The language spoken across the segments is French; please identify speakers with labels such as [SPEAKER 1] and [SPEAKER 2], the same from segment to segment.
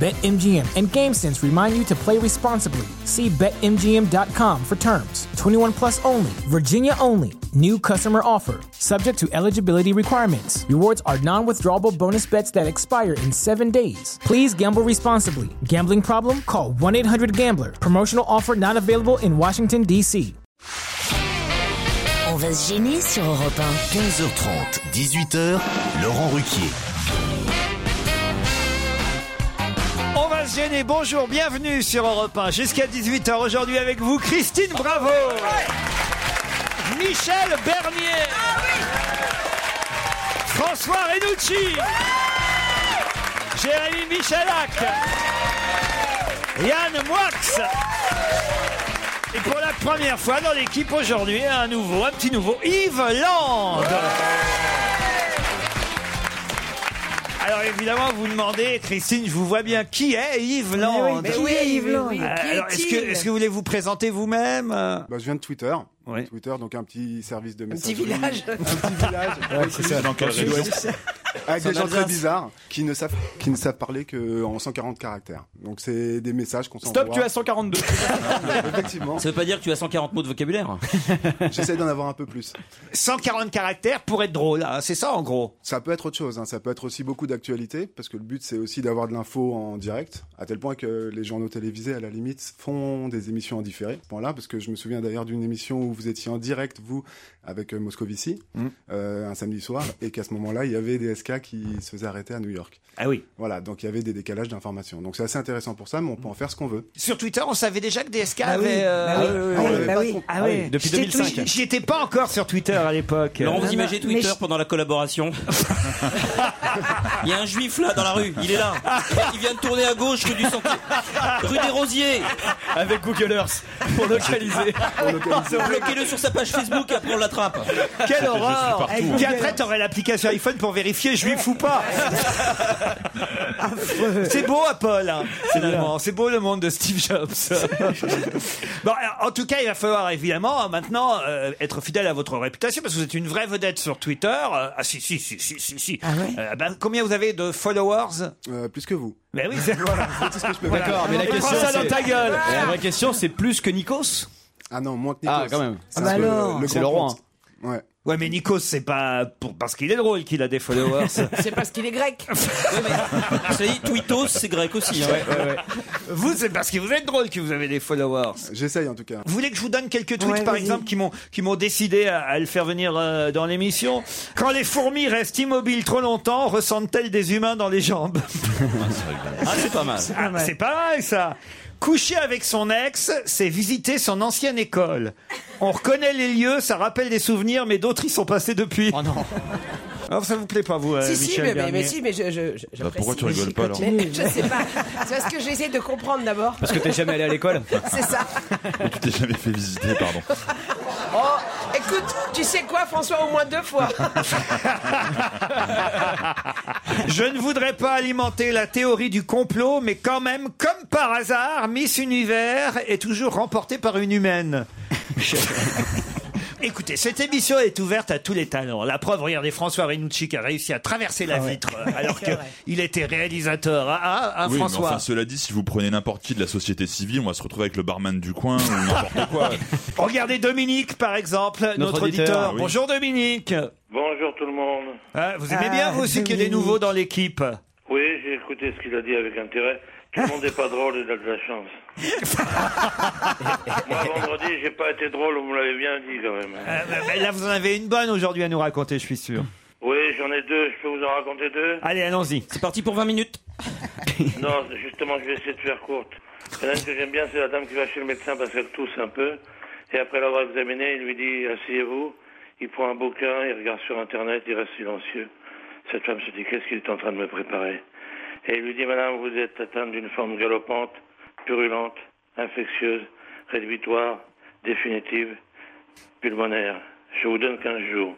[SPEAKER 1] BetMGM and GameSense remind you to play responsibly. See BetMGM.com for terms. 21 plus only, Virginia only. New customer offer, subject to eligibility requirements. Rewards are non withdrawable bonus bets that expire in seven days. Please gamble responsibly. Gambling problem? Call 1 800 Gambler. Promotional offer not available in Washington, D.C.
[SPEAKER 2] On va se gêner sur Europe 1.
[SPEAKER 3] 15h30, 18h, Laurent Ruquier.
[SPEAKER 4] On va se gêner. Bonjour, bienvenue sur Europe 1. Jusqu'à 18h aujourd'hui avec vous, Christine Bravo. Michel Bernier. François Renucci. Jérémy Michalak. Yann Moix. Et pour la première fois dans l'équipe aujourd'hui, un nouveau, un petit nouveau, Yves Land. Alors évidemment, vous demandez, Christine, je vous vois bien, qui est Yves Land
[SPEAKER 5] mais qui oui, est Yves mais Land oui, qui
[SPEAKER 4] Alors, Est-ce que,
[SPEAKER 5] est-il
[SPEAKER 4] est-ce que vous voulez vous présenter vous-même euh,
[SPEAKER 6] Bah, je viens de Twitter.
[SPEAKER 4] Ouais.
[SPEAKER 6] Twitter, donc un petit service de
[SPEAKER 5] Petit
[SPEAKER 6] messagerie.
[SPEAKER 5] village.
[SPEAKER 6] Un petit village. Avec des gens très bizarres qui ne savent, qui ne savent parler que en 140 caractères. Donc c'est des messages qu'on s'envoie.
[SPEAKER 7] Stop, tu as 142.
[SPEAKER 6] Effectivement.
[SPEAKER 8] Ça veut pas dire que tu as 140 mots de vocabulaire
[SPEAKER 6] J'essaie d'en avoir un peu plus.
[SPEAKER 4] 140 caractères pour être drôle, hein, c'est ça en gros.
[SPEAKER 6] Ça peut être autre chose. hein. Ça peut être aussi beaucoup d'actualité parce que le but c'est aussi d'avoir de l'info en direct. À tel point que les journaux télévisés, à la limite, font des émissions en différé. Voilà, parce que je me souviens d'ailleurs d'une émission où vous étiez en direct vous avec euh, Moscovici euh, un samedi soir et qu'à ce moment-là il y avait des SK qui se faisaient arrêter à New York.
[SPEAKER 4] Ah oui.
[SPEAKER 6] Voilà, donc il y avait des décalages d'informations. Donc c'est assez intéressant pour ça, mais on peut en faire ce qu'on veut.
[SPEAKER 4] Sur Twitter, on savait déjà que DSK
[SPEAKER 5] Ah oui,
[SPEAKER 4] avait... euh,
[SPEAKER 5] bah oui,
[SPEAKER 6] Ah, on
[SPEAKER 5] oui,
[SPEAKER 6] l'avait
[SPEAKER 5] bah
[SPEAKER 6] pas
[SPEAKER 5] oui.
[SPEAKER 6] compris.
[SPEAKER 4] Ah oui,
[SPEAKER 7] depuis
[SPEAKER 4] J'étais
[SPEAKER 7] 2005.
[SPEAKER 4] tout- J'y étais pas encore sur Twitter à l'époque.
[SPEAKER 8] Laurent, vous imaginez
[SPEAKER 5] Ah, mais
[SPEAKER 8] Twitter
[SPEAKER 5] je-
[SPEAKER 8] pendant la collaboration Il y a un juif là dans la rue, il est là.
[SPEAKER 5] Ah.
[SPEAKER 8] Il vient de tourner à gauche rue du Sentier. Rue des Rosiers.
[SPEAKER 7] Avec Google Earth pour localiser.
[SPEAKER 8] Bloquez-le sur sa page Facebook et après on l'attrape.
[SPEAKER 4] Quelle horreur
[SPEAKER 5] partout.
[SPEAKER 4] Puis après, t'aurais l'application iPhone pour vérifier juif ou pas. C'est beau, Apple, hein, finalement. C'est beau le monde de Steve Jobs. bon, alors, en tout cas, il va falloir évidemment euh, maintenant euh, être fidèle à votre réputation parce que vous êtes une vraie vedette sur Twitter. Euh, ah si, si, si, si, si. si.
[SPEAKER 5] Ah ouais
[SPEAKER 4] Euh, ben, combien vous avez de followers
[SPEAKER 6] Euh, plus que vous.
[SPEAKER 4] Ben oui, c'est voilà.
[SPEAKER 6] C'est tout ce que je peux faire.
[SPEAKER 7] D'accord, mais la
[SPEAKER 4] Et prends
[SPEAKER 7] question.
[SPEAKER 4] ça dans
[SPEAKER 7] c'est-
[SPEAKER 4] ta gueule.
[SPEAKER 7] Et la
[SPEAKER 9] Ah.
[SPEAKER 7] vraie question, c'est plus que Nikos
[SPEAKER 6] Ah non, moins que Nikos.
[SPEAKER 7] Ah, quand même.
[SPEAKER 6] C'est
[SPEAKER 5] Ah bah
[SPEAKER 6] un peu le-
[SPEAKER 5] alors.
[SPEAKER 6] le
[SPEAKER 7] C'est hein.
[SPEAKER 6] grand
[SPEAKER 7] le roi,
[SPEAKER 6] compte. Ouais.
[SPEAKER 4] Ouais, mais Nikos, c'est pas pour... parce qu'il est drôle qu'il a des followers.
[SPEAKER 5] C'est parce qu'il est grec.
[SPEAKER 8] Ouais, mais, cela dit, Twitos, c'est grec aussi. hein.
[SPEAKER 4] vous, c'est parce que vous êtes drôle que vous avez des followers.
[SPEAKER 6] J'essaye en tout cas.
[SPEAKER 4] Vous voulez que je vous donne quelques tweets,
[SPEAKER 5] Ouais,
[SPEAKER 4] par
[SPEAKER 5] vas-y.
[SPEAKER 4] exemple, qui m'ont qui m'ont décidé à, à le faire venir euh, dans l'émission. Quand les fourmis restent immobiles trop longtemps, ressentent-elles des humains dans les jambes
[SPEAKER 8] Ah, c'est pas mal.
[SPEAKER 4] Ah, C'est pas mal ça. Coucher avec son ex, c'est visiter son ancienne école. On reconnaît les lieux, ça rappelle des souvenirs, mais d'autres y sont passés depuis.
[SPEAKER 7] Oh non.
[SPEAKER 4] Alors ça vous plaît pas vous, euh,
[SPEAKER 5] Si, si,
[SPEAKER 4] Michel Bah.
[SPEAKER 5] mais, mais,
[SPEAKER 4] Bernier
[SPEAKER 5] mais si, mais je. je, je
[SPEAKER 8] Bah,
[SPEAKER 5] j'apprécie.
[SPEAKER 10] pourquoi tu rigoles pas, alors
[SPEAKER 5] Mais Je sais pas. C'est parce que j'essaie de comprendre d'abord.
[SPEAKER 7] Parce que t'es jamais allé à l'école
[SPEAKER 5] C'est ça.
[SPEAKER 10] Tu t'es jamais fait visiter, pardon.
[SPEAKER 5] Oh, écoute, tu sais quoi, François, au moins deux fois.
[SPEAKER 4] Je ne voudrais pas alimenter la théorie du complot, mais quand même, comme par hasard, Miss Univers est toujours remportée par une humaine. Écoutez, cette émission est ouverte à tous les talents. La preuve, regardez François Renucci qui a réussi à traverser la vitre euh, alors
[SPEAKER 5] C'est vrai.
[SPEAKER 4] qu'il était réalisateur. Ah, ah, ah,
[SPEAKER 10] oui, mais
[SPEAKER 4] François.
[SPEAKER 10] enfin, cela dit, si vous prenez n'importe qui de la société civile, on va se retrouver avec le barman du coin ou n'importe quoi.
[SPEAKER 4] Regardez Dominique, par exemple, notre, auditeur.
[SPEAKER 7] auditeur.
[SPEAKER 10] Ah oui.
[SPEAKER 4] Bonjour Dominique.
[SPEAKER 11] Bonjour tout le monde.
[SPEAKER 4] Ah, vous aimez
[SPEAKER 5] Ah,
[SPEAKER 4] bien, vous aussi, qu'il y ait des
[SPEAKER 5] Dominique.
[SPEAKER 4] nouveaux dans l'équipe.
[SPEAKER 11] Oui, j'ai écouté ce qu'il a dit avec intérêt. Tout le monde n'est pas drôle, il a de la chance. Moi, vendredi, j'ai pas été drôle, vous me l'avez bien dit quand même.
[SPEAKER 4] Euh, bah, là, vous en avez une bonne aujourd'hui à nous raconter, je suis sûr.
[SPEAKER 11] Oui, j'en ai deux, je peux vous en raconter deux
[SPEAKER 4] Allez, allons-y.
[SPEAKER 8] C'est parti pour 20 minutes.
[SPEAKER 11] Non, justement, je vais essayer de faire courte. Il y en a une que j'aime bien, c'est la dame qui va chez le médecin parce qu'elle tousse un peu. Et après l'avoir examiné, il lui dit Asseyez-vous. Il prend un bouquin, il regarde sur Internet, il reste silencieux. Cette femme se dit Qu'est-ce qu'il est en train de me préparer Et il lui dit Madame, vous êtes atteinte d'une forme galopante, purulente, infectieuse, rédhibitoire, définitive, pulmonaire. Je vous donne 15 jours.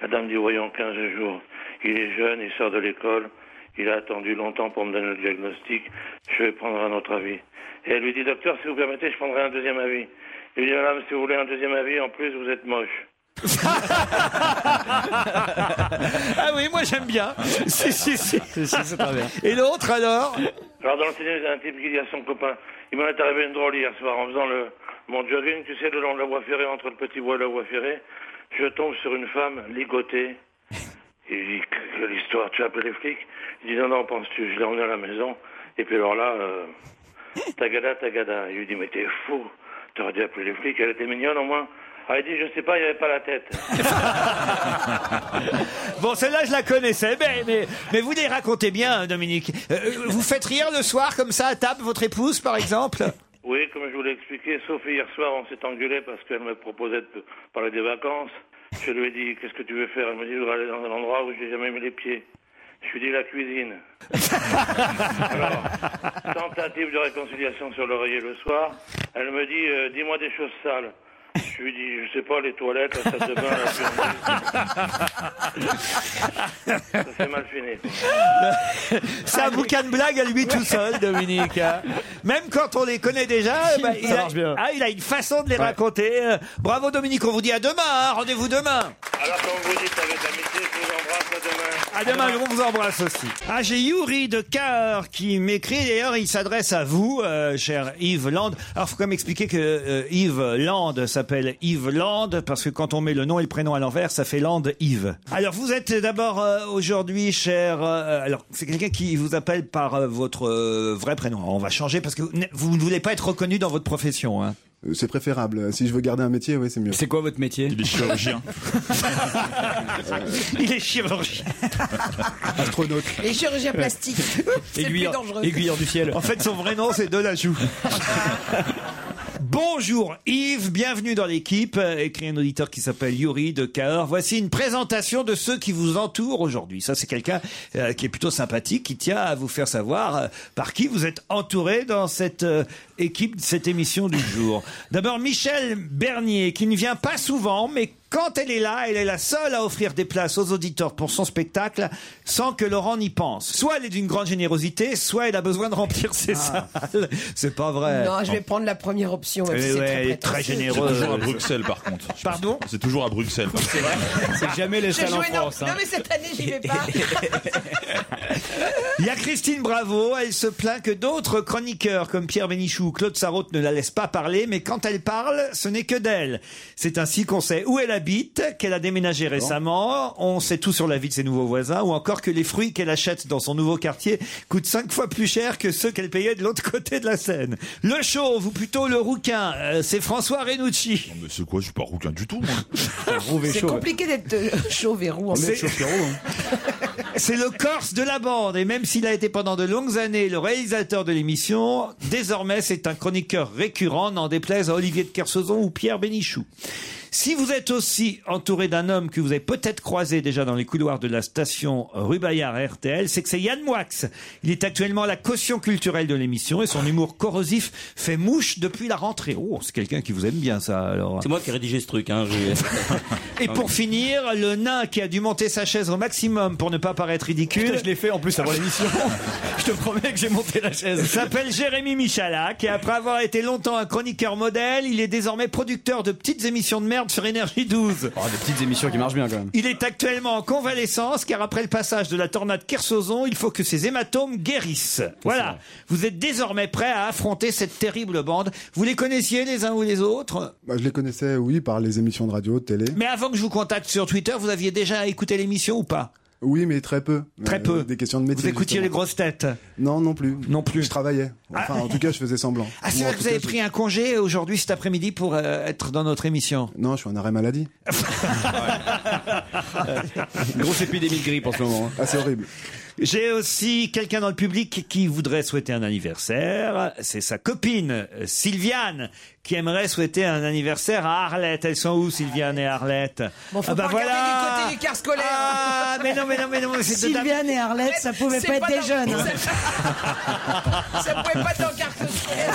[SPEAKER 11] La dame dit Voyons, 15 jours. Il est jeune, il sort de l'école. Il a attendu longtemps pour me donner le diagnostic. Je vais prendre un autre avis. Et elle lui dit, docteur, si vous permettez, je prendrai un deuxième avis. Il lui dit, madame, si vous voulez un deuxième avis, en plus, vous êtes moche.
[SPEAKER 4] Ah oui, moi j'aime bien. si, si, si.
[SPEAKER 11] c'est pas bien.
[SPEAKER 4] Et l'autre alors
[SPEAKER 11] Alors, dans le cinéma, il y a un type qui dit à son copain, il m'en est arrivé une drôle hier soir en faisant le, mon jogging, tu sais, le long de la voie ferrée, entre le petit bois et la voie ferrée. Je tombe sur une femme ligotée. Il dit, que- quelle histoire, tu as appelé les flics Il dit, non, non, penses-tu, je l'ai emmené à la maison. Et puis alors là, euh, tagada, tagada. Il lui dit, mais t'es fou, t'aurais dû appeler les flics, elle était mignonne au moins. Ah, il dit, je sais pas, il n'y avait pas la tête.
[SPEAKER 4] Bon, celle-là, je la connaissais, mais, mais, mais vous les racontez bien, hein, Dominique. Euh, vous faites rire le soir, comme ça, à table, votre épouse, par exemple
[SPEAKER 11] Oui, comme je vous l'ai expliqué, Sophie, hier soir, on s'est engueulé parce qu'elle me proposait de parler des vacances. Je lui ai dit, qu'est-ce que tu veux faire Elle me dit, je veux aller dans un endroit où j'ai jamais mis les pieds. Je lui ai dit, la cuisine. Alors, tentative de réconciliation sur l'oreiller le soir. Elle me dit, euh, dis-moi des choses sales. Je lui dis, je sais pas, les toilettes, la salle de bain, la plongée. Ça s'est mal fini.
[SPEAKER 4] C'est un bouquin de blagues à lui tout seul, Dominique. hein. Même quand on les connaît déjà, eh ben, il, a,
[SPEAKER 7] marche bien.
[SPEAKER 4] ah, il a une façon de les raconter. Euh, Bravo, Dominique. On vous dit à demain. hein. Rendez-vous demain.
[SPEAKER 11] Alors, comme vous dites avec amitié, je vous embrasse à demain.
[SPEAKER 4] À demain, Ah, on vous embrasse aussi. Ah, j'ai Yuri de Cahors qui m'écrit. D'ailleurs, il s'adresse à vous, euh, cher Yves Land. Alors, faut quand même expliquer que euh, Yves Land s'appelle Yves Land parce que quand on met le nom et le prénom à l'envers, ça fait Land Yves. Alors, vous êtes d'abord euh, aujourd'hui, cher. euh, alors, c'est quelqu'un qui vous appelle par euh, votre euh, vrai prénom. On va changer parce que vous, ne- vous ne voulez pas être reconnu dans votre profession. Hein.
[SPEAKER 6] Euh, C'est préférable. Euh, Si je veux garder un métier, oui, c'est mieux. C'est
[SPEAKER 7] quoi votre métier
[SPEAKER 6] Il est
[SPEAKER 10] chirurgien.
[SPEAKER 4] Il est chirurgien.
[SPEAKER 6] Astronaute.
[SPEAKER 5] Les chirurgiens plastiques. C'est le plus dangereux.
[SPEAKER 7] du ciel.
[SPEAKER 4] En fait, son vrai nom, c'est Delajou. Bonjour Yves, bienvenue dans l'équipe, euh, écrit un auditeur qui s'appelle Yuri de Cahors. Voici une présentation de ceux qui vous entourent aujourd'hui. Ça, c'est quelqu'un euh, qui est plutôt sympathique, qui tient à vous faire savoir euh, par qui vous êtes entouré dans cette euh, équipe, cette émission du jour. D'abord, Michel Bernier, qui ne vient pas souvent, mais quand elle est là, elle est la seule à offrir des places aux auditeurs pour son spectacle sans que Laurent n'y pense. Soit elle est d'une grande générosité, soit elle a besoin de remplir ses salles. C'est pas vrai.
[SPEAKER 5] Ah. Non, je vais prendre la première option. même
[SPEAKER 4] Eh
[SPEAKER 5] si c'est
[SPEAKER 4] ouais,
[SPEAKER 5] très
[SPEAKER 4] elle est très euh,
[SPEAKER 5] prétentieux.
[SPEAKER 4] généreuse.
[SPEAKER 10] C'est toujours à Bruxelles, par contre.
[SPEAKER 4] Pardon
[SPEAKER 10] C'est toujours à Bruxelles. C'est vrai.
[SPEAKER 7] C'est jamais les
[SPEAKER 5] J'ai
[SPEAKER 7] salles en
[SPEAKER 5] joué, non,
[SPEAKER 7] France.
[SPEAKER 5] non,
[SPEAKER 7] hein.
[SPEAKER 5] mais cette année, j'y vais pas.
[SPEAKER 4] Il y a Christine Bravo, elle se plaint que d'autres chroniqueurs comme Pierre Bénichou ou Claude Sarraute ne la laissent pas parler, mais quand elle parle, ce n'est que d'elle. C'est ainsi qu'on sait où elle habite, qu'elle a déménagé récemment, on sait tout sur la vie de ses nouveaux voisins, ou encore que les fruits qu'elle achète dans son nouveau quartier coûtent cinq fois plus cher que ceux qu'elle payait de l'autre côté de la Seine. Le chauve, ou plutôt le rouquin, euh, c'est François Renucci.
[SPEAKER 10] Mais c'est quoi Je suis pas rouquin du tout, moi.
[SPEAKER 5] C'est compliqué d'être euh, chauve et roux en
[SPEAKER 4] C'est-
[SPEAKER 5] même temps.
[SPEAKER 4] C'est le Corse de la bande et même s'il a été pendant de longues années le réalisateur de l'émission, désormais c'est un chroniqueur récurrent, n'en déplaise à Olivier de Kersauzon ou Pierre Bénichou. Si vous êtes aussi entouré d'un homme que vous avez peut-être croisé déjà dans les couloirs de la station Rubaillard RTL, c'est que c'est Yann Moix. Il est actuellement la caution culturelle de l'émission et son humour corrosif fait mouche depuis la rentrée. Oh, c'est quelqu'un qui vous aime bien ça alors.
[SPEAKER 8] C'est moi qui ai rédigé ce truc. Hein,
[SPEAKER 4] Et pour finir, le nain qui a dû monter sa chaise au maximum pour ne pas paraître ridicule.
[SPEAKER 7] Putain, je l'ai fait en plus avant l'émission. je te promets que j'ai monté la
[SPEAKER 4] Il
[SPEAKER 7] chaise.
[SPEAKER 4] s'appelle Jérémy Michalak et après avoir été longtemps un chroniqueur modèle, il est désormais producteur de petites émissions de merde sur Énergie 12.
[SPEAKER 7] Oh, des petites émissions qui marchent bien quand même.
[SPEAKER 4] Il est actuellement en convalescence car après le passage de la tornade Kersozon, il faut que ses hématomes guérissent. Voilà, vous êtes désormais prêt à affronter cette terrible bande. Vous les connaissiez les uns ou les autres
[SPEAKER 6] Bah, je les connaissais, oui, par les émissions de radio, de télé.
[SPEAKER 4] Mais avant que je vous contacte sur Twitter, vous aviez déjà écouté l'émission ou pas
[SPEAKER 6] Oui, mais très peu.
[SPEAKER 4] Très
[SPEAKER 6] Euh,
[SPEAKER 4] peu.
[SPEAKER 6] Des questions de métier.
[SPEAKER 4] Vous écoutiez les
[SPEAKER 6] justement.
[SPEAKER 4] grosses têtes
[SPEAKER 6] Non, non plus.
[SPEAKER 4] Non plus.
[SPEAKER 6] Je travaillais. Enfin, en tout cas, je faisais semblant.
[SPEAKER 4] Ah, c'est
[SPEAKER 6] Ou en
[SPEAKER 4] vrai que
[SPEAKER 6] tout
[SPEAKER 4] vous avez
[SPEAKER 6] cas, je-
[SPEAKER 4] pris un congé aujourd'hui cet après-midi pour euh, être dans notre émission.
[SPEAKER 6] Non, je suis en arrêt maladie.
[SPEAKER 7] Grosse épidémie de grippe en ce moment. hein.
[SPEAKER 6] Ah, c'est horrible.
[SPEAKER 4] J'ai aussi quelqu'un dans le public qui voudrait souhaiter un anniversaire. C'est sa copine, euh, Sylviane, qui aimerait souhaiter un anniversaire à Arlette. Elles sont où, Sylviane et Arlette
[SPEAKER 5] Bon, faut
[SPEAKER 4] Ah bah
[SPEAKER 5] pas regarder du côté de l'écart scolaire.
[SPEAKER 4] Ah, mais non, mais non, mais non, mais c'est de-
[SPEAKER 12] Sylviane et Arlette, ça pouvait
[SPEAKER 5] C'est
[SPEAKER 12] pas être
[SPEAKER 5] pas
[SPEAKER 12] des
[SPEAKER 5] dans-
[SPEAKER 12] jeunes. hein.
[SPEAKER 5] Ça pouvait pas être dans le carte scolaire.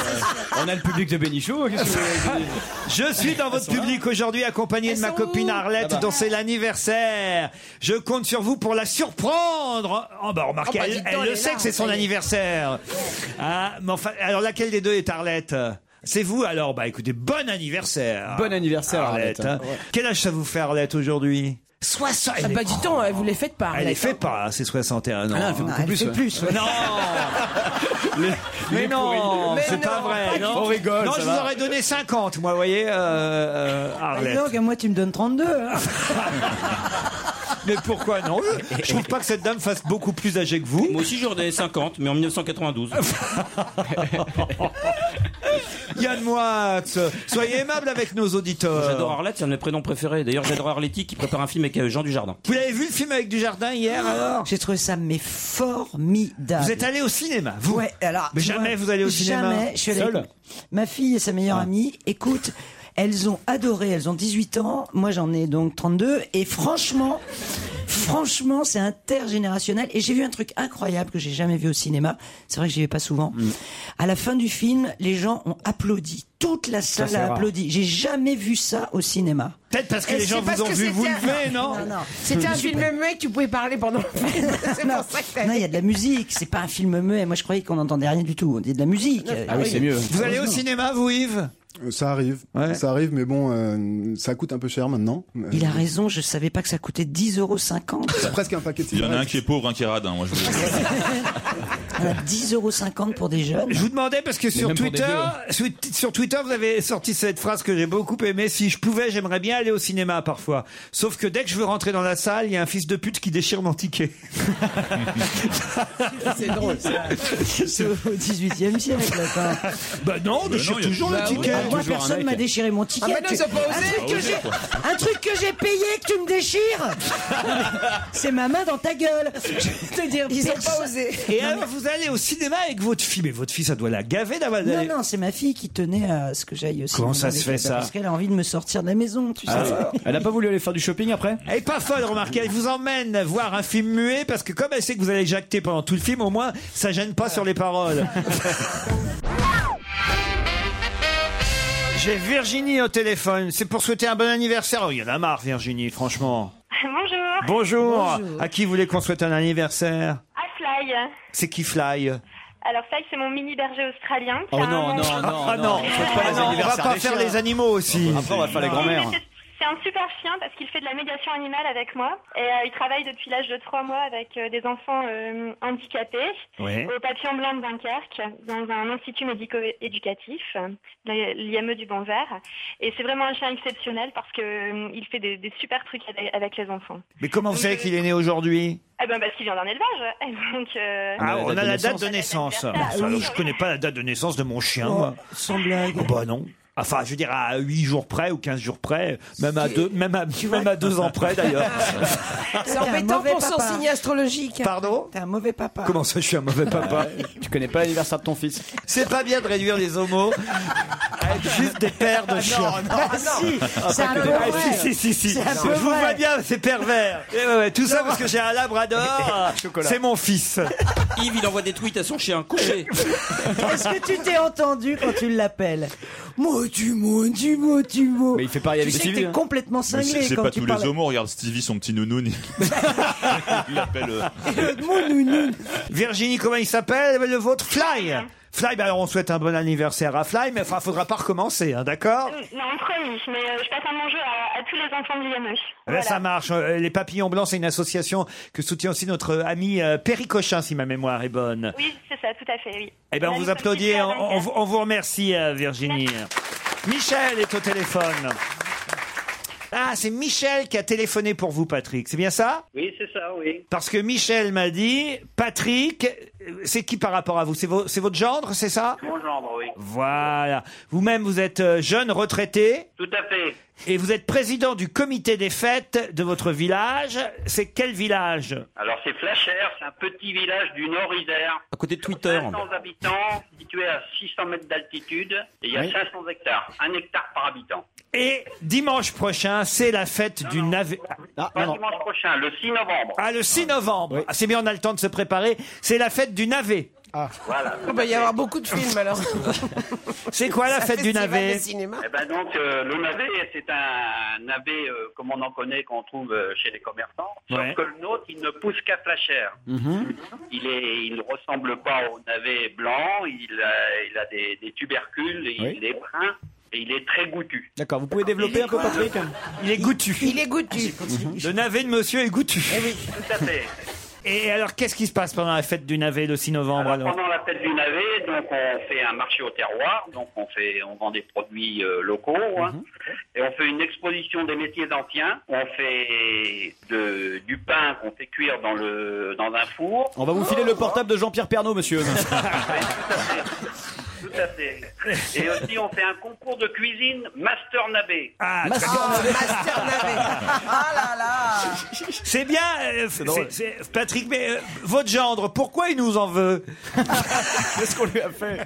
[SPEAKER 4] On a le public de
[SPEAKER 7] hein,
[SPEAKER 4] Bénichou. Je suis dans votre public aujourd'hui, accompagné de ma copine Arlette,
[SPEAKER 7] Ah bah.
[SPEAKER 4] dont c'est l'anniversaire. Je compte sur vous pour la surprendre. Oh bah remarquez,
[SPEAKER 7] Oh bah,
[SPEAKER 4] elle,
[SPEAKER 7] dites donc,
[SPEAKER 4] elle
[SPEAKER 7] elle
[SPEAKER 4] le
[SPEAKER 7] est
[SPEAKER 4] sait
[SPEAKER 7] là,
[SPEAKER 4] que c'est
[SPEAKER 7] ça
[SPEAKER 4] son
[SPEAKER 7] y est.
[SPEAKER 4] anniversaire. Hein, mais enfin, alors laquelle des deux est Arlette c'est vous alors Bah écoutez, bon anniversaire
[SPEAKER 7] Bon anniversaire,
[SPEAKER 4] hein.
[SPEAKER 7] Arlette, hein. Ouais.
[SPEAKER 4] Quel âge ça vous fait Arlette aujourd'hui 60
[SPEAKER 12] Ah bah dis donc,
[SPEAKER 5] euh,
[SPEAKER 12] vous les faites pas.
[SPEAKER 4] Elle
[SPEAKER 13] Ah,
[SPEAKER 4] les
[SPEAKER 12] Arlette.
[SPEAKER 4] fait pas, hein, ses 61 ans.
[SPEAKER 12] Ah non, elle fait beaucoup Ah, elle plus, fait ouais. plus, ouais.
[SPEAKER 4] Non Les- Mais non,
[SPEAKER 12] Mais
[SPEAKER 4] c'est
[SPEAKER 12] non,
[SPEAKER 4] pas
[SPEAKER 12] pas
[SPEAKER 4] vrai.
[SPEAKER 12] du tout. On rigole,
[SPEAKER 4] Non,
[SPEAKER 12] ça
[SPEAKER 4] je vous
[SPEAKER 12] va.
[SPEAKER 4] aurais donné 50, moi, vous voyez, euh, euh,
[SPEAKER 12] Dis
[SPEAKER 4] Arlette.
[SPEAKER 12] donc, à moi, tu me donnes 32. hein.
[SPEAKER 4] Mais pourquoi non Je trouve pas que cette dame fasse beaucoup plus âgée que vous.
[SPEAKER 8] Moi aussi, j'en ai 50, mais en 1992.
[SPEAKER 4] Yann Moix, euh, soyez aimable avec nos auditeurs.
[SPEAKER 8] J'adore Arlette, c'est un de mes prénoms préférés. D'ailleurs, j'adore Arletti qui prépare un film avec euh, Jean Dujardin.
[SPEAKER 4] Vous l'avez vu le film avec Dujardin hier alors
[SPEAKER 12] J'ai trouvé ça mais formidable.
[SPEAKER 4] Vous êtes allé au cinéma, vous
[SPEAKER 12] Ouais, alors.
[SPEAKER 4] Mais
[SPEAKER 12] tu
[SPEAKER 4] jamais
[SPEAKER 12] vois,
[SPEAKER 4] vous allez au cinéma Ah.
[SPEAKER 12] Jamais, je suis allée-
[SPEAKER 4] Seul
[SPEAKER 12] Ma fille et sa meilleure amie, écoute, elles ont adoré, elles ont 18 ans, moi j'en ai donc 32, et franchement, franchement, c'est intergénérationnel. Et j'ai vu un truc incroyable que j'ai jamais vu au cinéma, c'est vrai que j'y vais pas souvent.
[SPEAKER 4] Mm.
[SPEAKER 12] À la fin du film, les gens ont applaudi. Toute la
[SPEAKER 4] Ça,
[SPEAKER 12] salle
[SPEAKER 4] c'est
[SPEAKER 12] a
[SPEAKER 4] rare.
[SPEAKER 12] applaudi. J'ai jamais vu ça au cinéma.
[SPEAKER 4] Peut-être parce que
[SPEAKER 12] Et
[SPEAKER 4] les gens
[SPEAKER 12] c'est parce
[SPEAKER 4] vous ont
[SPEAKER 12] que
[SPEAKER 4] vu
[SPEAKER 12] c'était
[SPEAKER 4] vous
[SPEAKER 12] un-
[SPEAKER 4] lever, non
[SPEAKER 12] Non, non.
[SPEAKER 5] C'était un
[SPEAKER 12] Je suis
[SPEAKER 5] film muet que tu pouvais parler pendant le film. C'est pour ça que t'as-
[SPEAKER 12] Non, il y a de la musique, c'est pas un film muet. Moi, je croyais qu'on n'entendait rien du tout. On dit de la musique.
[SPEAKER 6] Ah oui, c'est mieux.
[SPEAKER 4] Vous allez au cinéma, vous, Yves
[SPEAKER 6] Euh, Ça arrive, ça arrive, mais bon, euh, ça coûte un peu cher maintenant. Euh,
[SPEAKER 12] Il a raison, je savais pas que ça coûtait 10,50 euros.
[SPEAKER 6] C'est presque un paquet de
[SPEAKER 10] Il y en a un
[SPEAKER 6] cigarettes.
[SPEAKER 10] qui est pauvre, un qui est radin. Moi, je vous le dis.
[SPEAKER 12] 10,50 Ah, euros pour des jeunes.
[SPEAKER 4] Je vous demandais parce que sur
[SPEAKER 12] même pour des
[SPEAKER 4] Twitter, sur, sur Twitter, vous avez sorti cette phrase que j'ai beaucoup aimée. Si je pouvais, j'aimerais bien aller au cinéma parfois. Sauf que dès que je veux rentrer dans la salle, il y a un fils de pute qui déchire mon ticket. Ah,
[SPEAKER 12] C'est drôle, ça. C'est au 18e siècle, attends.
[SPEAKER 4] bah non, on déchire toujours le ticket.
[SPEAKER 12] Ah, moi, personne m'a déchiré mon ticket.
[SPEAKER 5] Ah, mais non,
[SPEAKER 12] Tu-
[SPEAKER 5] ils ont pas osé.
[SPEAKER 12] Un
[SPEAKER 4] bah
[SPEAKER 12] truc
[SPEAKER 5] Pas
[SPEAKER 12] que
[SPEAKER 5] osé,
[SPEAKER 12] j'ai- Un truc que j'ai payé que tu me déchires. C'est ma main dans ta gueule. Je vais te dire.
[SPEAKER 5] Ils ont
[SPEAKER 12] personne-
[SPEAKER 5] pas osé.
[SPEAKER 4] Et alors, vous allez au cinéma avec votre fille, mais votre fille, ça doit la gaver d'avoir.
[SPEAKER 12] Non, non, c'est ma fille qui tenait à ce que j'aille aussi.
[SPEAKER 4] Comment ça se fait, ça Ah
[SPEAKER 12] Parce qu'elle a envie de me sortir de la maison, tu sais.
[SPEAKER 9] Ah,
[SPEAKER 4] Elle n'a pas voulu aller faire du shopping après Elle est pas folle, remarquez. Elle vous emmène voir un film muet parce que comme elle sait que vous allez jacter pendant tout le film, au moins ça gêne pas sur les paroles. J'ai Virginie au téléphone. C'est pour souhaiter un bon anniversaire. Oh, il y en a marre, Virginie, franchement.
[SPEAKER 14] Bonjour.
[SPEAKER 4] Bonjour. À qui vous voulez qu'on souhaite un anniversaire
[SPEAKER 14] À Fly.
[SPEAKER 4] C'est qui Fly
[SPEAKER 14] Alors Fly, c'est mon mini berger australien. qui
[SPEAKER 4] Oh
[SPEAKER 14] a un
[SPEAKER 4] non,
[SPEAKER 14] an
[SPEAKER 4] non,
[SPEAKER 14] et
[SPEAKER 4] non,
[SPEAKER 14] demi.
[SPEAKER 4] non, Ah non, on souhaite pas les
[SPEAKER 14] Ah non,
[SPEAKER 4] anniversaires. On va pas faire les animaux aussi. Après, on va faire les grands-mères.
[SPEAKER 14] C'est un super chien parce qu'il fait de la médiation animale avec moi et euh, il travaille depuis l'âge de 3 mois avec euh, des enfants euh, handicapés
[SPEAKER 15] Ouais.
[SPEAKER 14] au papillon blanc de Dunkerque dans un institut médico-éducatif, euh, l'IME du Bon Vert. Et c'est vraiment un chien exceptionnel parce que euh, il fait des, des super trucs avec- avec les enfants.
[SPEAKER 4] Mais comment vous savez qu'il est né aujourd'hui
[SPEAKER 14] Eh ben parce qu'il vient d'un élevage. Et donc, euh,
[SPEAKER 4] Ah, on a la date de naissance.
[SPEAKER 14] Ah, oui.
[SPEAKER 4] Alors, je connais pas la date de naissance de mon chien,
[SPEAKER 12] Oh,
[SPEAKER 4] moi.
[SPEAKER 12] Sans blague.
[SPEAKER 4] Oh, bah non. Enfin, je veux dire, à 8 jours près ou 15 jours près, même à 2 même à, même à deux ans près d'ailleurs.
[SPEAKER 6] Euh,
[SPEAKER 5] C'est
[SPEAKER 12] T'es un
[SPEAKER 5] embêtant
[SPEAKER 12] mauvais
[SPEAKER 5] pour son
[SPEAKER 12] papa.
[SPEAKER 5] signe astrologique.
[SPEAKER 4] Pardon
[SPEAKER 12] T'es un mauvais papa.
[SPEAKER 4] Comment ça, je suis un mauvais
[SPEAKER 9] Ah,
[SPEAKER 4] papa
[SPEAKER 7] Tu connais pas l'anniversaire de ton fils
[SPEAKER 4] C'est pas bien de réduire les homos à être juste des pères de chiens.
[SPEAKER 7] non,
[SPEAKER 12] Ah, si, c'est un peu
[SPEAKER 4] Ah,
[SPEAKER 12] vrai.
[SPEAKER 4] si, si, si, si.
[SPEAKER 12] C'est un
[SPEAKER 4] Je
[SPEAKER 12] peu
[SPEAKER 4] vous
[SPEAKER 12] vrai.
[SPEAKER 4] vois bien, c'est pervers. Eh ouais, ouais, tout ça parce que j'ai un labrador.
[SPEAKER 8] Chocolat.
[SPEAKER 4] C'est mon fils.
[SPEAKER 8] Yves, il envoie des tweets à son chien. Couché.
[SPEAKER 12] Est-ce que tu t'es entendu quand tu l'appelles Moi, tu moi, tu moi, tu moi.
[SPEAKER 10] Mais il fait pareil avec
[SPEAKER 12] tu sais que
[SPEAKER 10] Stevie,
[SPEAKER 12] t'es
[SPEAKER 10] hein.
[SPEAKER 12] complètement
[SPEAKER 10] Mais
[SPEAKER 12] cinglé
[SPEAKER 10] C'est c'est
[SPEAKER 12] quand
[SPEAKER 10] pas
[SPEAKER 12] tu
[SPEAKER 10] tous
[SPEAKER 12] parles.
[SPEAKER 10] les homos. Regarde Stevie, son petit nounoun. il- Il l'appelle. euh,
[SPEAKER 4] Virginie, comment il s'appelle Le vôtre Fly. Fly, bah alors on souhaite un bon anniversaire à Fly, mais enfin, faudra pas recommencer, hein, d'accord
[SPEAKER 14] Euh, Non, promis, mais euh, je passe un bon jeu à, à tous les enfants de E l'IME.
[SPEAKER 4] Eh ben, Ça marche. Euh, Les Papillons Blancs, c'est une association que soutient aussi notre euh, ami euh, Perry Cochin, si ma mémoire est bonne.
[SPEAKER 14] Oui, c'est ça, tout à fait, oui.
[SPEAKER 4] Eh bien, on vous applaudit, et on, on vous- on vous remercie, euh, Virginie. Michel est au téléphone. Ah, c'est Michel qui a téléphoné pour vous, Patrick. C'est bien ça
[SPEAKER 15] Oui, c'est ça, oui.
[SPEAKER 4] Parce que Michel m'a dit, Patrick, Euh, C'est qui par rapport à vous C'est vo- c'est votre gendre, c'est ça
[SPEAKER 7] Mon gendre, bah oui.
[SPEAKER 4] Voilà. Vous-même, vous êtes euh, jeune retraité
[SPEAKER 7] Tout à fait.
[SPEAKER 4] et vous êtes président du comité des fêtes de votre village. C'est quel village
[SPEAKER 7] Alors c'est Flachère, c'est un petit village du nord Isère.
[SPEAKER 4] À côté de
[SPEAKER 7] 500 habitants, situé à 600 mètres d'altitude, et il y a
[SPEAKER 4] Oui.
[SPEAKER 7] 500 hectares, un hectare par habitant.
[SPEAKER 4] Et dimanche prochain, c'est la fête du navet.
[SPEAKER 7] Pas dimanche prochain, le 6 novembre.
[SPEAKER 4] Ah, le 6 novembre. Ah, C'est bien, on a le temps de se préparer. C'est la fête du navet.
[SPEAKER 9] Ah.
[SPEAKER 7] Voilà.
[SPEAKER 13] Il va y avoir beaucoup de films alors.
[SPEAKER 4] C'est quoi la
[SPEAKER 13] Ça
[SPEAKER 4] fête
[SPEAKER 13] fait
[SPEAKER 4] du
[SPEAKER 13] festival
[SPEAKER 4] navet
[SPEAKER 13] de cinéma.
[SPEAKER 7] Eh ben donc euh, le navet, c'est un navet euh, comme on en connaît, qu'on trouve euh, chez les commerçants.
[SPEAKER 11] Ouais.
[SPEAKER 7] Sauf que le nôtre, il ne pousse qu'à Flachère. Il est, il ressemble pas au navet blanc. Il a, il a des, des tubercules, et
[SPEAKER 9] Oui.
[SPEAKER 7] il est brun et il est très goûtu.
[SPEAKER 9] D'accord, vous pouvez développer un peu, Patrick Mhm.
[SPEAKER 4] Il est goûtu. Ah,
[SPEAKER 13] Il est goûtu. Eh
[SPEAKER 4] Le navet de monsieur est goûtu.
[SPEAKER 7] Tout à fait.
[SPEAKER 4] Et alors, qu'est-ce qui se passe pendant la fête du navet le 6 novembre alors
[SPEAKER 7] Ah, Pendant la fête du navet, donc on fait un marché au terroir, donc on fait, on vend des produits euh, locaux, hein.
[SPEAKER 9] Mhm.
[SPEAKER 7] et on fait une exposition des métiers anciens. On fait de- du pain qu'on fait cuire dans le dans un four.
[SPEAKER 9] On va vous filer le portable de Jean-Pierre Pernaud, monsieur.
[SPEAKER 7] Tout à fait. Et aussi on fait un concours de cuisine master navet.
[SPEAKER 4] Ah,
[SPEAKER 13] Ah là là
[SPEAKER 4] C'est bien, euh, c'est- c'est- Patrick, mais euh, votre gendre, pourquoi il nous en veut Qu'est-ce qu'on lui a fait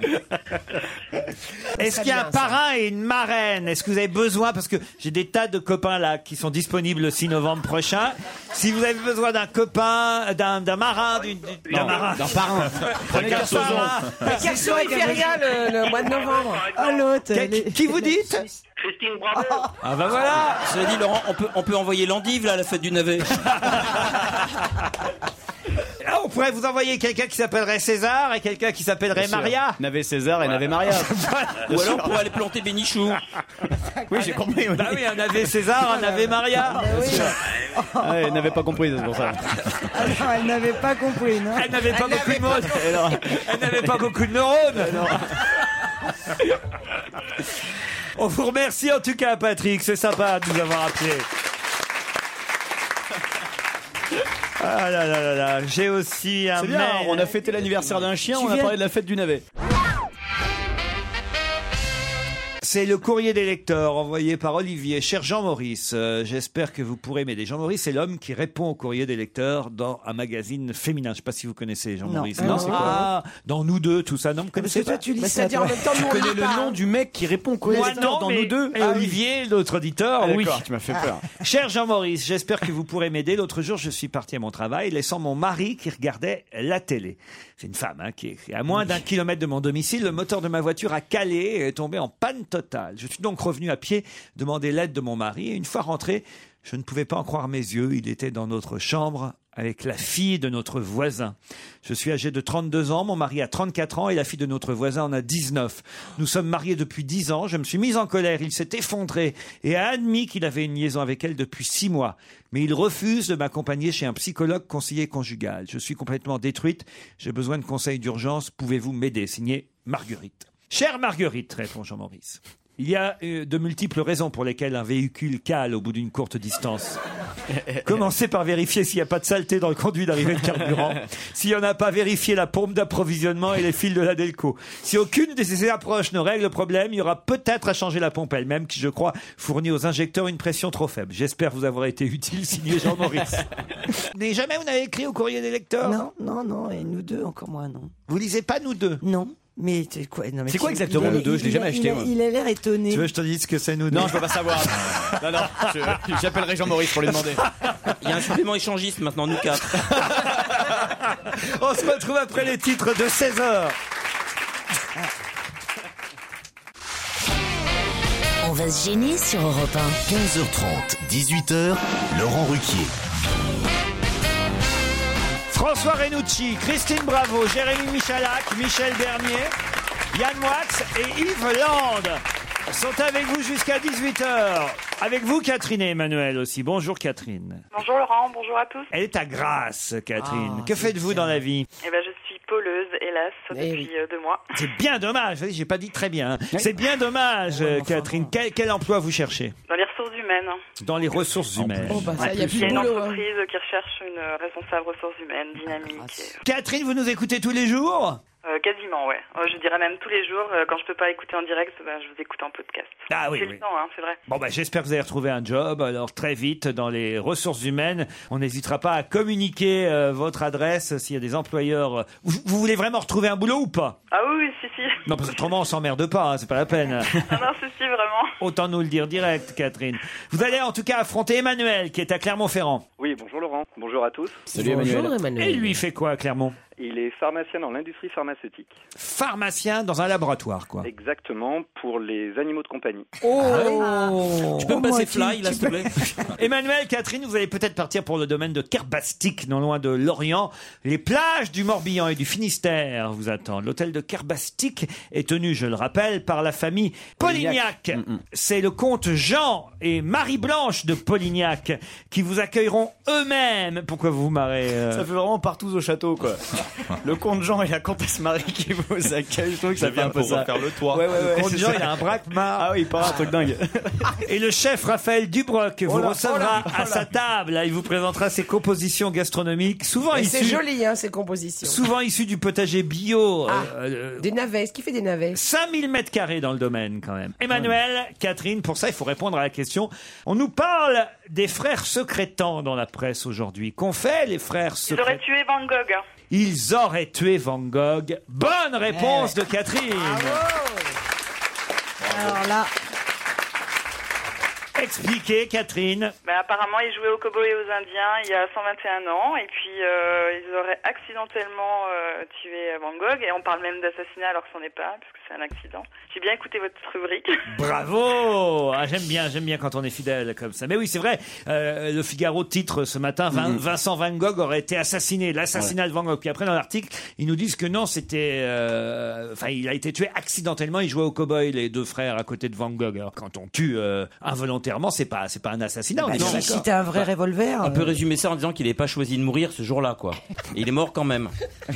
[SPEAKER 4] Est-ce qu'il y a un parrain et une marraine Est-ce que vous avez besoin Parce que j'ai des tas de copains là qui sont disponibles le 6 novembre prochain. Si vous avez besoin d'un copain, d'un d'un marin, d'une- d'une- d'un
[SPEAKER 9] Non,
[SPEAKER 4] marin.
[SPEAKER 9] d'un parrain. Prenez
[SPEAKER 4] D'un
[SPEAKER 9] Kersozon.
[SPEAKER 4] parrain.
[SPEAKER 13] Mais Kerso, il fait rien le, le mois de novembre. Ah l'autre.
[SPEAKER 4] Qui, qui vous dites
[SPEAKER 7] Christine Bravo.
[SPEAKER 8] Ah bah voilà Cela dit, Laurent, on peut, on peut envoyer l'endive là à la fête du navet.
[SPEAKER 4] Ah, on pourrait vous envoyer quelqu'un qui s'appellerait César et quelqu'un qui s'appellerait Maria.
[SPEAKER 9] N'avait César et n'avait Maria.
[SPEAKER 8] Ou alors pour aller planter Bénichou.
[SPEAKER 9] Oui, j'ai compris.
[SPEAKER 4] Bah oui, un avait César, un avait Maria.
[SPEAKER 9] Ah, elle n'avait pas compris, c'est pour ça.
[SPEAKER 12] Ah non, elle n'avait pas compris, non
[SPEAKER 4] Elle n'avait pas beaucoup de mots.
[SPEAKER 9] Elle aurait-
[SPEAKER 4] hein. Elle n'avait pas beaucoup de neurones. On vous remercie en tout cas, Patrick. C'est sympa de nous avoir appelés. Ah là là là là, j'ai aussi un
[SPEAKER 9] C'est bien,
[SPEAKER 4] mail.
[SPEAKER 9] on a fêté l'anniversaire d'un chien,
[SPEAKER 4] Ah, Tu
[SPEAKER 9] on a
[SPEAKER 4] viens-
[SPEAKER 9] parlé de la fête du navet.
[SPEAKER 4] C'est le courrier des lecteurs envoyé par Olivier. Cher Jean Maurice, euh, j'espère que vous pourrez m'aider. Jean Maurice, c'est l'homme qui répond au courrier des lecteurs dans un magazine féminin. Je ne sais pas si vous connaissez Jean
[SPEAKER 9] Non.
[SPEAKER 4] Maurice.
[SPEAKER 9] Ah non, c'est quoi
[SPEAKER 4] Ah, dans Nous deux, tout ça. Non, vous connaissez pas
[SPEAKER 9] Bah,
[SPEAKER 13] C'est-à-dire, en même temps, nous, on
[SPEAKER 9] Tu connais
[SPEAKER 13] lit
[SPEAKER 9] le
[SPEAKER 13] pas,
[SPEAKER 9] nom
[SPEAKER 13] hein.
[SPEAKER 9] du mec qui répond au
[SPEAKER 4] Moi, non,
[SPEAKER 9] lecteurs dans
[SPEAKER 4] mais-
[SPEAKER 9] nous deux
[SPEAKER 4] et
[SPEAKER 9] Ah oui.
[SPEAKER 4] Olivier, l'autre auditeur,
[SPEAKER 9] Ah,
[SPEAKER 4] oui.
[SPEAKER 9] d'accord, tu m'as fait peur.
[SPEAKER 4] Cher Jean-Maurice, j'espère que vous pourrez m'aider. L'autre jour, je suis parti à mon travail, laissant mon mari qui regardait la télé. C'est une femme hein, qui est à moins d'un kilomètre de mon domicile. Le moteur de ma voiture a calé et est tombé en panne totale. Je suis donc revenu à pied demander l'aide de mon mari. Et une fois rentré, je ne pouvais pas en croire mes yeux. Il était dans notre chambre avec la fille de notre voisin. Je suis âgé de 32 ans, mon mari a 34 ans et la fille de notre voisin en a 19. Nous sommes mariés depuis 10 ans, je me suis mise en colère, il s'est effondré et a admis qu'il avait une liaison avec elle depuis 6 mois. Mais il refuse de m'accompagner chez un psychologue conseiller conjugal. Je suis complètement détruite, j'ai besoin de conseils d'urgence, pouvez-vous m'aider Signé Marguerite. Chère Marguerite, répond Jean-Maurice. Il y a euh, de multiples raisons pour lesquelles un véhicule cale au bout d'une courte distance. Commencez par vérifier s'il n'y a pas de saleté dans le conduit d'arrivée de carburant. S'il n'y en a pas, vérifiez la pompe d'approvisionnement et les fils de la Delco. Si aucune de ces approches ne règle le problème, il y aura peut-être à changer la pompe elle-même qui, je crois, fournit aux injecteurs une pression trop faible. J'espère vous avoir été utile, signé Jean-Maurice. Mais jamais vous n'avez écrit au courrier des lecteurs
[SPEAKER 12] Non, non, non, et nous deux, encore moins, non.
[SPEAKER 4] Vous lisez pas nous deux
[SPEAKER 12] Non, mais c'est quoi non, mais
[SPEAKER 9] C'est quoi
[SPEAKER 12] tu-
[SPEAKER 9] exactement,
[SPEAKER 12] il
[SPEAKER 9] nous
[SPEAKER 12] a-
[SPEAKER 9] deux Je l'ai
[SPEAKER 12] il
[SPEAKER 9] jamais
[SPEAKER 12] a-
[SPEAKER 9] acheté,
[SPEAKER 12] il a-
[SPEAKER 9] moi.
[SPEAKER 12] Il a l'air étonné.
[SPEAKER 4] Tu veux que je te dise ce que c'est nous deux
[SPEAKER 9] Non, je peux pas savoir. Non, non, je- j'appellerai Jean-Maurice pour lui demander.
[SPEAKER 8] Il y a un supplément échangiste maintenant, nous quatre.
[SPEAKER 4] On se retrouve après les titres de 16 heures.
[SPEAKER 16] On va se gêner sur Europe 1.
[SPEAKER 3] 15h30, 18h, Laurent Ruquier.
[SPEAKER 4] François Renucci, Christine Bravo, Jérémy Michalak, Michel Bernier, Yann Moix et Yves Land sont avec vous jusqu'à 18h. Avec vous, Catherine et Emmanuel aussi. Bonjour, Catherine.
[SPEAKER 17] Bonjour Laurent, bonjour à tous.
[SPEAKER 4] Elle est à Grasse, Catherine.
[SPEAKER 17] Ah,
[SPEAKER 4] que faites-vous dans la vie
[SPEAKER 17] Eh ben, je suis pôleuse, hélas, depuis euh, deux mois.
[SPEAKER 4] C'est bien hein. dommage. Vous voyez, J'ai pas dit très bien. C'est bien dommage, euh, Catherine. Quel, quel emploi vous cherchez
[SPEAKER 17] Dans les ressources humaines, humaines.
[SPEAKER 4] Dans les ressources humaines.
[SPEAKER 17] Oh,
[SPEAKER 5] bah, ça,
[SPEAKER 4] Ouais.
[SPEAKER 5] y a
[SPEAKER 17] Il y a une
[SPEAKER 4] hein.
[SPEAKER 17] entreprise qui recherche une euh, responsable ressources humaines dynamique.
[SPEAKER 4] Catherine, vous nous écoutez tous les jours
[SPEAKER 17] Euh, quasiment, ouais. Euh, je dirais même tous les jours. euh, quand je peux pas écouter en direct, ben, je vous écoute en podcast.
[SPEAKER 4] Ah oui,
[SPEAKER 17] C'est
[SPEAKER 4] oui.
[SPEAKER 17] le temps, hein, c'est vrai.
[SPEAKER 4] Bon, bah, j'espère que vous allez retrouver un job. Alors, très vite, dans les ressources humaines, on n'hésitera pas à communiquer euh, votre adresse s'il y a des employeurs. euh, Vous, vous voulez vraiment retrouver un boulot ou pas
[SPEAKER 17] Ah oui, oui, si, si.
[SPEAKER 4] Non, parce que autrement, on s'emmerde pas, hein, c'est pas la peine.
[SPEAKER 17] Ah non, si, si, vraiment.
[SPEAKER 4] Autant nous le dire direct, Catherine. Vous allez en tout cas affronter Emmanuel, qui est à Clermont-Ferrand.
[SPEAKER 15] Oui, bonjour Laurent, bonjour à tous.
[SPEAKER 4] Et lui, il fait quoi à Clermont
[SPEAKER 15] Il est pharmacien dans l'industrie pharmaceutique.
[SPEAKER 4] Pharmacien dans un laboratoire, quoi.
[SPEAKER 15] Exactement, pour les animaux de compagnie.
[SPEAKER 4] Oh
[SPEAKER 15] Ah. Tu peux me passer fly, là, s'il te plaît
[SPEAKER 4] Emmanuel, Catherine, vous allez peut-être partir pour le domaine de Kerbastik, non loin de Lorient. Les plages du Morbihan et du Finistère vous attendent. L'hôtel de Kerbastik est tenu, je le rappelle, par la famille Polignac. C'est le comte Jean et Marie-Blanche de Polignac qui vous accueilleront eux-mêmes. Pourquoi vous vous marrez euh
[SPEAKER 7] Ça fait vraiment partout au château, quoi. le comte Jean et la comtesse Marie qui vous accueillent, je trouve que ça
[SPEAKER 10] Ça
[SPEAKER 7] fait un
[SPEAKER 10] vient
[SPEAKER 7] peu
[SPEAKER 10] pour
[SPEAKER 7] ça.
[SPEAKER 10] refaire le toit.
[SPEAKER 7] Ouais, ouais, ouais,
[SPEAKER 10] Le comte
[SPEAKER 7] c'est
[SPEAKER 10] Jean,
[SPEAKER 7] ça.
[SPEAKER 10] il a un
[SPEAKER 4] braquemar.
[SPEAKER 7] Ah oui, il part un truc dingue.
[SPEAKER 4] Et le chef Raphaël Dubroc vous
[SPEAKER 7] Oh là,
[SPEAKER 4] recevra
[SPEAKER 7] oh là, oh
[SPEAKER 4] à
[SPEAKER 7] là.
[SPEAKER 4] sa table. Il vous présentera ses compositions gastronomiques, souvent
[SPEAKER 5] Et C'est
[SPEAKER 4] issues-
[SPEAKER 5] joli, hein, ces compositions.
[SPEAKER 4] souvent issues du potager bio.
[SPEAKER 7] Ah,
[SPEAKER 4] euh, euh,
[SPEAKER 5] Des navets, est-ce qu'il fait des navets
[SPEAKER 4] 5000 mètres carrés dans le domaine quand même. Emmanuel, Catherine, pour ça il faut répondre à la question. On nous parle des frères secrétants dans la presse aujourd'hui. Qu'ont fait les frères
[SPEAKER 17] Ils auraient
[SPEAKER 4] secrétants
[SPEAKER 17] tué Van Gogh. hein.
[SPEAKER 4] Ils auraient tué Van Gogh. Bonne réponse de Catherine.
[SPEAKER 12] Alors là,
[SPEAKER 4] Expliquez Catherine.
[SPEAKER 17] Ben, apparemment, ils jouaient aux cowboys et aux indiens il y a 121 ans. Et puis, euh, ils auraient accidentellement euh, tué Van Gogh. Et on parle même d'assassinat alors que c'en est pas, parce que c'est un accident. J'ai bien écouté votre rubrique.
[SPEAKER 4] Bravo Ah, J'aime bien, j'aime bien quand on est fidèle comme ça. Mais oui, c'est vrai, euh, le Figaro titre ce matin, Vin-
[SPEAKER 7] Mhm.
[SPEAKER 4] Vincent Van Gogh aurait été assassiné, l'assassinat de Van Gogh. Puis après, dans l'article, ils nous disent que non, c'était... euh, Enfin, il a été tué accidentellement, il jouait au cow-boy, les deux frères, à côté de Van Gogh. Alors, quand on tue euh, involontairement, c'est pas, c'est pas un assassinat. on
[SPEAKER 12] bah,
[SPEAKER 4] est bien
[SPEAKER 12] si,
[SPEAKER 4] d'accord.
[SPEAKER 12] si t'as un vrai revolver.
[SPEAKER 8] On
[SPEAKER 12] euh,
[SPEAKER 8] peut résumer ça en disant qu'il n'avait pas choisi de mourir ce jour-là, quoi. Et il est mort quand même.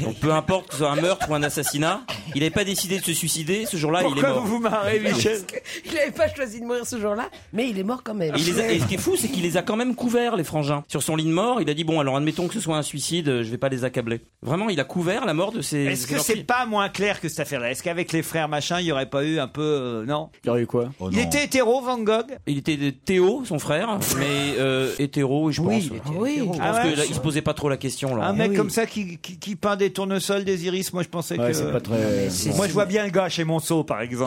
[SPEAKER 8] Donc peu importe que ce soit un meurtre ou un assassinat, il n'avait pas décidé de se suicider ce jour-là, il est
[SPEAKER 4] Pourquoi
[SPEAKER 8] mort.
[SPEAKER 4] vous vous marrez, Michel
[SPEAKER 5] Il n'avait pas choisi de mourir ce jour-là, mais il est mort quand même.
[SPEAKER 8] Et, il les a- et ce qui est fou, c'est qu'il les a quand même couverts, les frangins. Sur son lit de mort, il a dit Bon, alors admettons que ce soit un suicide, euh, je vais pas les accabler. Vraiment, il a couvert la mort de ses.
[SPEAKER 4] Est-ce
[SPEAKER 8] de
[SPEAKER 4] que
[SPEAKER 8] leurs
[SPEAKER 4] c'est
[SPEAKER 8] filles.
[SPEAKER 4] pas moins clair que cette affaire-là Est-ce qu'avec les frères machin, il y aurait pas eu un peu... euh, non
[SPEAKER 7] Il y aurait eu quoi
[SPEAKER 4] Il était hétéro, Van Gogh
[SPEAKER 8] Il était de Théo, son frère, mais euh, hétéro, je pense.
[SPEAKER 4] Oui, il était
[SPEAKER 8] Je
[SPEAKER 4] hétéro.
[SPEAKER 8] pense
[SPEAKER 4] Ah ouais.
[SPEAKER 8] que là, il se posait pas trop la question, là.
[SPEAKER 4] Un mec comme ça qui, qui, qui peint des tournesols, des iris, moi je pensais
[SPEAKER 8] Ouais,
[SPEAKER 4] que.
[SPEAKER 8] c'est pas très- Mais c'est-
[SPEAKER 4] Moi je vois bien le gars chez Monceau par exemple.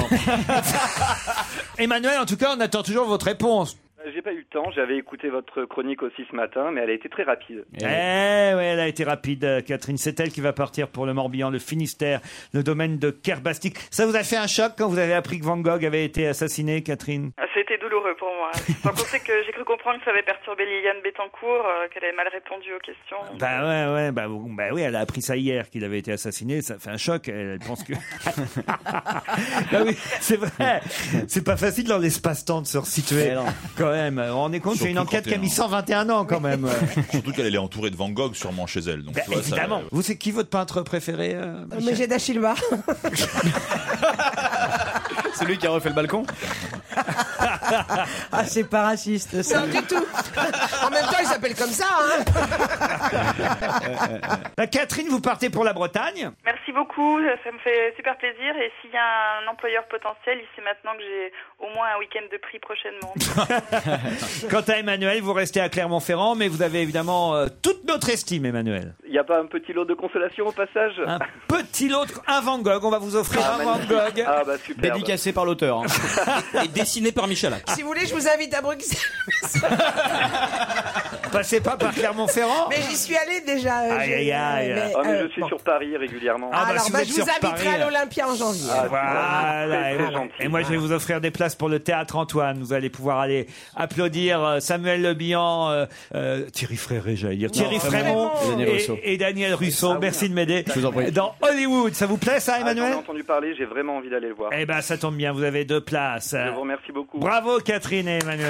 [SPEAKER 4] Emmanuel, en tout cas, on attend toujours votre réponse.
[SPEAKER 15] Euh, J'ai pas eu le temps, j'avais écouté votre chronique aussi ce matin, mais elle a été très rapide.
[SPEAKER 4] Eh ouais, elle a été rapide, euh, Catherine. C'est elle qui va partir pour le Morbihan, le Finistère, le domaine de Kerbastik. Ça vous a fait un choc quand vous avez appris que Van Gogh avait été assassiné, Catherine
[SPEAKER 17] Ah, C'était douloureux pour moi. Sans compter que j'ai cru comprendre que ça avait perturbé Liliane Bettencourt, euh, qu'elle avait mal répondu aux questions.
[SPEAKER 4] Bah ouais, ouais, bah, vous- bah oui, elle a appris ça hier qu'il avait été assassiné. Ça fait un choc. Elle pense que. Bah oui, c'est vrai. C'est pas facile dans l'espace-temps de se resituer. Quand même, on en est compte, c'est
[SPEAKER 10] Surtout
[SPEAKER 4] une
[SPEAKER 10] quand
[SPEAKER 4] enquête
[SPEAKER 10] t'es
[SPEAKER 4] qui a mis
[SPEAKER 10] un-
[SPEAKER 4] 121 ans quand même.
[SPEAKER 10] Surtout qu'elle elle est entourée de Van Gogh, sûrement chez elle. Donc,
[SPEAKER 4] Bah,
[SPEAKER 10] tu vois, ça- euh,
[SPEAKER 4] évidemment. Vous, c'est qui votre peintre préféré euh,
[SPEAKER 5] Euh, Mais j'ai d'Achilba.
[SPEAKER 7] Celui qui a refait le balcon
[SPEAKER 12] Ah, c'est pas raciste, ça.
[SPEAKER 5] Non, du tout. En même temps, il s'appelle comme ça, hein.
[SPEAKER 4] Bah, Catherine, vous partez pour la Bretagne
[SPEAKER 17] Merci beaucoup, ça me fait super plaisir. Et s'il y a un employeur potentiel, il sait maintenant que j'ai au moins un week-end de prix prochainement.
[SPEAKER 4] Quant à Emmanuel, vous restez à Clermont-Ferrand, mais vous avez évidemment euh, toute notre estime, Emmanuel.
[SPEAKER 15] Il n'y a pas un petit lot de consolation au passage
[SPEAKER 4] Un petit lot, de- un Van Gogh. On va vous offrir un Van Gogh.
[SPEAKER 15] Ah bah super.
[SPEAKER 7] Dédicacé par l'auteur. hein.
[SPEAKER 8] Et dessiné par Michalak.
[SPEAKER 5] Si vous voulez, je vous invite à Bruxelles.
[SPEAKER 4] Passez pas par Clermont-Ferrand.
[SPEAKER 5] Mais j'y suis allée déjà. euh,
[SPEAKER 4] Oh. Aïe, aïe,
[SPEAKER 5] j'ai-
[SPEAKER 4] aïe. Oh,
[SPEAKER 15] Ah,
[SPEAKER 5] mais,
[SPEAKER 15] mais
[SPEAKER 5] euh,
[SPEAKER 15] je suis sur Paris régulièrement.
[SPEAKER 4] Ah, bah,
[SPEAKER 5] Alors,
[SPEAKER 4] si
[SPEAKER 5] bah,
[SPEAKER 4] vous êtes
[SPEAKER 5] je
[SPEAKER 4] sur
[SPEAKER 5] vous inviterai
[SPEAKER 4] Paris,
[SPEAKER 5] à l'Olympia en janvier.
[SPEAKER 15] Ah,
[SPEAKER 4] Voilà,
[SPEAKER 15] c'est
[SPEAKER 4] et,
[SPEAKER 15] très
[SPEAKER 4] Oh, voilà.
[SPEAKER 15] gentil.
[SPEAKER 4] Et moi je vais vous offrir des places pour le théâtre Antoine. Vous allez pouvoir aller applaudir euh, Samuel Le Bihan, euh, euh, Thierry Fréré, j'allais dire, Thierry Frémont
[SPEAKER 7] Frémont. Et Daniel Russo.
[SPEAKER 4] et, et Daniel Russo. Merci de m'aider.
[SPEAKER 7] Je vous en prie.
[SPEAKER 4] Dans Hollywood, ça vous plaît ça,
[SPEAKER 15] Ah, J'en ai
[SPEAKER 4] Emmanuel
[SPEAKER 15] entendu parler, j'ai vraiment envie d'aller le voir.
[SPEAKER 4] Eh ben ça tombe bien, vous avez deux places.
[SPEAKER 15] Je vous remercie beaucoup.
[SPEAKER 4] Bravo Catherine et Emmanuel.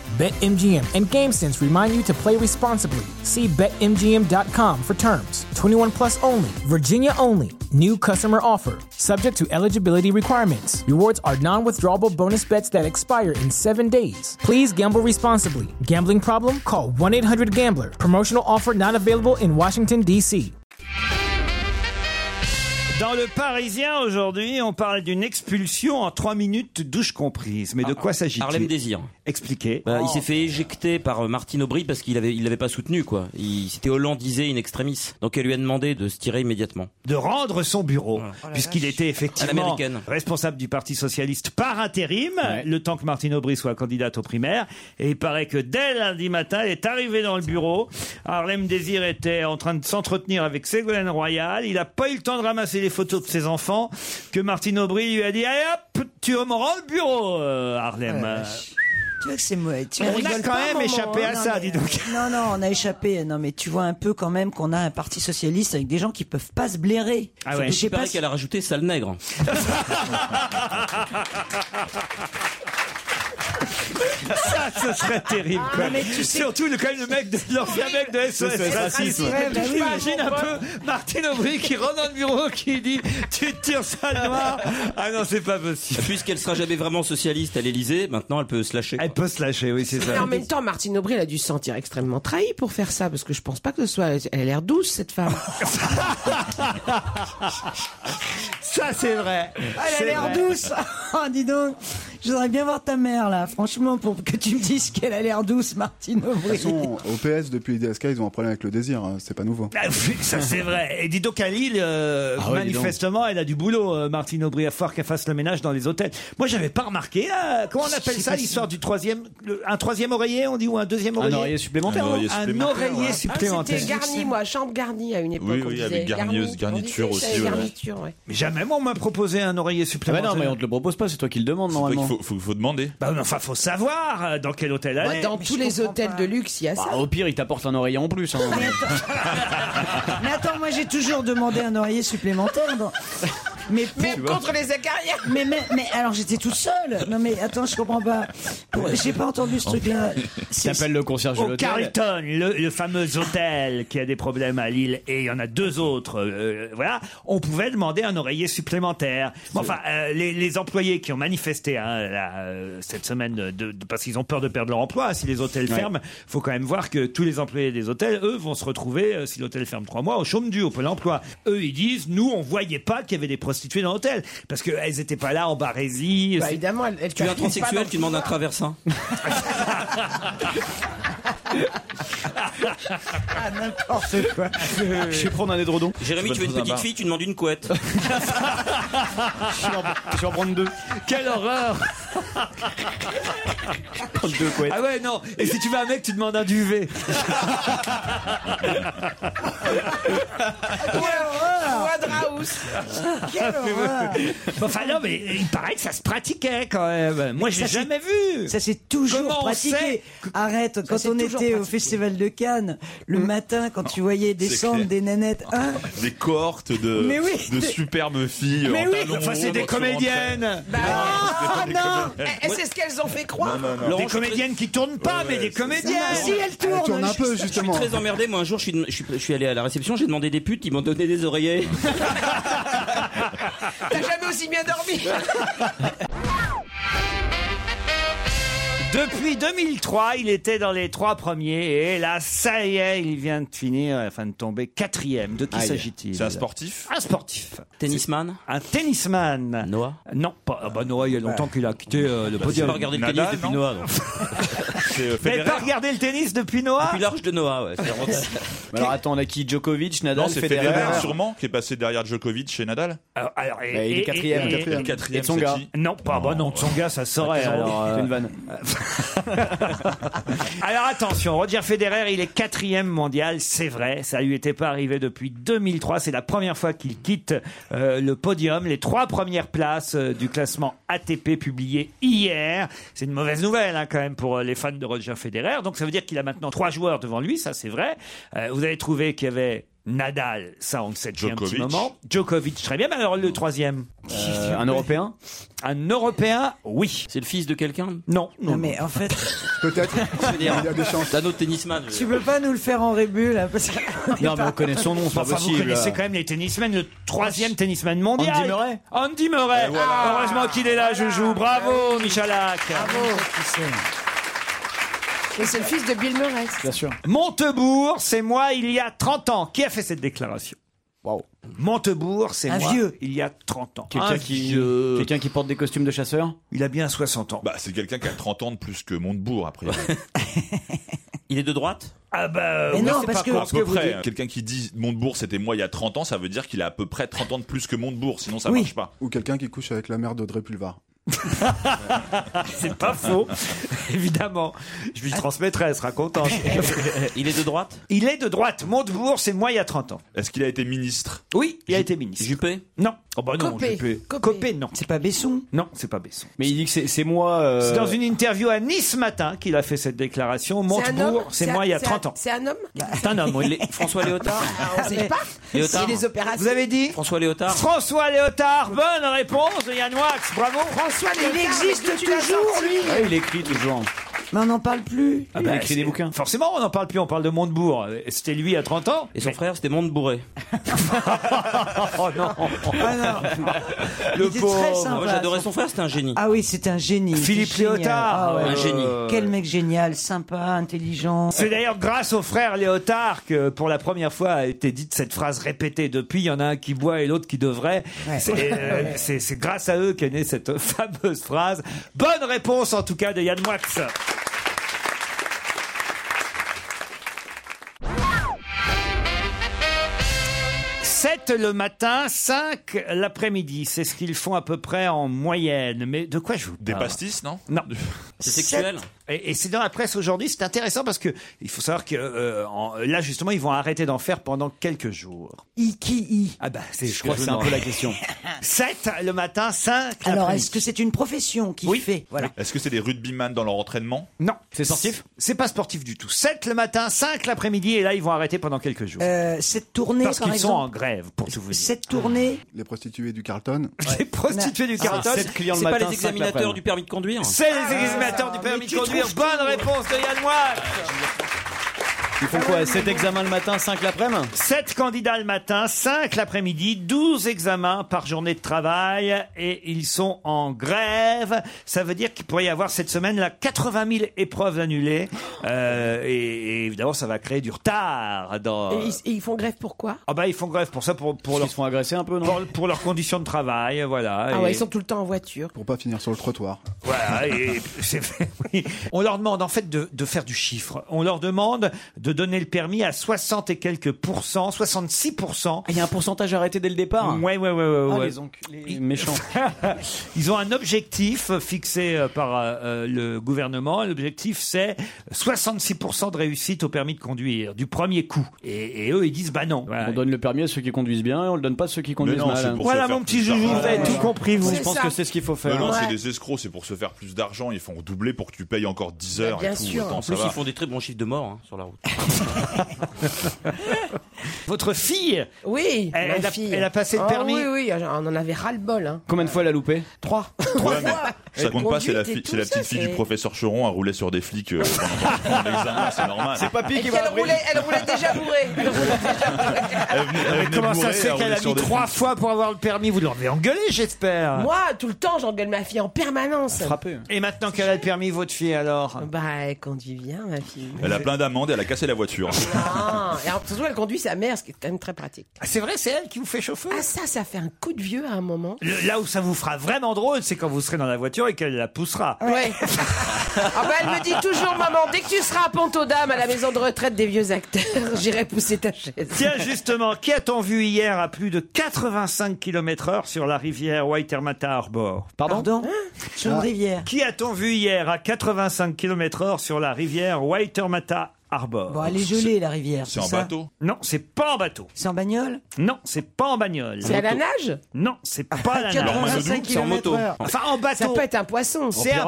[SPEAKER 1] BetMGM and GameSense remind you to play responsibly. See BetMGM.com for terms. 21 plus only, Virginia only. New customer offer, subject to eligibility requirements. Rewards are non withdrawable bonus bets that expire in seven days. Please gamble responsibly. Gambling problem? Call 1 800 Gambler. Promotional offer not available in Washington, D.C.
[SPEAKER 4] Dans le Parisien aujourd'hui, on parle d'une expulsion en 3 minutes, douche comprise. Mais de quoi s'agit-il
[SPEAKER 8] Ah, Harlem Désir.
[SPEAKER 4] Expliquez.
[SPEAKER 8] Bah, Il s'est fait éjecter par euh, Martine Aubry parce qu'il avait, il l'avait pas soutenu, quoi. Il s'était hollandisé in extremis. Donc elle lui a demandé de se tirer immédiatement.
[SPEAKER 4] de rendre son bureau, puisqu'il était effectivement
[SPEAKER 8] l'américaine.
[SPEAKER 4] responsable du Parti socialiste par intérim, le temps que Martine Aubry soit candidate aux primaires. Et il paraît que dès lundi matin, elle est arrivée dans le bureau. Harlem Désir était en train de s'entretenir avec Ségolène Royal. Il n'a pas eu le temps de ramasser les photos de ses enfants que Martine Aubry lui a dit Allez hop, tu me rends le bureau, euh, Harlem.
[SPEAKER 12] Tu vois que c'est mauvais. Tu
[SPEAKER 4] On a
[SPEAKER 12] rigoles
[SPEAKER 4] quand
[SPEAKER 12] pas,
[SPEAKER 4] même
[SPEAKER 12] maman, hein.
[SPEAKER 4] échappé à
[SPEAKER 12] non,
[SPEAKER 4] ça,
[SPEAKER 12] mais-
[SPEAKER 4] dis donc.
[SPEAKER 12] Non, non, on a échappé. Non, mais tu vois un peu quand même qu'on a un parti socialiste avec des gens qui peuvent pas se blairer.
[SPEAKER 4] Ah
[SPEAKER 12] Je sais
[SPEAKER 8] Il
[SPEAKER 12] pas
[SPEAKER 8] paraît
[SPEAKER 12] si-
[SPEAKER 8] qu'elle a rajouté sale nègre.
[SPEAKER 4] Ça, ce serait terrible. quoi.
[SPEAKER 12] Ah, mais tu sais-
[SPEAKER 4] Surtout le- quand même le mec de l'ancien mec de
[SPEAKER 7] De
[SPEAKER 4] SOS
[SPEAKER 7] SOS
[SPEAKER 4] Racisme.
[SPEAKER 7] Racisme. Ouais, bah oui.
[SPEAKER 4] J'imagine un peu Martine Aubry qui rentre dans le bureau qui dit tu tires ça noir. Ah non, c'est pas possible.
[SPEAKER 8] Puisqu'elle sera jamais vraiment socialiste à l'Elysée, maintenant elle peut se lâcher. Elle
[SPEAKER 4] peut se lâcher, oui, c'est
[SPEAKER 13] Mais en même temps, Martine Aubry, elle a dû se sentir extrêmement trahie pour faire ça, parce que je pense pas que ce soit. Elle a l'air douce, cette femme.
[SPEAKER 4] ça, c'est vrai.
[SPEAKER 12] Ah, Elle a l'air douce. Oh, dis donc, je voudrais bien voir ta mère là, franchement, pour que tu me dises qu'elle a l'air douce, Martine
[SPEAKER 6] De toute
[SPEAKER 12] Aubry.
[SPEAKER 6] façon, au PS, depuis l'IDSK, ils ont un problème avec le désir, hein, c'est pas nouveau.
[SPEAKER 4] Ah, Ça c'est vrai. Et dis donc à Lille, euh,
[SPEAKER 6] Ah ouais, dis donc.
[SPEAKER 4] manifestement, elle a du boulot, euh, Martine Aubry, à fort qu'elle fasse le ménage dans les hôtels. Moi, j'avais pas remarqué. là, comment on appelle
[SPEAKER 7] C'est
[SPEAKER 4] ça
[SPEAKER 7] facile.
[SPEAKER 4] l'histoire du troisième, le- un troisième oreiller, on dit ou un deuxième oreiller
[SPEAKER 7] oreiller supplémentaire.
[SPEAKER 4] Un
[SPEAKER 7] Un oreiller
[SPEAKER 4] oreiller,
[SPEAKER 7] supplémentaire, ouais.
[SPEAKER 4] supplémentaire.
[SPEAKER 13] Ah, c'était garni, moi, chambre garnie à une époque.
[SPEAKER 4] Oui,
[SPEAKER 13] on
[SPEAKER 4] oui,
[SPEAKER 13] disait.
[SPEAKER 4] avec garnieuse,
[SPEAKER 13] Garni, on
[SPEAKER 4] garniture
[SPEAKER 13] disait,
[SPEAKER 4] aussi, ouais.
[SPEAKER 13] Garniture, ouais.
[SPEAKER 4] Mais jamais moi, on m'a proposé un oreiller supplémentaire.
[SPEAKER 7] non, mais on te
[SPEAKER 4] le propose pas, c'est toi qui le demandes
[SPEAKER 10] normalement. qu'il
[SPEAKER 4] faut, demander. Bah, non, enfin, faut savoir euh, dans quel hôtel
[SPEAKER 13] Bah,
[SPEAKER 4] aller.
[SPEAKER 13] dans tous les hôtels de luxe, il y
[SPEAKER 4] Ah,
[SPEAKER 13] a ça.
[SPEAKER 7] Bah, Au pire, il t'apporte un oreiller en plus. hein.
[SPEAKER 12] Mais attends, moi j'ai toujours demandé un oreiller supplémentaire. dans- Mais, pour-
[SPEAKER 13] Même contre les acariens.
[SPEAKER 12] Mais, mais, mais alors j'étais toute seule. Non mais attends, je comprends pas. Pour- J'ai pas entendu ce truc-là.
[SPEAKER 7] T'appelles le concierge de
[SPEAKER 4] Au
[SPEAKER 7] l'hôtel.
[SPEAKER 4] Carlton, le, le fameux hôtel qui a des problèmes à Lille, et il y en a deux autres, euh, voilà, on pouvait demander un oreiller supplémentaire. Mais enfin, euh, les, les employés qui ont manifesté hein, là, euh, cette semaine, de, de- parce qu'ils ont peur de perdre leur emploi, si les hôtels
[SPEAKER 7] Ouais.
[SPEAKER 4] ferment, faut quand même voir que tous les employés des hôtels, eux, vont se retrouver, euh, si l'hôtel ferme trois mois, au chaume du, au pôle emploi. Eux, ils disent, nous, on voyait pas qu'il y avait des prostituées dans l'hôtel, parce qu'elles étaient pas là en barésie.
[SPEAKER 13] Bah,
[SPEAKER 4] c'est-
[SPEAKER 13] évidemment, elle, elle
[SPEAKER 8] Tu es un transsexuel, tu demandes un
[SPEAKER 13] travail.
[SPEAKER 8] traversin.
[SPEAKER 12] Ah, n'importe quoi.
[SPEAKER 7] Je vais prendre un édredon.
[SPEAKER 8] Jérémy,
[SPEAKER 7] Je
[SPEAKER 8] tu
[SPEAKER 7] vais
[SPEAKER 8] veux
[SPEAKER 7] te poser un
[SPEAKER 8] une petite
[SPEAKER 7] bar.
[SPEAKER 8] fille, tu demandes une couette.
[SPEAKER 7] Je vais en prendre deux.
[SPEAKER 4] Quelle horreur Ah ouais, non. Et si tu veux un mec, tu demandes un duvet.
[SPEAKER 12] Quelle horreur
[SPEAKER 4] Enfin non, mais il paraît que ça se pratiquait quand même. Moi, j'ai
[SPEAKER 12] Ça, c'est-
[SPEAKER 4] jamais vu.
[SPEAKER 12] Ça c'est toujours
[SPEAKER 4] Comment on sait
[SPEAKER 12] pratiqué. Arrête, quand
[SPEAKER 4] c'est
[SPEAKER 12] on était
[SPEAKER 4] toujours
[SPEAKER 12] au
[SPEAKER 4] pratiqué. Hmm.
[SPEAKER 12] festival de Cannes, le matin, quand tu voyais descendre
[SPEAKER 10] clair.
[SPEAKER 12] des nanettes,
[SPEAKER 4] Ah.
[SPEAKER 12] hein,
[SPEAKER 10] Des cohortes de,
[SPEAKER 12] Mais oui,
[SPEAKER 10] de
[SPEAKER 12] des-
[SPEAKER 10] superbes filles.
[SPEAKER 12] Mais
[SPEAKER 10] en
[SPEAKER 12] oui,
[SPEAKER 10] talons
[SPEAKER 12] enfin, c'est
[SPEAKER 10] hauts
[SPEAKER 12] des
[SPEAKER 10] dans- sur
[SPEAKER 12] comédiennes.
[SPEAKER 10] entrée.
[SPEAKER 13] Bah,
[SPEAKER 10] Ah,
[SPEAKER 13] non,
[SPEAKER 10] des comédiennes.
[SPEAKER 13] Eh, eh, C'est ce qu'elles ont fait croire.
[SPEAKER 4] des comédiennes qui tournent pas, mais des comédiennes.
[SPEAKER 8] Je suis très emmerdé. Moi, un jour, je suis, je suis- je suis allé à la réception, j'ai demandé des putes, ils m'ont donné des oreillers.
[SPEAKER 13] T'as jamais aussi bien dormi.
[SPEAKER 4] Depuis 2003, il était dans les trois premiers. Et là, ça y est, il vient de finir, enfin de tomber quatrième. De qui
[SPEAKER 10] Aïe.
[SPEAKER 4] s'agit-il
[SPEAKER 10] C'est un sportif
[SPEAKER 4] Un sportif.
[SPEAKER 8] Tennisman
[SPEAKER 4] Un tennisman.
[SPEAKER 8] Noah
[SPEAKER 4] Non, pas. ah bah Noah, il y a longtemps qu'il a quitté euh, le
[SPEAKER 8] Bah,
[SPEAKER 4] podium.
[SPEAKER 8] j'ai pas regardé le tennis Nadal, depuis non Noah,
[SPEAKER 10] C'est
[SPEAKER 4] Vous n'avez pas regardé le tennis depuis Noah
[SPEAKER 8] Depuis l'arche de Noah, ouais.
[SPEAKER 7] Alors attends, on a qui Djokovic, Nadal,
[SPEAKER 10] Non, c'est
[SPEAKER 7] Federer.
[SPEAKER 10] Federer, sûrement qui est passé derrière Djokovic chez Nadal.
[SPEAKER 4] Alors, alors, et-
[SPEAKER 7] Bah, il est
[SPEAKER 4] et-
[SPEAKER 7] quatrième.
[SPEAKER 4] et- et-
[SPEAKER 7] Quatrième.
[SPEAKER 4] et-
[SPEAKER 7] Quatrième, Et Tsonga. c'est qui
[SPEAKER 4] Non, pas bah non, Tsonga, ça saurait.
[SPEAKER 7] Attends,
[SPEAKER 4] alors, euh,
[SPEAKER 7] c'est une vanne.
[SPEAKER 4] Alors, attention, Roger Federer, il est quatrième mondial, c'est vrai, ça lui était pas arrivé depuis 2003. C'est la première fois qu'il quitte euh, le podium, les trois premières places euh, du classement ATP publié hier. C'est une mauvaise nouvelle hein, quand même pour euh, les fans de Roger Federer. Donc ça veut dire qu'il a maintenant trois joueurs devant lui, ça c'est vrai. Euh, vous avez trouvé qu'il y avait Nadal, ça on le sait depuis un petit
[SPEAKER 7] Djokovic.
[SPEAKER 4] moment. Djokovic, très bien. Mais alors le troisième
[SPEAKER 7] Euh, un Européen
[SPEAKER 4] Un Européen, oui.
[SPEAKER 8] C'est le fils de quelqu'un
[SPEAKER 4] Non,
[SPEAKER 12] Non, mais en fait,
[SPEAKER 6] Peut-être.
[SPEAKER 8] Il a des chances. D'un autre tennisman. je veux
[SPEAKER 12] tu
[SPEAKER 8] dire.
[SPEAKER 12] peux pas nous le faire en rébus là parce que.
[SPEAKER 7] Non, mais on connaît son nom, c'est pas
[SPEAKER 4] Enfin, vous
[SPEAKER 7] possible.
[SPEAKER 4] connaissez quand même les tennismen, le troisième tennisman mondial.
[SPEAKER 7] Andy Murray
[SPEAKER 4] Andy Murray.
[SPEAKER 7] Et voilà. Bah Ah,
[SPEAKER 4] Heureusement qu'il est là, Joujou. Bravo, Michalak.
[SPEAKER 13] Et c'est le fils de Bill Murray.
[SPEAKER 4] Bien sûr. Montebourg, c'est moi il y a 30 ans. Qui a fait cette déclaration Montebourg, c'est
[SPEAKER 7] Un
[SPEAKER 4] moi
[SPEAKER 7] vieux.
[SPEAKER 4] il y a 30 ans.
[SPEAKER 7] Quelqu'un
[SPEAKER 4] Un
[SPEAKER 7] qui,
[SPEAKER 4] Ah, vieux.
[SPEAKER 7] quelqu'un qui porte des costumes de chasseur
[SPEAKER 4] Il a bien 60 ans.
[SPEAKER 10] Bah, c'est quelqu'un qui a 30 ans de plus que Montebourg, après.
[SPEAKER 8] Il est de droite
[SPEAKER 4] Ah bah,
[SPEAKER 8] Mais non, parce que-
[SPEAKER 10] à
[SPEAKER 8] parce que
[SPEAKER 10] peu
[SPEAKER 8] vous
[SPEAKER 10] près.
[SPEAKER 7] hein.
[SPEAKER 8] dites-
[SPEAKER 10] Quelqu'un qui dit Montebourg, c'était moi il y a 30 ans, ça veut dire qu'il a à peu près 30 ans de plus que Montebourg, sinon ça marche pas.
[SPEAKER 6] Ou quelqu'un qui couche avec la mère d'Audrey Pulvar.
[SPEAKER 4] C'est pas faux, évidemment. Je lui transmettrai, elle sera contente.
[SPEAKER 8] Il est de droite
[SPEAKER 4] Il est de droite. Montebourg, c'est moi il y a 30 ans.
[SPEAKER 10] Est-ce qu'il a été ministre
[SPEAKER 4] Oui, il a été ministre.
[SPEAKER 8] Juppé
[SPEAKER 4] Non. Oh bah non,
[SPEAKER 7] Copé.
[SPEAKER 4] Juppé. Copé, non.
[SPEAKER 12] C'est pas Besson
[SPEAKER 4] Non, c'est pas Besson.
[SPEAKER 7] Mais il dit que c'est- c'est moi. euh,
[SPEAKER 4] C'est dans une interview à Nice ce matin qu'il a fait cette déclaration.
[SPEAKER 13] C'est un homme
[SPEAKER 4] Montebourg, c'est
[SPEAKER 13] un-
[SPEAKER 4] moi il y a
[SPEAKER 13] c'est un-
[SPEAKER 4] 30 ans. Bah,
[SPEAKER 13] C'est un homme
[SPEAKER 4] C'est un homme, oui.
[SPEAKER 8] François Léotard
[SPEAKER 13] On sait pas.
[SPEAKER 8] Léotard.
[SPEAKER 13] C'est les opérations.
[SPEAKER 4] Vous avez dit
[SPEAKER 8] François Léotard
[SPEAKER 4] François Léotard, bonne réponse de Yann Wax, bravo
[SPEAKER 13] François
[SPEAKER 12] Il existe toujours lui.
[SPEAKER 7] Ouais, il écrit toujours.
[SPEAKER 12] Mais on n'en parle plus.
[SPEAKER 4] Ah bah, c'est- Forcément, on n'en parle plus, on parle de Montebourg. Euh, C'était lui à 30 ans.
[SPEAKER 8] Et son frère, c'était Montebourré.
[SPEAKER 4] oh non
[SPEAKER 12] Ah
[SPEAKER 8] Le
[SPEAKER 12] était pauvre. très sympa,
[SPEAKER 8] Moi, j'adorais
[SPEAKER 12] son-
[SPEAKER 8] son frère, c'était un génie.
[SPEAKER 12] Ah oui, c'est un génie.
[SPEAKER 8] Philippe
[SPEAKER 12] C'est génial.
[SPEAKER 8] Léotard.
[SPEAKER 12] Ah ouais.
[SPEAKER 8] Un génie.
[SPEAKER 12] Quel mec génial, sympa, intelligent.
[SPEAKER 4] C'est d'ailleurs grâce au frère Léotard que pour la première fois a été dite cette phrase répétée depuis. Il y en a un qui boit et l'autre qui devrait.
[SPEAKER 12] Ouais.
[SPEAKER 4] C'est euh, c'est- c'est grâce à eux qu'est née cette fameuse phrase. Bonne réponse en tout cas de Yann Wax. « 7 le matin, 5 l'après-midi. C'est ce qu'ils font à peu près en moyenne. Mais de quoi je vous parle
[SPEAKER 7] Ah.
[SPEAKER 10] Des pastis, non
[SPEAKER 4] Non.
[SPEAKER 8] C'est sexuel
[SPEAKER 4] Et, et c'est dans la presse aujourd'hui, c'est intéressant parce que il faut savoir que euh, en- là justement ils vont arrêter d'en faire pendant quelques jours.
[SPEAKER 12] I qui i
[SPEAKER 4] Ah bah c'est,
[SPEAKER 7] Je crois que c'est un peu la question.
[SPEAKER 4] 7 le matin, 5
[SPEAKER 12] Alors,
[SPEAKER 4] l'après-midi.
[SPEAKER 12] est-ce que c'est une profession qui fait Voilà.
[SPEAKER 10] Est-ce que c'est des rugbyman dans leur entraînement
[SPEAKER 4] Non.
[SPEAKER 7] C'est sportif
[SPEAKER 4] C'est pas sportif du tout. 7 le matin, 5 l'après-midi et là ils vont arrêter pendant quelques jours.
[SPEAKER 12] Euh, cette tournée,
[SPEAKER 4] parce
[SPEAKER 12] par
[SPEAKER 4] qu'ils sont en
[SPEAKER 12] exemple.
[SPEAKER 4] grève pour tout vous dire.
[SPEAKER 12] Cette tournée.
[SPEAKER 6] Ah. Les prostituées du Carlton.
[SPEAKER 4] Les prostituées du Carlton,
[SPEAKER 7] sept clients le
[SPEAKER 8] Ah, C'est pas
[SPEAKER 7] matin,
[SPEAKER 8] les
[SPEAKER 7] cinq
[SPEAKER 8] examinateurs
[SPEAKER 7] l'après-midi.
[SPEAKER 8] du permis de conduire
[SPEAKER 4] c'est les examinateurs du permis de conduire. Bonne réponse de Yann Moix.
[SPEAKER 7] Ils font quoi 7 examens le matin, 5 l'après-midi
[SPEAKER 4] 7 candidats le matin, 5 l'après-midi, 12 examens par journée de travail et ils sont en grève. Ça veut dire qu'il pourrait y avoir cette semaine là 80 000 épreuves annulées Euh, et, et évidemment ça va créer du retard dans...
[SPEAKER 13] Et ils, et ils font grève pourquoi
[SPEAKER 4] Ah bah ils font grève pour ça, pour, pour,
[SPEAKER 7] Ils
[SPEAKER 4] leur-
[SPEAKER 7] se font agresser un peu, non
[SPEAKER 4] pour, pour leurs conditions de travail, voilà.
[SPEAKER 13] Ah
[SPEAKER 4] Et-
[SPEAKER 13] ouais, ils sont tout le temps en voiture.
[SPEAKER 6] Pour pas finir sur le trottoir.
[SPEAKER 4] Voilà, Ah, et c'est fait, oui. On leur demande en fait de, de faire du chiffre. On leur demande de donner le permis à 60 et quelques pourcents, 66 pourcents.
[SPEAKER 7] Ah, Il y a un pourcentage arrêté dès le départ
[SPEAKER 4] Ouais, ouais, ouais, ouais,
[SPEAKER 7] Ah,
[SPEAKER 4] ouais.
[SPEAKER 7] les enculés, les méchants.
[SPEAKER 4] Ils ont un objectif fixé euh, par euh, le gouvernement. L'objectif, c'est 66% de réussite au permis de conduire du premier coup. Et, et eux, ils disent bah non. Voilà.
[SPEAKER 7] On donne le permis à ceux qui conduisent bien et on le donne pas à ceux qui conduisent
[SPEAKER 10] non, c'est
[SPEAKER 7] mal.
[SPEAKER 10] pour-
[SPEAKER 4] Voilà
[SPEAKER 10] se faire
[SPEAKER 4] mon petit
[SPEAKER 10] plus
[SPEAKER 4] joujou,
[SPEAKER 10] tard.
[SPEAKER 4] vous avez tout compris, vous.
[SPEAKER 7] Je pense
[SPEAKER 13] ça.
[SPEAKER 7] que c'est ce qu'il faut
[SPEAKER 10] Non,
[SPEAKER 7] faire.
[SPEAKER 10] non, c'est
[SPEAKER 13] Ouais.
[SPEAKER 10] des escrocs, c'est pour se faire plus d'argent. Ils font doubler pour que tu payes encore 10
[SPEAKER 4] Bah,
[SPEAKER 10] heures
[SPEAKER 13] bien
[SPEAKER 10] et tout.
[SPEAKER 13] sûr.
[SPEAKER 10] autant
[SPEAKER 8] En
[SPEAKER 10] ça
[SPEAKER 8] plus,
[SPEAKER 10] va.
[SPEAKER 8] ils font des très bons chiffres de morts hein, sur la route.
[SPEAKER 4] Votre fille,
[SPEAKER 13] Oui,
[SPEAKER 4] Elle-
[SPEAKER 13] ma
[SPEAKER 4] elle a-
[SPEAKER 13] fille.
[SPEAKER 4] elle a passé le
[SPEAKER 13] Oh
[SPEAKER 4] permis.
[SPEAKER 13] Oui, oui, on en avait ras-le-bol. Hein.
[SPEAKER 7] Combien de fois elle a loupé
[SPEAKER 13] Trois.
[SPEAKER 10] Ouais, mais ça compte pas, c'est la,
[SPEAKER 13] conduite et
[SPEAKER 10] fi- c'est la
[SPEAKER 13] tout
[SPEAKER 10] petite
[SPEAKER 13] ça,
[SPEAKER 10] fille du
[SPEAKER 13] c'est-
[SPEAKER 10] professeur Cheron à rouler sur des flics euh, pendant pendant l'examen, c'est
[SPEAKER 13] Ah,
[SPEAKER 10] normal.
[SPEAKER 7] Papy
[SPEAKER 13] Et puis elle roulait, elle roulait déjà bourrée. Elle roulait-
[SPEAKER 10] Elle venait- elle venait
[SPEAKER 4] comment ça
[SPEAKER 10] bourrée,
[SPEAKER 4] se
[SPEAKER 10] elle
[SPEAKER 4] fait qu'elle
[SPEAKER 10] roulait
[SPEAKER 4] a
[SPEAKER 10] hein, sur
[SPEAKER 4] mis
[SPEAKER 10] des
[SPEAKER 4] trois
[SPEAKER 10] flics.
[SPEAKER 4] fois pour avoir le permis Vous l'avez engueulé, j'espère.
[SPEAKER 13] Moi, tout le temps, j'engueule ma fille en permanence.
[SPEAKER 7] Frappé.
[SPEAKER 4] Et maintenant qu'elle a le permis, votre fille alors
[SPEAKER 13] Bah, elle conduit bien, ma fille.
[SPEAKER 10] Elle a plein d'amendes et elle a cassé la voiture.
[SPEAKER 13] Ah, et alors, surtout, elle conduit sa mère, ce qui est quand même très pratique.
[SPEAKER 4] Ah, C'est vrai, c'est elle qui vous fait chauffeur
[SPEAKER 13] Ah, ça, ça fait un coup de vieux à un moment.
[SPEAKER 4] Le- Là où ça vous fera vraiment drôle, c'est quand vous serez dans la voiture et qu'elle la poussera.
[SPEAKER 13] Ouais. Ah bah, elle me dit toujours, maman, dès que tu seras à pont aux dames à la maison de retraite des vieux acteurs, j'irai pousser ta chaise.
[SPEAKER 4] Tiens, justement, qui a-t-on vu hier à plus de 85 km heure sur la rivière Waitermata Harbor Pardon, Hein
[SPEAKER 12] Sur une rivière.
[SPEAKER 4] Qui a-t-on vu hier à 85 km heure sur la rivière Waitermata Harbor
[SPEAKER 12] Bon, elle est gelée, la rivière.
[SPEAKER 4] C'est
[SPEAKER 12] en
[SPEAKER 4] en
[SPEAKER 12] ça
[SPEAKER 4] bateau Non, c'est pas en bateau.
[SPEAKER 12] C'est en bagnole
[SPEAKER 4] Non, c'est pas en bagnole.
[SPEAKER 13] C'est à la nage
[SPEAKER 4] Non, c'est pas à la nage.
[SPEAKER 13] 85 km/h.
[SPEAKER 4] Enfin, en bateau.
[SPEAKER 13] Ça peut être un poisson.
[SPEAKER 4] C'est un-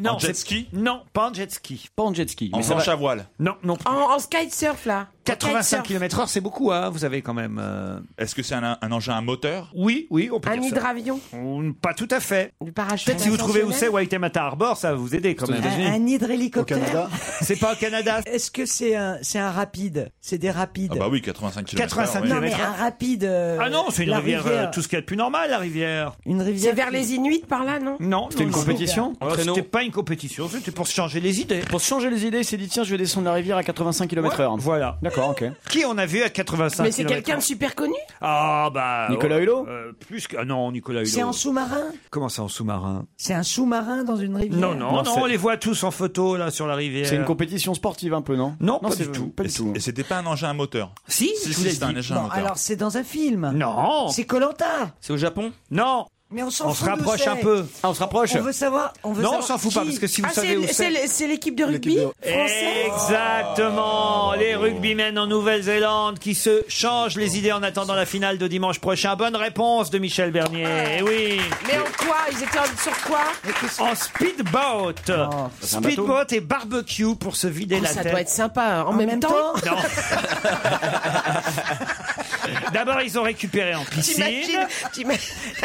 [SPEAKER 4] Non,
[SPEAKER 13] En
[SPEAKER 4] c'est-
[SPEAKER 13] jet
[SPEAKER 4] Non, pas en jet ski.
[SPEAKER 7] Pas en jet ski.
[SPEAKER 4] mais ça va- Non, non.
[SPEAKER 13] En, en kitesurf, là.
[SPEAKER 4] 85
[SPEAKER 13] Kitesurf.
[SPEAKER 4] km/h, c'est beaucoup, hein, vous avez quand même. euh. Est-ce que c'est un, engin à moteur Oui, oui, on peut
[SPEAKER 13] Un
[SPEAKER 4] dire ça.
[SPEAKER 13] hydravion.
[SPEAKER 4] Mm, Pas tout à fait.
[SPEAKER 13] parachute
[SPEAKER 4] Peut-être si vous trouvez où c'est
[SPEAKER 13] ascensionnel
[SPEAKER 4] Waitemata Harbor, ça va vous aider quand
[SPEAKER 12] Un,
[SPEAKER 4] même.
[SPEAKER 12] un hydrohélicoptère.
[SPEAKER 4] C'est pas au Canada.
[SPEAKER 12] Est-ce que c'est un, c'est un rapide C'est des rapides.
[SPEAKER 10] Ah bah oui, 85 km.
[SPEAKER 4] 85
[SPEAKER 12] Non, mais un rapide. euh,
[SPEAKER 4] Ah non, c'est une
[SPEAKER 12] la
[SPEAKER 4] rivière, euh, tout ce qu'il y a de plus normal, la rivière.
[SPEAKER 12] Une
[SPEAKER 13] C'est vers les Inuits par là, non
[SPEAKER 4] Non, c'était une
[SPEAKER 7] non,
[SPEAKER 4] compétition.
[SPEAKER 7] non. Un traîneau.
[SPEAKER 4] C'était pas une compétition, c'était pour se changer les idées.
[SPEAKER 7] Pour se changer les idées, il s'est dit tiens, je vais descendre la rivière à 85 km/h.
[SPEAKER 4] voilà.
[SPEAKER 7] D'accord, ok.
[SPEAKER 4] Qui on a vu à 85
[SPEAKER 13] Mais c'est quelqu'un de
[SPEAKER 4] km/h?
[SPEAKER 13] super connu
[SPEAKER 4] Ah bah.
[SPEAKER 7] Nicolas
[SPEAKER 4] euh,
[SPEAKER 7] Hulot
[SPEAKER 4] euh, Plus que. ah non, Nicolas Hulot.
[SPEAKER 12] C'est en sous-marin
[SPEAKER 4] Comment ça en sous-marin
[SPEAKER 12] C'est un sous-marin dans une rivière
[SPEAKER 4] Non, non, non, on les voit tous en photo là sur la rivière.
[SPEAKER 7] C'est une compétition sportive un peu, non
[SPEAKER 4] Non, pas
[SPEAKER 7] c'est
[SPEAKER 4] du tout.
[SPEAKER 7] Pas du tout.
[SPEAKER 10] Et c'était pas un engin à moteur.
[SPEAKER 4] Si,
[SPEAKER 10] si,
[SPEAKER 4] je
[SPEAKER 10] si,
[SPEAKER 4] vous l'ai
[SPEAKER 10] c'était un
[SPEAKER 4] dit.
[SPEAKER 10] engin à
[SPEAKER 12] Bon,
[SPEAKER 10] moteur.
[SPEAKER 12] alors c'est dans un film.
[SPEAKER 4] Non.
[SPEAKER 12] C'est Colanta.
[SPEAKER 8] C'est au Japon
[SPEAKER 4] Non.
[SPEAKER 12] Mais on s'en
[SPEAKER 4] On
[SPEAKER 12] fout.
[SPEAKER 4] se
[SPEAKER 12] d'où
[SPEAKER 4] rapproche
[SPEAKER 12] c'est.
[SPEAKER 4] un peu.
[SPEAKER 7] Ah, on se rapproche.
[SPEAKER 12] On veut savoir. On veut
[SPEAKER 4] Non, on
[SPEAKER 12] savoir
[SPEAKER 4] s'en fout pas,
[SPEAKER 12] qui.
[SPEAKER 4] parce que si vous
[SPEAKER 13] Ah,
[SPEAKER 4] savez
[SPEAKER 13] c'est-
[SPEAKER 4] où
[SPEAKER 13] c'est
[SPEAKER 4] c'est.
[SPEAKER 13] le- c'est l'équipe de rugby française
[SPEAKER 4] Exactement,
[SPEAKER 7] Oh,
[SPEAKER 4] les rugbymen en Nouvelle-Zélande qui se changent les idées en attendant la finale de dimanche prochain. Bonne réponse de Michel Bernier.
[SPEAKER 13] Ah.
[SPEAKER 4] Eh oui.
[SPEAKER 13] Mais en quoi Ils étaient en- sur quoi
[SPEAKER 4] En speedboat.
[SPEAKER 7] Ah, bah,
[SPEAKER 13] c'est un bateau.
[SPEAKER 4] speedboat et barbecue pour se vider
[SPEAKER 13] Oh,
[SPEAKER 4] la
[SPEAKER 13] Ça
[SPEAKER 4] tête.
[SPEAKER 13] doit être sympa. En, même, temps,
[SPEAKER 4] Non. D'abord, ils ont récupéré en piscine.
[SPEAKER 13] T'imagines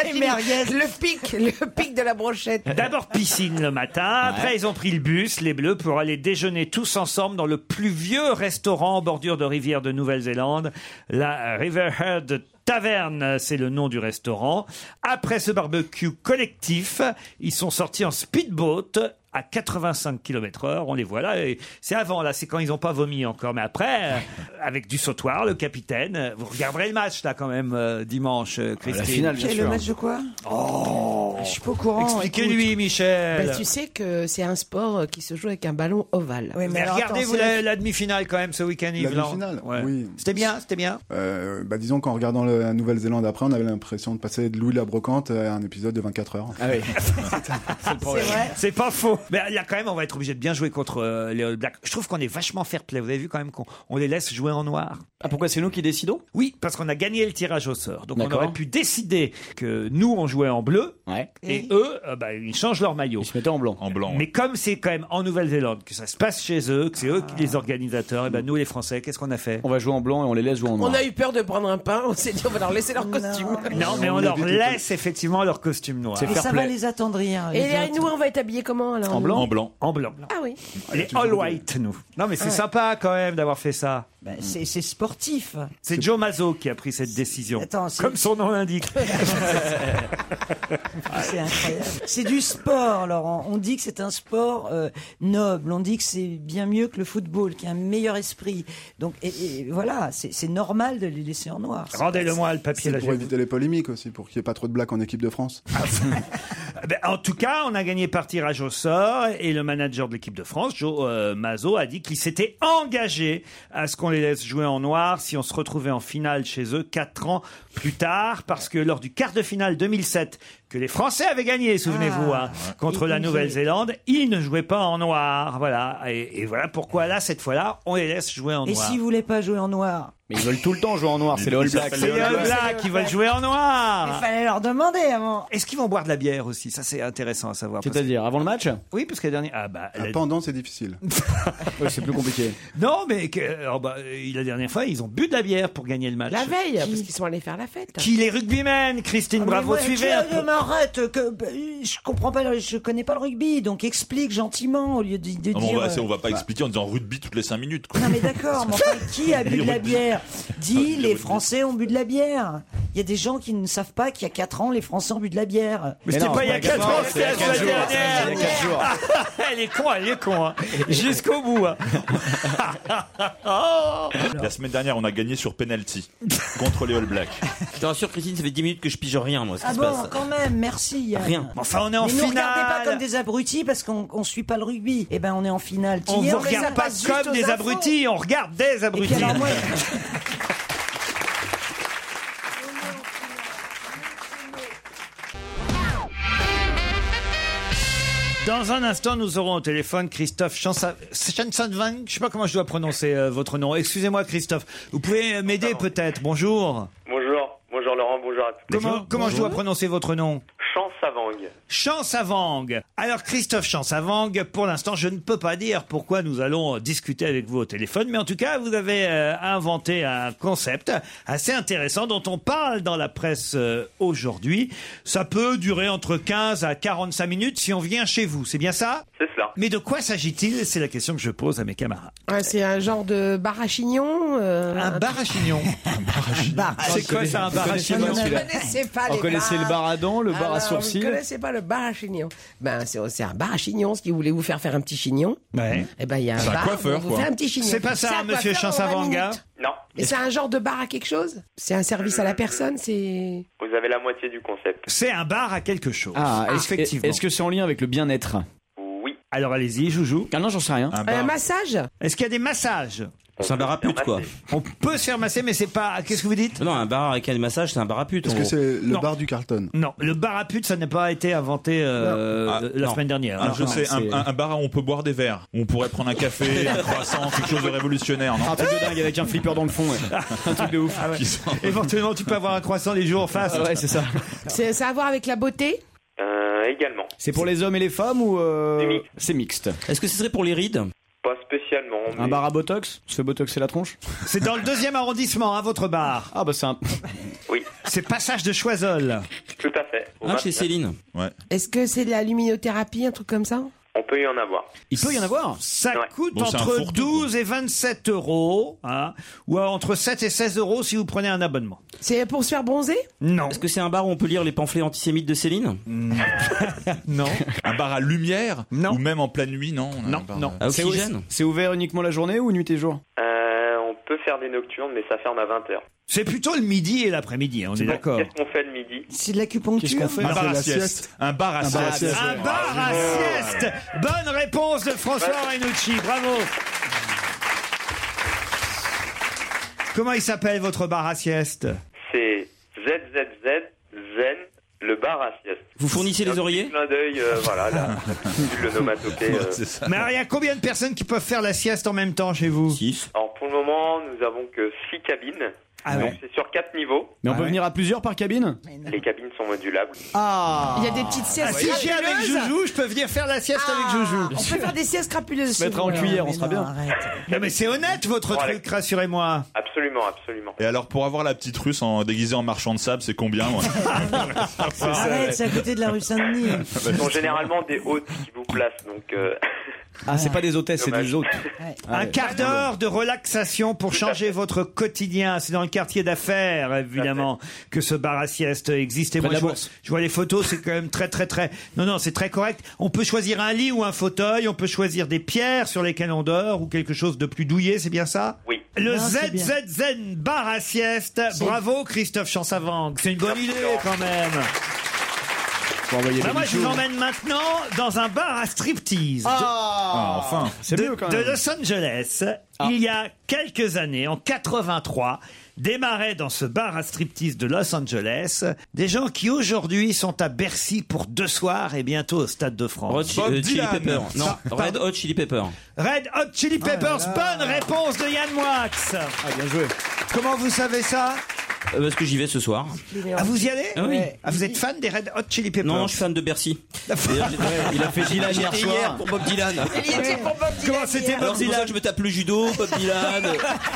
[SPEAKER 13] t'imagines- le pic, le pic de la brochette.
[SPEAKER 4] D'abord piscine le matin, après ils ont pris le bus, les Bleus, pour aller déjeuner tous ensemble dans le plus vieux restaurant en bordure de rivière de Nouvelle-Zélande, la Riverhead Taverne, c'est le nom du restaurant. Après ce barbecue collectif, ils sont sortis en speedboat à 85 km heure, on les voit là, et c'est avant là, c'est quand ils n'ont pas vomi encore, mais après, euh, avec du sautoir, le capitaine, euh, vous regarderez le match là quand même euh, dimanche, euh, Christine.
[SPEAKER 7] Ah, finale, bien
[SPEAKER 12] Quel est le match de quoi
[SPEAKER 4] Oh
[SPEAKER 12] Ah, Je suis pas au courant. Ben,
[SPEAKER 4] Expliquez-lui, Michel.
[SPEAKER 13] Bah, tu sais que c'est un sport euh, qui se joue avec un ballon ovale.
[SPEAKER 12] Oui, mais
[SPEAKER 4] Mais
[SPEAKER 12] alors,
[SPEAKER 4] regardez,
[SPEAKER 12] attends,
[SPEAKER 4] vous,
[SPEAKER 12] c'est-
[SPEAKER 4] la, la demi-finale quand même ce week-end,
[SPEAKER 6] La
[SPEAKER 4] Yves Land.
[SPEAKER 6] demi-finale,
[SPEAKER 4] Ouais.
[SPEAKER 6] oui.
[SPEAKER 4] C'était bien, c'était bien.
[SPEAKER 6] Euh, bah, disons qu'en regardant le- la Nouvelle-Zélande après, on avait l'impression de passer de Louis la Brocante à un épisode de 24 heures.
[SPEAKER 7] Ah oui.
[SPEAKER 4] C'est pas faux. Mais là, quand même, on va être obligé de bien jouer contre euh, les All Blacks. Je trouve qu'on est vachement fair play. Vous avez vu quand même qu'on on les laisse jouer en noir.
[SPEAKER 7] Ah, pourquoi c'est nous qui décidons
[SPEAKER 4] Oui, parce qu'on a gagné le tirage au sort. Donc on
[SPEAKER 7] D'accord.
[SPEAKER 4] aurait pu décider que nous, on jouait en bleu.
[SPEAKER 7] Ouais.
[SPEAKER 4] Et eux, euh, bah, ils changent leur maillot.
[SPEAKER 7] Ils se mettaient en blanc.
[SPEAKER 10] En blanc.
[SPEAKER 4] Mais comme c'est quand même en Nouvelle-Zélande que ça se passe chez eux, que c'est eux qui les organisateurs, et ben nous les Français, qu'est-ce qu'on a fait
[SPEAKER 7] On va jouer en blanc et on les laisse jouer en noir.
[SPEAKER 13] On a eu peur de prendre un pain, on s'est dit on va leur laisser leur costume.
[SPEAKER 4] Non, mais on leur laisse effectivement leur costume noir.
[SPEAKER 7] C'est
[SPEAKER 12] Et
[SPEAKER 7] fair
[SPEAKER 12] ça va
[SPEAKER 7] play.
[SPEAKER 12] les attendrir.
[SPEAKER 13] Et
[SPEAKER 12] les
[SPEAKER 13] là,
[SPEAKER 12] autres.
[SPEAKER 13] nous, on va être habillés comment alors
[SPEAKER 7] En blanc
[SPEAKER 10] En blanc.
[SPEAKER 4] En blanc.
[SPEAKER 13] Ah oui.
[SPEAKER 4] Les all white, nous. Non, mais c'est
[SPEAKER 13] Ouais.
[SPEAKER 4] sympa quand même d'avoir fait ça.
[SPEAKER 12] Bah, c'est c'est sportif.
[SPEAKER 4] C'est Joe Mazzo qui a pris cette décision.
[SPEAKER 12] Attends, c'est-
[SPEAKER 4] Comme son nom l'indique.
[SPEAKER 12] C'est incroyable. C'est du sport, Laurent. On dit que c'est un sport euh, noble. On dit que c'est bien mieux que le football, qu'il y a un meilleur esprit. Donc et, et voilà, c'est c'est normal de les laisser en noir. C'est pas-
[SPEAKER 4] Rendez-le-moi le papier.
[SPEAKER 6] C'est
[SPEAKER 4] Là,
[SPEAKER 6] pour
[SPEAKER 4] je vais vous-
[SPEAKER 6] éviter les polémiques aussi, pour qu'il n'y ait pas trop de blagues en équipe de France.
[SPEAKER 4] Ben, en tout cas, on a gagné par tirage au sort et le manager de l'équipe de France, Joe euh, Mazzo, a dit qu'il s'était engagé à ce qu'on les laisse jouer en noir si on se retrouvait en finale chez eux quatre ans plus tard, parce que lors du quart de finale 2007 que les Français avaient gagné, souvenez-vous, hein, contre la Nouvelle-Zélande, ils ne jouaient pas en noir, voilà. Et, et voilà pourquoi là, cette fois-là, on les laisse jouer en
[SPEAKER 12] Et
[SPEAKER 4] noir.
[SPEAKER 12] s'ils voulaient pas jouer en noir,
[SPEAKER 7] Mais ils veulent tout le temps jouer en noir, c'est les All Blacks.
[SPEAKER 4] C'est les All Blacks qui veulent jouer en
[SPEAKER 12] il
[SPEAKER 4] noir.
[SPEAKER 12] fallait leur demander avant.
[SPEAKER 4] Est-ce qu'ils vont boire de la bière aussi Ça, c'est intéressant à savoir. parce que-
[SPEAKER 7] C'est-à-dire, avant le match
[SPEAKER 4] Oui, parce que la dernière. Ah, bah, la-
[SPEAKER 6] Pendant, c'est difficile.
[SPEAKER 7] Oui, c'est plus compliqué.
[SPEAKER 4] Non, mais que- oh, bah, euh, la dernière fois, ils ont bu de la bière pour gagner le match.
[SPEAKER 13] La veille, hein, parce qu'ils sont allés faire la fête. Ah,
[SPEAKER 4] Qui les rugbymen Christine Bravo,
[SPEAKER 12] Mais ouais,
[SPEAKER 4] suivez
[SPEAKER 12] tu-
[SPEAKER 4] un
[SPEAKER 12] euh,
[SPEAKER 4] peu.
[SPEAKER 12] mais arrête, que, bah, je comprends pas, je connais pas le rugby, donc explique gentiment au lieu de, de
[SPEAKER 10] Non,
[SPEAKER 12] dire.
[SPEAKER 10] mais Ah on, va, c'est-
[SPEAKER 12] euh,
[SPEAKER 10] on va pas expliquer en disant rugby toutes les 5 minutes. Quoi.
[SPEAKER 4] Ah,
[SPEAKER 12] Non mais d'accord, mais enfin, qui a bu de la bière Dis, les Français ont bu de la bière. Il y a des gens qui ne savent pas qu'il y a 4 ans, les Français ont bu de la bière.
[SPEAKER 4] Mais c'était pas il y a 4 ans, c'était la semaine dernière.
[SPEAKER 12] Il y a quatre jours.
[SPEAKER 4] elle est con, elle est con. hein. Jusqu'au bout. hein. Oh
[SPEAKER 10] La semaine dernière, on a gagné sur penalty contre les All Blacks.
[SPEAKER 8] Je te rassure, Christine, ça fait 10 minutes que je pige rien, moi, ce
[SPEAKER 12] Ah
[SPEAKER 8] qui
[SPEAKER 12] bon,
[SPEAKER 8] se passe.
[SPEAKER 12] quand même, merci. Yann.
[SPEAKER 8] Rien. Enfin, on est en
[SPEAKER 12] Mais Nous
[SPEAKER 8] finale.
[SPEAKER 12] regardez pas comme des abrutis parce qu'on on suit pas le rugby. Eh ben, on est en finale.
[SPEAKER 4] On
[SPEAKER 12] Tiens,
[SPEAKER 4] vous
[SPEAKER 12] les
[SPEAKER 4] regarde pas
[SPEAKER 12] passe juste
[SPEAKER 4] comme
[SPEAKER 12] aux
[SPEAKER 4] des
[SPEAKER 12] infos.
[SPEAKER 4] abrutis, on regarde des
[SPEAKER 12] Et
[SPEAKER 4] abrutis.
[SPEAKER 12] puis alors, moi,
[SPEAKER 4] Dans un instant, nous aurons au téléphone Christophe Chansa... Chansonvang. Je sais pas comment je dois prononcer euh, votre nom. Excusez-moi, Christophe. Vous pouvez euh, m'aider peut-être. Bonjour.
[SPEAKER 18] Bonjour, bonjour Laurent, bonjour à tous.
[SPEAKER 4] Comment, comment je dois prononcer votre nom
[SPEAKER 18] Chance Savang.
[SPEAKER 4] Chansavang. Alors Christophe Chansavang, pour l'instant, je ne peux pas dire pourquoi nous allons discuter avec vous au téléphone, mais en tout cas, vous avez euh, inventé un concept assez intéressant dont on parle dans la presse euh, aujourd'hui. Ça peut durer entre 15 à 45 minutes si on vient chez vous, c'est bien ça
[SPEAKER 18] C'est cela.
[SPEAKER 4] Mais de quoi s'agit-il C'est la question que je pose à mes camarades.
[SPEAKER 13] Ouais, c'est un genre de bar à chignon. euh,
[SPEAKER 4] Un bar à chignon. Ah, C'est quoi ça, un bar à
[SPEAKER 13] Vous
[SPEAKER 4] chignon
[SPEAKER 13] ne connaissez pas
[SPEAKER 7] On
[SPEAKER 13] les
[SPEAKER 7] connaissait
[SPEAKER 13] bars.
[SPEAKER 7] le bar à dents, le bar à
[SPEAKER 13] Alors,
[SPEAKER 7] sourcils.
[SPEAKER 13] Vous ne connaissez pas le bar à chignon. Ben, c'est c'est un bar à chignon. Ce qui voulait vous faire faire un petit chignon.
[SPEAKER 4] Ouais.
[SPEAKER 13] Et ben, il y a un
[SPEAKER 4] C'est un
[SPEAKER 13] bar.
[SPEAKER 4] coiffeur,
[SPEAKER 13] où on vous
[SPEAKER 4] quoi.
[SPEAKER 13] fait un petit chignon.
[SPEAKER 4] C'est pas ça,
[SPEAKER 13] un
[SPEAKER 4] hein, monsieur
[SPEAKER 13] coiffeur en
[SPEAKER 4] Chansavanga
[SPEAKER 13] 20 minutes.
[SPEAKER 18] Non,
[SPEAKER 13] Mais c'est un genre de bar à quelque chose C'est un service à la personne C'est.
[SPEAKER 18] vous avez la moitié du concept.
[SPEAKER 4] C'est un bar à quelque chose.
[SPEAKER 7] Ah, est-ce-
[SPEAKER 4] effectivement.
[SPEAKER 7] Est-ce que c'est en lien avec le bien-être
[SPEAKER 18] Oui.
[SPEAKER 4] Alors allez-y, joujou.
[SPEAKER 7] Ah non, j'en sais rien.
[SPEAKER 13] Un massage
[SPEAKER 4] Est-ce qu'il y a des massages
[SPEAKER 8] C'est un bar à pute, quoi.
[SPEAKER 4] On peut se faire masser, mais c'est pas. Qu'est-ce que vous dites
[SPEAKER 8] Non, un bar avec un massage, c'est un bar à pute.
[SPEAKER 4] Est-ce
[SPEAKER 8] en
[SPEAKER 4] que
[SPEAKER 8] gros.
[SPEAKER 4] c'est le Oh. Non. bar
[SPEAKER 6] du Carlton.
[SPEAKER 4] Non, le bar à pute, ça n'a pas été inventé euh,
[SPEAKER 10] Ah,
[SPEAKER 4] la
[SPEAKER 10] non.
[SPEAKER 4] semaine dernière.
[SPEAKER 10] Ah,
[SPEAKER 4] Non,
[SPEAKER 10] je
[SPEAKER 4] non,
[SPEAKER 10] sais, un,
[SPEAKER 4] c'est-
[SPEAKER 10] un- un bar où on peut boire des verres. Où on pourrait prendre un café, un croissant, quelque chose de révolutionnaire. Non
[SPEAKER 7] Ah,
[SPEAKER 9] Ah,
[SPEAKER 7] Un truc de dingue avec un flipper dans le fond. ouais. Un truc de ouf.
[SPEAKER 10] Qui sont-
[SPEAKER 4] Ah Éventuellement, tu peux avoir un croissant les jours en face.
[SPEAKER 7] Ah ouais, c'est ça.
[SPEAKER 13] C'est ça a à voir avec la beauté
[SPEAKER 18] Euh, également.
[SPEAKER 7] C'est pour les hommes et les femmes ou euh, c'est mixte
[SPEAKER 8] Est-ce que ce serait pour les rides
[SPEAKER 18] Pas spécialement.
[SPEAKER 7] Un bar à botox Tu fais botoxer la tronche
[SPEAKER 4] C'est dans le deuxième arrondissement, hein, votre bar.
[SPEAKER 7] Ah bah c'est un.
[SPEAKER 18] Oui.
[SPEAKER 4] C'est passage de Choiseul.
[SPEAKER 18] Tout à fait.
[SPEAKER 7] Ah,
[SPEAKER 18] Au 29.
[SPEAKER 10] Ouais.
[SPEAKER 13] Est-ce que c'est de la luminothérapie, un truc comme ça
[SPEAKER 18] On peut y en avoir.
[SPEAKER 7] Il peut y en avoir.
[SPEAKER 4] Ça coûte
[SPEAKER 10] Bon, c'est un
[SPEAKER 4] entre
[SPEAKER 10] fourre-tout,
[SPEAKER 4] 12 et 27 euros, hein, ou euh, entre 7 et 16 euros Oh, si vous prenez un abonnement.
[SPEAKER 13] C'est pour se faire bronzer
[SPEAKER 4] Non.
[SPEAKER 8] Est-ce que c'est un bar où on peut lire les pamphlets antisémites de Céline
[SPEAKER 4] Non.
[SPEAKER 10] Un bar à lumière Ou même en pleine nuit, non on a un
[SPEAKER 7] Non,
[SPEAKER 10] bar
[SPEAKER 7] non.
[SPEAKER 9] Ah,
[SPEAKER 10] à-
[SPEAKER 7] C'est ou- C'est ouvert uniquement la journée ou nuit et jour
[SPEAKER 18] Euh, on peut faire des nocturnes, mais ça ferme à 20h.
[SPEAKER 4] C'est plutôt le midi et l'après-midi, hein, on est d'accord.
[SPEAKER 18] Qu'est-ce qu'on fait le midi
[SPEAKER 12] C'est de l'acupuncture.
[SPEAKER 4] Bah,
[SPEAKER 10] Un bar à
[SPEAKER 6] la
[SPEAKER 10] sieste.
[SPEAKER 6] sieste.
[SPEAKER 10] Un bar à
[SPEAKER 6] Un bar à
[SPEAKER 10] sieste.
[SPEAKER 6] sieste,
[SPEAKER 4] Un bar à sieste Bonne réponse de François Renucci, bravo Comment il s'appelle votre bar à sieste
[SPEAKER 18] C'est ZZZ, Zen, le bar à sieste.
[SPEAKER 8] Vous fournissez les
[SPEAKER 18] Un petit
[SPEAKER 8] oreillers
[SPEAKER 18] clin d'œil, euh, voilà, la, le nomatopée. euh.
[SPEAKER 4] Mais alors, il y a combien de personnes qui peuvent faire la sieste en même temps chez vous
[SPEAKER 18] Alors pour le moment, nous avons que 6 cabines.
[SPEAKER 4] Ah
[SPEAKER 18] Donc,
[SPEAKER 4] ouais.
[SPEAKER 18] C'est sur 4 niveaux.
[SPEAKER 4] Ah
[SPEAKER 7] Mais on peut venir à plusieurs par cabine
[SPEAKER 18] Les cabines sont modulables.
[SPEAKER 7] Ah
[SPEAKER 13] Il y a des petites siestes
[SPEAKER 4] Ah, Si j'ai avec
[SPEAKER 13] crapuleuses
[SPEAKER 4] Joujou, je peux venir
[SPEAKER 18] Ah,
[SPEAKER 4] faire
[SPEAKER 18] bah,
[SPEAKER 4] la sieste avec Joujou.
[SPEAKER 13] Ah, On peut faire des siestes crapuleuses. Ah,
[SPEAKER 7] Se mettra en cuillère, on sera bien.
[SPEAKER 4] Non, mais c'est honnête votre
[SPEAKER 18] Bon, Oh, allez.
[SPEAKER 4] truc, rassurez-moi.
[SPEAKER 18] Absolument, absolument.
[SPEAKER 10] Et alors, pour avoir la petite russe en déguisée en marchand de sable, c'est combien moi
[SPEAKER 12] Arrête, c'est à côté de la rue Saint-Denis.
[SPEAKER 18] Ce sont généralement des hôtes qui vous placent, donc euh,
[SPEAKER 7] Ah, c'est pas des hôtesses, c'est des hôtes.
[SPEAKER 4] Un quart d'heure de relaxation pour changer votre quotidien. C'est dans le quartier d'affaires, évidemment, que ce bar à sieste existe. Et
[SPEAKER 7] Près de
[SPEAKER 4] moi,
[SPEAKER 7] la
[SPEAKER 4] je vois,
[SPEAKER 7] bourse.
[SPEAKER 4] je vois les photos, c'est quand même très, très, très. Non, non, c'est très correct. On peut choisir un lit ou un fauteuil, on peut choisir des pierres sur lesquelles on dort ou quelque chose de plus douillet, c'est bien ça
[SPEAKER 18] oui.
[SPEAKER 4] Le
[SPEAKER 12] Non, c'est bien.
[SPEAKER 4] ZZZ bar à sieste. Bravo, Christophe Chansavang. C'est une bonne idée, quand même.
[SPEAKER 7] Faut envoyer
[SPEAKER 4] Bah,
[SPEAKER 7] les
[SPEAKER 4] moi, je
[SPEAKER 7] bijoux.
[SPEAKER 4] vous emmène maintenant dans un bar à striptease.
[SPEAKER 7] Ah,
[SPEAKER 10] enfin.
[SPEAKER 7] C'est
[SPEAKER 4] de,
[SPEAKER 7] mieux quand
[SPEAKER 4] de
[SPEAKER 7] même.
[SPEAKER 4] Los Angeles,
[SPEAKER 7] Ah.
[SPEAKER 4] il y a quelques années, en 83, démarraient dans ce bar à striptease de Los Angeles des gens qui aujourd'hui sont à Bercy pour deux soirs et bientôt au Stade de
[SPEAKER 8] Red
[SPEAKER 4] France.
[SPEAKER 8] Chi- euh, Chili
[SPEAKER 10] Dylan.
[SPEAKER 8] Pepper. Non,
[SPEAKER 4] Ça,
[SPEAKER 8] Red
[SPEAKER 4] pardon.
[SPEAKER 8] Hot Chili Pepper.
[SPEAKER 4] Red Hot Chili Peppers, bonne réponse de Yann Moix.
[SPEAKER 7] Ah, bien joué.
[SPEAKER 4] Comment vous savez ça
[SPEAKER 8] Euh, parce que j'y vais ce soir.
[SPEAKER 4] Ah, Vous y allez
[SPEAKER 8] Ah oui.
[SPEAKER 4] Ah, Vous êtes fan des Red Hot Chili Peppers
[SPEAKER 8] Non, non, je suis fan de Bercy.
[SPEAKER 7] Il a fait Dylan hier
[SPEAKER 8] J'étais hier
[SPEAKER 7] soir.
[SPEAKER 8] pour Bob Dylan.
[SPEAKER 4] Comment c'était
[SPEAKER 8] Alors
[SPEAKER 4] Bob
[SPEAKER 8] c'est pour ça
[SPEAKER 4] Dylan
[SPEAKER 8] que je me tape le judo, Bob Dylan, euh,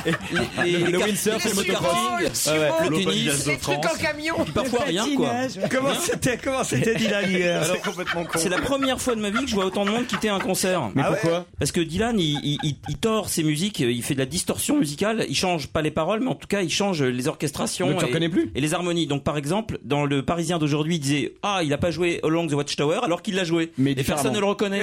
[SPEAKER 8] les- les-
[SPEAKER 7] Le-
[SPEAKER 8] les
[SPEAKER 7] le
[SPEAKER 8] kart-
[SPEAKER 7] windsurf,
[SPEAKER 8] les
[SPEAKER 7] le
[SPEAKER 8] motocarting,
[SPEAKER 7] sumo,
[SPEAKER 13] le
[SPEAKER 4] Ah
[SPEAKER 13] sumo,
[SPEAKER 8] euh,
[SPEAKER 13] le
[SPEAKER 8] le
[SPEAKER 10] L'Open
[SPEAKER 8] tennis,
[SPEAKER 10] Jazz de
[SPEAKER 13] Des trucs en
[SPEAKER 10] France.
[SPEAKER 13] camion.
[SPEAKER 8] puis parfois rien quoi. Hein
[SPEAKER 4] Comment c'était Comment c'était Dylan hier
[SPEAKER 7] C'est complètement con.
[SPEAKER 8] C'est la première fois de ma vie que je vois autant de monde quitter un concert.
[SPEAKER 7] Mais pourquoi
[SPEAKER 8] Parce que Dylan, il, il, il- il tord ses musiques, il fait de la distorsion musicale, il change pas les paroles, mais en tout cas, il change les orchestrations. variations.
[SPEAKER 9] Donc, tu
[SPEAKER 8] et-
[SPEAKER 9] reconnais plus
[SPEAKER 8] Et les harmonies. Donc par exemple, dans le Parisien d'aujourd'hui, il disait Ah, il a pas joué Along the Watchtower alors qu'il l'a joué. Mais et personne
[SPEAKER 9] différemment.
[SPEAKER 8] ne le reconnaît.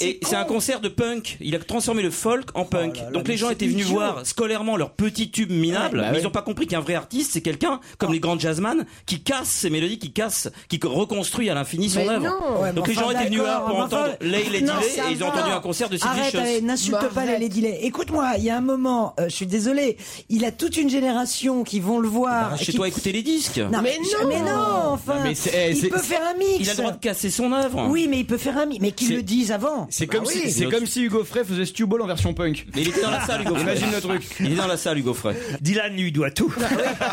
[SPEAKER 8] et et
[SPEAKER 9] con.
[SPEAKER 8] c'est un concert de punk. Il a transformé le folk
[SPEAKER 12] Oh
[SPEAKER 8] en punk. Donc les
[SPEAKER 9] mais
[SPEAKER 8] gens
[SPEAKER 9] c'est
[SPEAKER 8] étaient venus
[SPEAKER 9] idiot.
[SPEAKER 8] voir scolairement leur petit tube minable,
[SPEAKER 9] Ouais, bah
[SPEAKER 8] mais
[SPEAKER 9] ouais.
[SPEAKER 8] ils ont pas compris qu'un vrai artiste, c'est quelqu'un
[SPEAKER 12] Oh.
[SPEAKER 8] comme les grands jazzman qui casse ses mélodies, qui casse, qui reconstruit à l'infini son
[SPEAKER 12] Mais
[SPEAKER 8] œuvre.
[SPEAKER 12] non. Ouais, mais
[SPEAKER 8] Donc les
[SPEAKER 12] enfin,
[SPEAKER 8] gens étaient venus
[SPEAKER 12] d'accord,
[SPEAKER 8] voir pour
[SPEAKER 12] mais
[SPEAKER 8] entendre
[SPEAKER 12] enfin,
[SPEAKER 8] Lay Lady
[SPEAKER 12] Euh, non,
[SPEAKER 8] Lay
[SPEAKER 12] ça
[SPEAKER 8] et ils ont
[SPEAKER 12] va.
[SPEAKER 8] entendu un concert de Sidney
[SPEAKER 12] Arrête,
[SPEAKER 8] Shots.
[SPEAKER 12] allez, n'insulte pas les Lady Lay. Écoute-moi, il y a un moment, euh, je suis désolée, il a toute une génération qui vont le voir.
[SPEAKER 8] Bah,
[SPEAKER 12] et
[SPEAKER 8] chez
[SPEAKER 12] qui-
[SPEAKER 8] toi, écouter les disques.
[SPEAKER 12] Non, mais non, mais eh, non, enfin,
[SPEAKER 8] Non, mais c'est-
[SPEAKER 12] il
[SPEAKER 8] c'est-
[SPEAKER 12] peut faire un mix.
[SPEAKER 8] Il a le droit de casser son œuvre.
[SPEAKER 12] Oui, mais il peut faire un mix, mais qu'il
[SPEAKER 9] C'est-
[SPEAKER 12] le dise avant.
[SPEAKER 9] C'est
[SPEAKER 12] Bah
[SPEAKER 4] Ah
[SPEAKER 9] comme,
[SPEAKER 12] oui.
[SPEAKER 9] si, c'est comme si Hugo Frey faisait Stu Ball en version punk.
[SPEAKER 8] Mais il était dans la salle, Hugo Frey.
[SPEAKER 9] Imagine le truc.
[SPEAKER 8] Il est dans la salle, Hugo Frey. Ah
[SPEAKER 4] Dylan lui doit tout.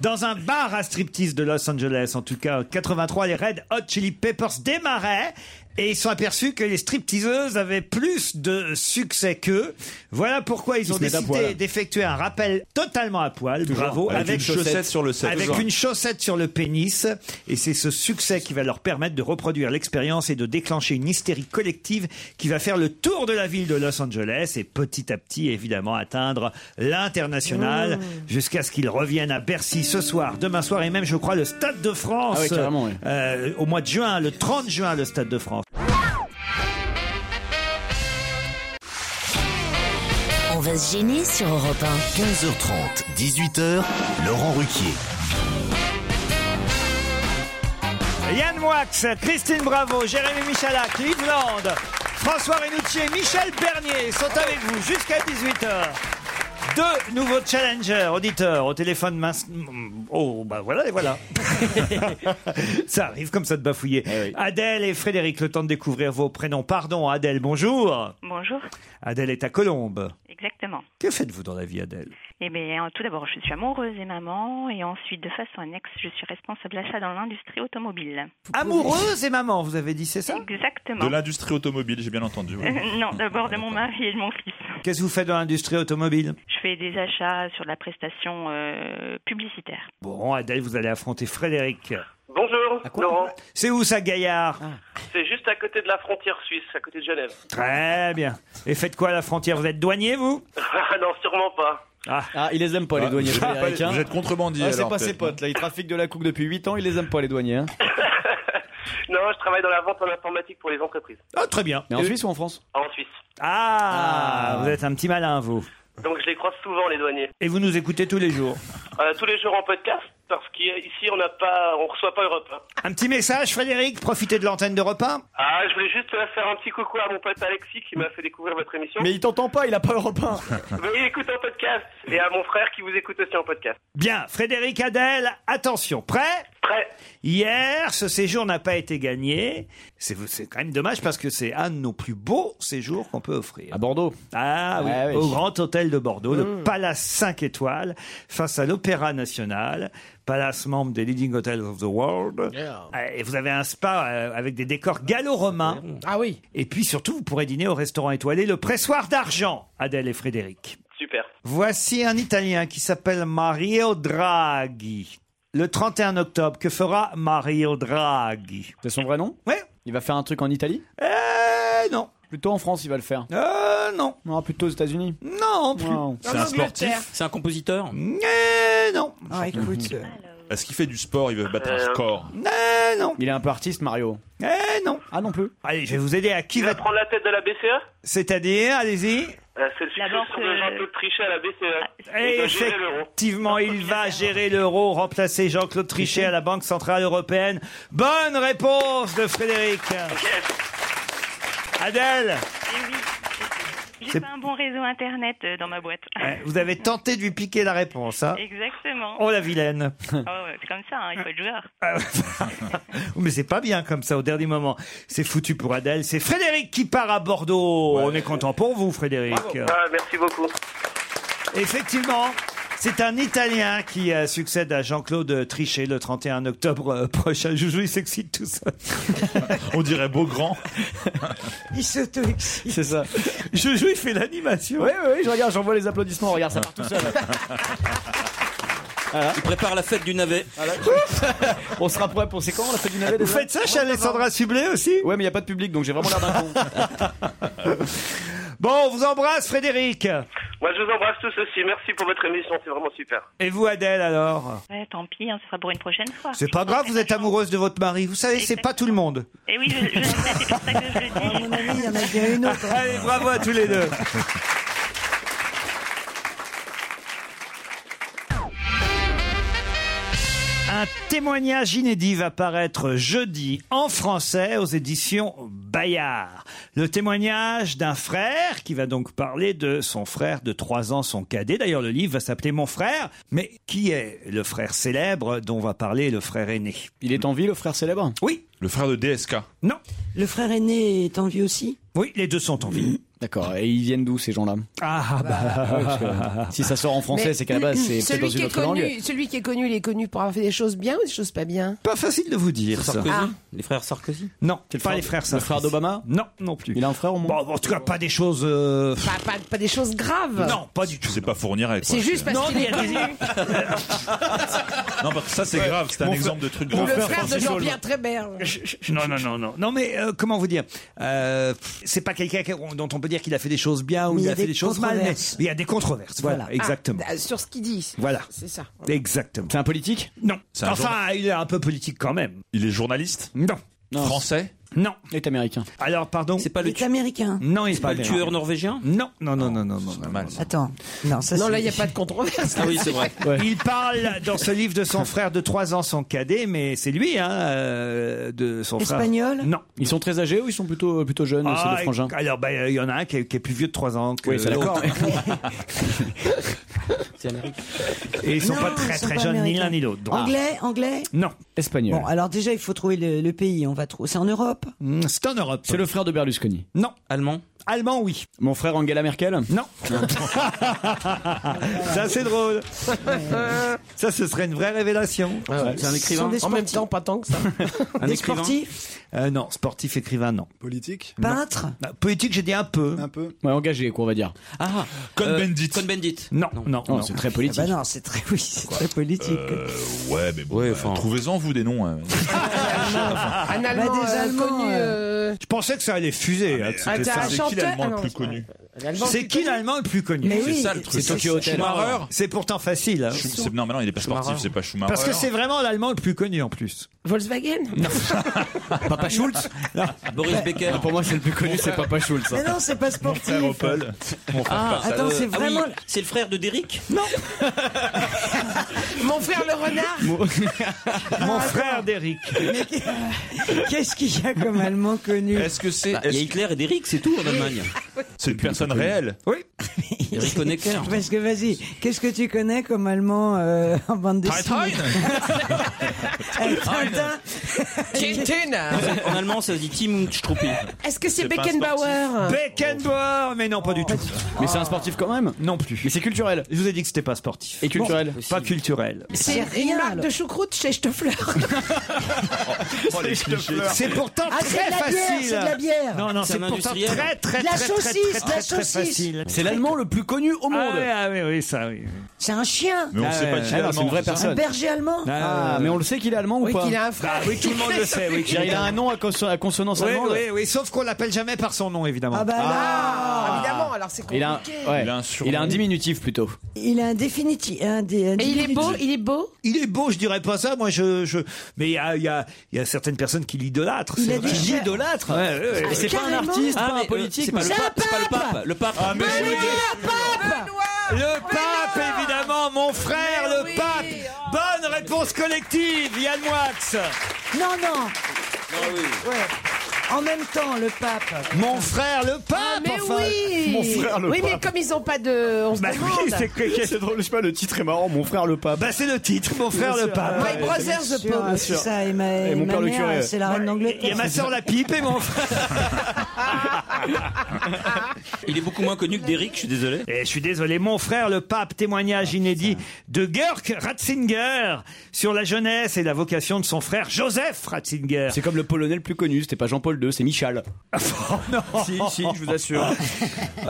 [SPEAKER 4] Dans un bar à striptease de Los Angeles, en tout cas, en 83, les Red Hot Chili Peppers démarraient. Et ils sont aperçus que les stripteaseuses avaient plus de succès qu'eux. Voilà pourquoi ils
[SPEAKER 9] Ils
[SPEAKER 4] ont
[SPEAKER 9] se mettent à
[SPEAKER 4] décidé
[SPEAKER 9] poil.
[SPEAKER 4] d'effectuer un rappel totalement à poil.
[SPEAKER 9] Toujours.
[SPEAKER 4] Bravo.
[SPEAKER 9] Avec une chaussette sur le set.
[SPEAKER 4] Avec
[SPEAKER 9] Toujours.
[SPEAKER 4] une chaussette sur le pénis. Et c'est ce succès qui va leur permettre de reproduire l'expérience et de déclencher une hystérie collective qui va faire le tour de la ville de Los Angeles et petit à petit, évidemment, atteindre
[SPEAKER 9] Mmh.
[SPEAKER 4] l'international jusqu'à ce qu'ils reviennent à Bercy ce soir, demain soir et même, je crois, le Stade de France.
[SPEAKER 9] Ah ouais, carrément, ouais.
[SPEAKER 4] Euh, au mois de juin, le 30 juin, le Stade de France.
[SPEAKER 2] On va se gêner sur Europe 1.
[SPEAKER 3] 15h30, 18h, Laurent Ruquier.
[SPEAKER 4] Yann Moix, Christine Bravo, Jérémy Michalak, Yves Land, François Renucci et Michel Bernier sont avec vous jusqu'à 18h. Deux nouveaux challengers, auditeurs, au téléphone mince. Oh, bah voilà, les voilà. ça arrive comme ça de bafouiller. Adèle et Frédéric, le temps de découvrir vos prénoms. Pardon, Adèle, bonjour.
[SPEAKER 19] Bonjour,
[SPEAKER 4] Adèle est à Colombes.
[SPEAKER 19] exactement.
[SPEAKER 4] Que faites-vous dans la vie, Adèle
[SPEAKER 19] Eh bien, tout d'abord, je suis amoureuse et maman, et ensuite, de façon annexe, je suis responsable d'achat dans l'industrie automobile.
[SPEAKER 4] Amoureuse et maman, vous avez dit, c'est ça
[SPEAKER 19] Exactement.
[SPEAKER 10] De l'industrie automobile, j'ai bien entendu. oui.
[SPEAKER 19] Euh, non, d'abord de mon mari et de mon fils.
[SPEAKER 4] Qu'est-ce que vous faites dans l'industrie automobile
[SPEAKER 19] Je fais des achats sur la prestation euh, publicitaire.
[SPEAKER 4] Bon, Adèle, vous allez affronter Frédéric.
[SPEAKER 18] Bonjour, Laurent.
[SPEAKER 4] C'est où ça, Gaillard
[SPEAKER 18] C'est juste à côté de la frontière suisse, à côté de Genève.
[SPEAKER 4] Très bien. Et faites quoi à la frontière Vous êtes douanier, vous
[SPEAKER 18] Ah non, sûrement pas.
[SPEAKER 4] ah.
[SPEAKER 9] il les aime pas, les
[SPEAKER 4] Ah,
[SPEAKER 9] douaniers
[SPEAKER 4] vous êtes pas-
[SPEAKER 9] américains.
[SPEAKER 4] vous êtes contrebandier,
[SPEAKER 9] Ah, c'est
[SPEAKER 4] alors,
[SPEAKER 9] pas ses
[SPEAKER 4] peut-être,
[SPEAKER 9] potes, là. Ils trafiquent de la coupe depuis 8 ans, il les aime pas, les douaniers. hein.
[SPEAKER 18] Non, je travaille dans la vente en informatique pour les entreprises.
[SPEAKER 4] Ah, très bien.
[SPEAKER 9] Mais en Suisse ou en France
[SPEAKER 18] En Suisse.
[SPEAKER 4] Ah, vous êtes un petit malin, vous.
[SPEAKER 18] Donc je les croise souvent, les douaniers.
[SPEAKER 4] Et vous nous écoutez tous les jours.
[SPEAKER 18] Euh, tous les jours en podcast, parce qu'ici, on n'a pas, on reçoit pas Europe. hein.
[SPEAKER 4] Un petit message, Frédéric Profitez de l'antenne de repas.
[SPEAKER 18] Ah, je voulais juste euh, faire un petit coucou à mon pote Alexis qui m'a fait découvrir votre émission.
[SPEAKER 9] Mais il t'entend pas, il a pas Europe 1.
[SPEAKER 18] Mais il écoute en podcast. Et à mon frère qui vous écoute aussi en podcast.
[SPEAKER 4] Bien, Frédéric Adèle, attention, prêt
[SPEAKER 18] Prêt.
[SPEAKER 4] Hier, ce séjour n'a pas été gagné. C'est c'est quand même dommage parce que c'est un de nos plus beaux séjours qu'on peut offrir. À
[SPEAKER 9] Bordeaux
[SPEAKER 4] Ah oui,
[SPEAKER 9] Ah oui.
[SPEAKER 4] au Grand Hôtel de Bordeaux, le
[SPEAKER 9] Mmh.
[SPEAKER 4] Palace 5 étoiles, face à l'Opéra National. Palace membre des Leading Hotels of the World. Euh, Et vous avez un spa euh, avec des décors gallo-romains.
[SPEAKER 13] Ah oui.
[SPEAKER 4] Et puis surtout, vous pourrez dîner au restaurant étoilé Le Pressoir d'Argent, Adèle et Frédéric.
[SPEAKER 18] Super.
[SPEAKER 4] Voici un Italien qui s'appelle Mario Draghi. Le 31 octobre, que fera Mario Draghi
[SPEAKER 9] C'est son vrai nom
[SPEAKER 4] Ouais.
[SPEAKER 9] Il va faire un truc en Italie
[SPEAKER 4] Eh non.
[SPEAKER 9] Plutôt en France, il va le faire
[SPEAKER 4] Euh non.
[SPEAKER 9] Non, plutôt aux États-Unis
[SPEAKER 4] Non,
[SPEAKER 9] plus.
[SPEAKER 10] C'est un sportif
[SPEAKER 8] C'est un compositeur
[SPEAKER 4] Mm. Euh, non.
[SPEAKER 12] Ah, écoute.
[SPEAKER 18] Euh,
[SPEAKER 10] Est-ce qu'il fait du sport Il veut battre un
[SPEAKER 9] Euh,
[SPEAKER 10] record.
[SPEAKER 4] non.
[SPEAKER 9] Il est un peu artiste, Mario.
[SPEAKER 4] Eh non.
[SPEAKER 9] Ah non plus.
[SPEAKER 4] Allez, je vais vous aider à qui
[SPEAKER 18] Il va prendre la tête de la BCE
[SPEAKER 4] C'est-à-dire, allez-y.
[SPEAKER 18] Euh, C'est le successeur de Jean-Claude Trichet à la BCE. Il doit gérer l'euro.
[SPEAKER 4] Effectivement, il va gérer l'euro, remplacer Jean-Claude Trichet à la Banque Centrale Européenne. Bonne réponse de Frédéric. Adèle,
[SPEAKER 19] J'ai
[SPEAKER 4] C'est-
[SPEAKER 19] pas un bon réseau internet euh, dans ma boîte.
[SPEAKER 4] ouais, vous avez tenté de lui piquer la réponse. Hein
[SPEAKER 19] Exactement.
[SPEAKER 4] oh la vilaine.
[SPEAKER 19] Oh, ouais, c'est comme ça, hein, il faut être joueur.
[SPEAKER 4] Mais c'est pas bien comme ça au dernier moment. C'est foutu pour Adèle. C'est Frédéric qui part à Bordeaux. On est content pour vous, Frédéric.
[SPEAKER 18] Ah, merci beaucoup.
[SPEAKER 4] Effectivement. C'est un Italien qui euh, succède à Jean-Claude Trichet le 31 octobre euh, prochain. Joujou, il s'excite tout seul.
[SPEAKER 10] On dirait beau grand.
[SPEAKER 12] Il s'auto-excite.
[SPEAKER 9] C'est ça.
[SPEAKER 4] Joujou, il fait l'animation. Ah.
[SPEAKER 9] Oui, oui, oui, je regarde, j'envoie les applaudissements, regarde, ça part tout seul.
[SPEAKER 8] Il prépare la fête du navet.
[SPEAKER 9] On sera prêt pour c'est quand la fête du navet
[SPEAKER 4] Vous faites ça chez Alessandra Sublet aussi
[SPEAKER 9] Ouais, mais il y a pas de public donc j'ai vraiment l'air d'un con.
[SPEAKER 4] Bon, on vous embrasse, Frédéric.
[SPEAKER 18] Moi, je vous embrasse tous aussi. Merci pour votre émission, c'est vraiment super.
[SPEAKER 4] Et vous, Adèle, alors
[SPEAKER 19] Ouais, tant pis, hein, ce sera pour une prochaine fois.
[SPEAKER 4] C'est pas grave, vous êtes amoureuse de votre mari. Vous savez, c'est pas tout le monde.
[SPEAKER 19] Et Eh oui, je, je sais, c'est pour ça que je le dis. mon ami, il y en a bien une autre.
[SPEAKER 4] Allez, bravo à tous les deux. Un témoignage inédit va paraître jeudi en français aux éditions Bayard. Le témoignage d'un frère qui va donc parler de son frère de 3 ans, son cadet. D'ailleurs, le livre va s'appeler Mon frère. Mais qui est le frère célèbre dont va parler le frère aîné Il est en vie, le frère célèbre Oui.
[SPEAKER 10] Le frère de DSK.
[SPEAKER 4] Non.
[SPEAKER 12] Le frère aîné est en vie aussi
[SPEAKER 4] Oui, les deux sont en vie.
[SPEAKER 9] D'accord. Et ils viennent d'où ces gens-là
[SPEAKER 4] Ah
[SPEAKER 7] bah,
[SPEAKER 9] Ouais, parce que Si ça sort en français,
[SPEAKER 13] Mais-
[SPEAKER 9] c'est qu'à la base, c'est peut-être
[SPEAKER 13] Celui
[SPEAKER 9] dans
[SPEAKER 13] qui
[SPEAKER 9] une
[SPEAKER 13] est
[SPEAKER 9] autre
[SPEAKER 13] connu-
[SPEAKER 9] langue.
[SPEAKER 13] Celui qui est connu, il est connu pour avoir fait des choses bien ou des choses pas bien
[SPEAKER 4] Pas facile de vous dire ça.
[SPEAKER 8] Sarkozy
[SPEAKER 13] Ah.
[SPEAKER 8] Les frères Sarkozy
[SPEAKER 4] Non, pas les frères
[SPEAKER 9] Le frère d'Obama
[SPEAKER 4] Non, non plus.
[SPEAKER 9] Il a un frère au moins
[SPEAKER 4] Bon, en tout cas, pas des choses. euh,
[SPEAKER 13] pas, pas- pas des choses graves.
[SPEAKER 4] Non, pas du tout.
[SPEAKER 10] C'est pas fournir avec.
[SPEAKER 13] C'est juste parce
[SPEAKER 4] Non,
[SPEAKER 13] qu'il
[SPEAKER 4] mais
[SPEAKER 13] est
[SPEAKER 4] il y a des-
[SPEAKER 13] connu.
[SPEAKER 10] Non, parce que Ah, bah, ça c'est grave, c'est un
[SPEAKER 4] Mon frère-
[SPEAKER 10] exemple de truc
[SPEAKER 4] Mon
[SPEAKER 13] Ou
[SPEAKER 10] grave.
[SPEAKER 13] le frère de
[SPEAKER 4] Francis
[SPEAKER 13] Jean-Pierre Trébert.
[SPEAKER 4] Non, non, non, non. Non, mais euh, comment vous dire Euh, C'est pas quelqu'un que- dont on peut dire qu'il a fait des choses bien ou
[SPEAKER 13] Mais il
[SPEAKER 4] il
[SPEAKER 13] y
[SPEAKER 4] a,
[SPEAKER 13] a
[SPEAKER 4] fait
[SPEAKER 13] des
[SPEAKER 4] des choses mal, mais
[SPEAKER 13] controverses.
[SPEAKER 4] il y a des controverses. Voilà,
[SPEAKER 13] Ah,
[SPEAKER 4] exactement.
[SPEAKER 13] ah, sur ce qu'il dit.
[SPEAKER 4] Voilà.
[SPEAKER 13] C'est ça.
[SPEAKER 4] Exactement.
[SPEAKER 9] C'est un politique
[SPEAKER 4] Non.
[SPEAKER 10] un
[SPEAKER 4] enfin, il est un peu politique quand même.
[SPEAKER 10] Il est journaliste
[SPEAKER 4] Non.
[SPEAKER 10] Français
[SPEAKER 4] Non.
[SPEAKER 9] Il est américain.
[SPEAKER 4] Alors, pardon.
[SPEAKER 8] C'est pas le, tu-
[SPEAKER 12] américain.
[SPEAKER 4] Non, il est
[SPEAKER 8] c'est pas le tueur norvégien
[SPEAKER 4] Non, non, non, non, non, non. non, non.
[SPEAKER 12] Attends. Non, ça
[SPEAKER 13] Non,
[SPEAKER 12] c'est-
[SPEAKER 13] là, il n'y a pas de controverse.
[SPEAKER 8] Ah oui, c'est vrai.
[SPEAKER 4] Il parle dans ce livre de son frère de 3 ans, son cadet, mais c'est lui, hein, euh, de son frère.
[SPEAKER 12] Espagnol
[SPEAKER 4] Non.
[SPEAKER 9] Ils sont très âgés ou Ah ils sont plutôt, euh, plutôt jeunes, ces
[SPEAKER 4] Ah,
[SPEAKER 9] deux frangins
[SPEAKER 4] alors, ben, il y en a un qui est, qui est plus vieux de 3 ans que
[SPEAKER 9] Oui, c'est d'accord.
[SPEAKER 4] l'autre. Et ils sont
[SPEAKER 12] Non,
[SPEAKER 4] pas très
[SPEAKER 12] ils sont
[SPEAKER 4] très
[SPEAKER 12] pas
[SPEAKER 4] jeunes, ni
[SPEAKER 12] américains.
[SPEAKER 4] l'un ni l'autre. donc.
[SPEAKER 12] Anglais, anglais.
[SPEAKER 4] Non.
[SPEAKER 9] Espagnol.
[SPEAKER 12] Bon, alors déjà, il faut trouver le, le pays. On va trouver. C'est en Europe.
[SPEAKER 4] Mm, C'est en Europe.
[SPEAKER 9] C'est le frère de Berlusconi.
[SPEAKER 4] Non.
[SPEAKER 8] Allemand
[SPEAKER 4] Allemand, oui.
[SPEAKER 9] Mon frère Angela Merkel
[SPEAKER 4] Non. Ça, c'est drôle. Ça, ce serait une vraie révélation.
[SPEAKER 13] Ah
[SPEAKER 8] C'est un
[SPEAKER 13] Ils sont
[SPEAKER 8] écrivain
[SPEAKER 13] des
[SPEAKER 12] En
[SPEAKER 13] En
[SPEAKER 12] même
[SPEAKER 13] même temps, pas tant que ça.
[SPEAKER 8] Un
[SPEAKER 12] Des
[SPEAKER 8] écrivain
[SPEAKER 12] sportifs,
[SPEAKER 4] Euh, non, sportif, écrivain, non.
[SPEAKER 6] Politique
[SPEAKER 12] peintres.
[SPEAKER 4] Bah, Politique, j'ai dit un peu. euh,
[SPEAKER 6] Un peu
[SPEAKER 9] Ouais, engagé, quoi, on va dire.
[SPEAKER 8] Ah
[SPEAKER 9] Euh,
[SPEAKER 10] Cohn-Bendit.
[SPEAKER 8] Cohn-Bendit.
[SPEAKER 4] Non, non, non.
[SPEAKER 9] Non, c'est très
[SPEAKER 12] Ah bah
[SPEAKER 9] politique.
[SPEAKER 12] non, c'est très, oui, c'est très politique.
[SPEAKER 10] Euh, ouais, mais bon,
[SPEAKER 8] Ouais,
[SPEAKER 10] bah,
[SPEAKER 8] enfin.
[SPEAKER 10] trouvez-en vous des noms. hein.
[SPEAKER 13] Un Allemand
[SPEAKER 8] Bah,
[SPEAKER 12] des
[SPEAKER 13] euh,
[SPEAKER 12] Allemands,
[SPEAKER 13] connu. euh,
[SPEAKER 4] Je pensais que ça allait fuser. hein, que
[SPEAKER 13] Ah,
[SPEAKER 4] c'était
[SPEAKER 13] t'as
[SPEAKER 4] ça.
[SPEAKER 13] un
[SPEAKER 10] C'est qui
[SPEAKER 13] chanteur
[SPEAKER 10] l'Allemand
[SPEAKER 13] Ah
[SPEAKER 10] le
[SPEAKER 13] non,
[SPEAKER 10] plus
[SPEAKER 13] c'est
[SPEAKER 10] connu
[SPEAKER 13] pas- l'Allemand le
[SPEAKER 4] C'est
[SPEAKER 13] plus
[SPEAKER 4] qui
[SPEAKER 13] connu
[SPEAKER 4] l'allemand le plus connu
[SPEAKER 12] Mais
[SPEAKER 10] C'est
[SPEAKER 12] oui,
[SPEAKER 10] ça le truc.
[SPEAKER 9] C'est Tokyo Hotel.
[SPEAKER 10] Schumacher
[SPEAKER 4] C'est pourtant facile. hein.
[SPEAKER 10] Schum- c'est- Non, mais non, il est pas sportif,
[SPEAKER 8] Schumacher.
[SPEAKER 10] c'est pas Schumacher.
[SPEAKER 12] Ah
[SPEAKER 4] Parce que c'est vraiment l'allemand le plus connu en plus.
[SPEAKER 13] Volkswagen
[SPEAKER 9] Papa Schultz
[SPEAKER 8] Boris Becker.
[SPEAKER 9] Pour moi, c'est le plus connu, c'est Papa Schultz. hein.
[SPEAKER 12] Mais non, c'est pas
[SPEAKER 10] Frère
[SPEAKER 12] sportif.
[SPEAKER 10] Opel.
[SPEAKER 8] Ah,
[SPEAKER 12] attends,
[SPEAKER 8] euh,
[SPEAKER 12] c'est
[SPEAKER 8] ah oui,
[SPEAKER 12] vraiment-
[SPEAKER 8] c'est le frère de Derrick
[SPEAKER 13] Mon frère le renard
[SPEAKER 4] Mon frère d'Eric.
[SPEAKER 12] Ah, Qu'est-ce qu'il y a comme allemand connu
[SPEAKER 10] Est-ce que c'est
[SPEAKER 8] Bah, Il y a
[SPEAKER 10] est-ce que
[SPEAKER 8] Hitler et Derrick, c'est tout en Allemagne.
[SPEAKER 10] c'est une personne réelle
[SPEAKER 4] Oui.
[SPEAKER 8] Eric Honecker.
[SPEAKER 12] Parce que vas-y, qu'est-ce que tu connais comme allemand euh, en bande dessinée
[SPEAKER 4] Hein
[SPEAKER 12] Eh, Tintin
[SPEAKER 13] Tintin
[SPEAKER 8] En allemand, ça se dit Tim Struppi.
[SPEAKER 13] Est-ce que c'est
[SPEAKER 10] C'est pas un sportif.
[SPEAKER 13] Beckenbauer
[SPEAKER 4] Beckenbauer, mais non, pas du tout.
[SPEAKER 9] Mais c'est un sportif quand même
[SPEAKER 4] Non plus.
[SPEAKER 9] Mais c'est culturel
[SPEAKER 4] Je vous ai dit que c'était pas sportif.
[SPEAKER 9] Et culturel
[SPEAKER 8] Bon.
[SPEAKER 4] Pas culturel.
[SPEAKER 12] C'est
[SPEAKER 13] C'est
[SPEAKER 12] rien,
[SPEAKER 13] une marque
[SPEAKER 12] alors.
[SPEAKER 13] de choucroute chez Stoffler.
[SPEAKER 10] Oh, les clichés.
[SPEAKER 4] C'est pourtant
[SPEAKER 12] Ah, c'est de
[SPEAKER 4] très
[SPEAKER 12] la bière,
[SPEAKER 4] facile.
[SPEAKER 12] c'est de la bière.
[SPEAKER 4] Non, non,
[SPEAKER 8] C'est
[SPEAKER 4] c'est
[SPEAKER 8] un
[SPEAKER 4] pourtant
[SPEAKER 8] industriel.
[SPEAKER 4] très, très,
[SPEAKER 12] De la
[SPEAKER 4] très, très,
[SPEAKER 12] saucisse,
[SPEAKER 4] très,
[SPEAKER 12] de la
[SPEAKER 4] très, très
[SPEAKER 12] saucisse.
[SPEAKER 4] facile.
[SPEAKER 9] C'est l'allemand le plus connu au
[SPEAKER 4] Ah oui,
[SPEAKER 9] monde
[SPEAKER 4] ah oui, oui, ça, oui.
[SPEAKER 12] C'est un chien
[SPEAKER 10] Mais on sait pas qui
[SPEAKER 9] Ah non, c'est une vraie
[SPEAKER 10] c'est ça
[SPEAKER 12] Un
[SPEAKER 9] personne.
[SPEAKER 12] berger allemand
[SPEAKER 9] Ah, mais on le sait qu'il est allemand ou
[SPEAKER 13] Oui,
[SPEAKER 9] pas Ah
[SPEAKER 13] qu'il a un
[SPEAKER 4] Bah
[SPEAKER 13] frère.
[SPEAKER 4] oui, tout le monde le sait. Oui,
[SPEAKER 9] Il a un nom à conso- à consonance
[SPEAKER 4] Oui,
[SPEAKER 9] allemande
[SPEAKER 4] oui, oui, sauf qu'on l'appelle jamais par son nom, évidemment.
[SPEAKER 12] Ah bah là,
[SPEAKER 13] Ah, évidemment, alors c'est
[SPEAKER 9] Il a, un,
[SPEAKER 13] compliqué.
[SPEAKER 9] ouais.
[SPEAKER 10] Il a un surnom.
[SPEAKER 9] il a un diminutif plutôt.
[SPEAKER 12] il a un définitif. Un dé- un
[SPEAKER 13] Et il est
[SPEAKER 12] diminutif.
[SPEAKER 13] beau, il est beau
[SPEAKER 4] Il est beau, je dirais pas ça. Moi, je, je... mais il y a, il y a- il y a certaines personnes qui l'idolâtrent.
[SPEAKER 12] Il
[SPEAKER 4] c'est
[SPEAKER 12] a
[SPEAKER 4] vrai.
[SPEAKER 12] du
[SPEAKER 9] Qui
[SPEAKER 12] chien.
[SPEAKER 9] l'idolâtre
[SPEAKER 4] Ouais, ouais, ouais.
[SPEAKER 9] Et c'est pas un
[SPEAKER 12] Carrément.
[SPEAKER 9] artiste,
[SPEAKER 8] Ah,
[SPEAKER 9] pas
[SPEAKER 8] mais,
[SPEAKER 9] un
[SPEAKER 8] euh,
[SPEAKER 9] politique.
[SPEAKER 8] c'est pas le
[SPEAKER 12] monsieur.
[SPEAKER 8] pape, c'est pas le pape. Le pape.
[SPEAKER 10] Ah, mais je vous dis-
[SPEAKER 4] Le pape, évidemment, mon frère, le pape. Bonne réponse collective, Yann Wax.
[SPEAKER 12] Non, non En même temps, le pape.
[SPEAKER 4] Mon frère, le pape.
[SPEAKER 13] Ah, mais
[SPEAKER 4] enfin.
[SPEAKER 13] oui
[SPEAKER 9] mon frère, le
[SPEAKER 13] Oui, mais
[SPEAKER 9] pape.
[SPEAKER 13] comme ils n'ont pas de... On se
[SPEAKER 4] Bah oui,
[SPEAKER 13] demande.
[SPEAKER 4] c'est que-
[SPEAKER 9] Ah, C'est drôle, je sais pas, le titre est marrant, mon frère le pape.
[SPEAKER 4] Bah c'est le titre, mon frère le
[SPEAKER 9] Ah,
[SPEAKER 4] pape.
[SPEAKER 13] My Brothers the
[SPEAKER 12] Sûr,
[SPEAKER 13] Pope.
[SPEAKER 12] c'est ça, et ma,
[SPEAKER 9] Et mon
[SPEAKER 12] ma
[SPEAKER 9] père le
[SPEAKER 12] mère,
[SPEAKER 9] curé.
[SPEAKER 12] c'est la reine
[SPEAKER 4] Il y a
[SPEAKER 12] d'Angleterre.
[SPEAKER 4] ma soeur la pipe et mon frère.
[SPEAKER 8] Il est beaucoup moins connu que Derrick, je suis désolé.
[SPEAKER 4] Et Eh, je suis désolé, mon frère le pape, témoignage inédit de Görk Ratzinger sur la jeunesse et la vocation de son frère Joseph Ratzinger.
[SPEAKER 9] C'est comme le polonais le plus connu, c'était pas Jean-Paul II, c'est Michal.
[SPEAKER 4] Oh non.
[SPEAKER 9] Si, si, je vous assure.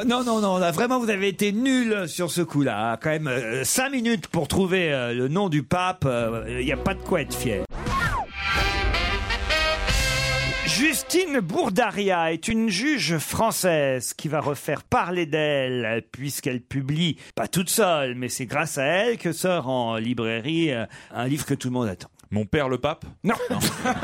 [SPEAKER 4] non, non, non, là, vraiment vous avez été nul sur ce coup-là. hein. Quand même, euh, cinq minutes pour trouver euh, le nom euh, du pape, il n'y a pas de quoi être fier. Justine Bourdaria est une juge française qui va refaire parler d'elle puisqu'elle publie, pas toute seule, mais c'est grâce à elle que sort en librairie euh, un livre que tout le monde attend. Mon père le pape Non.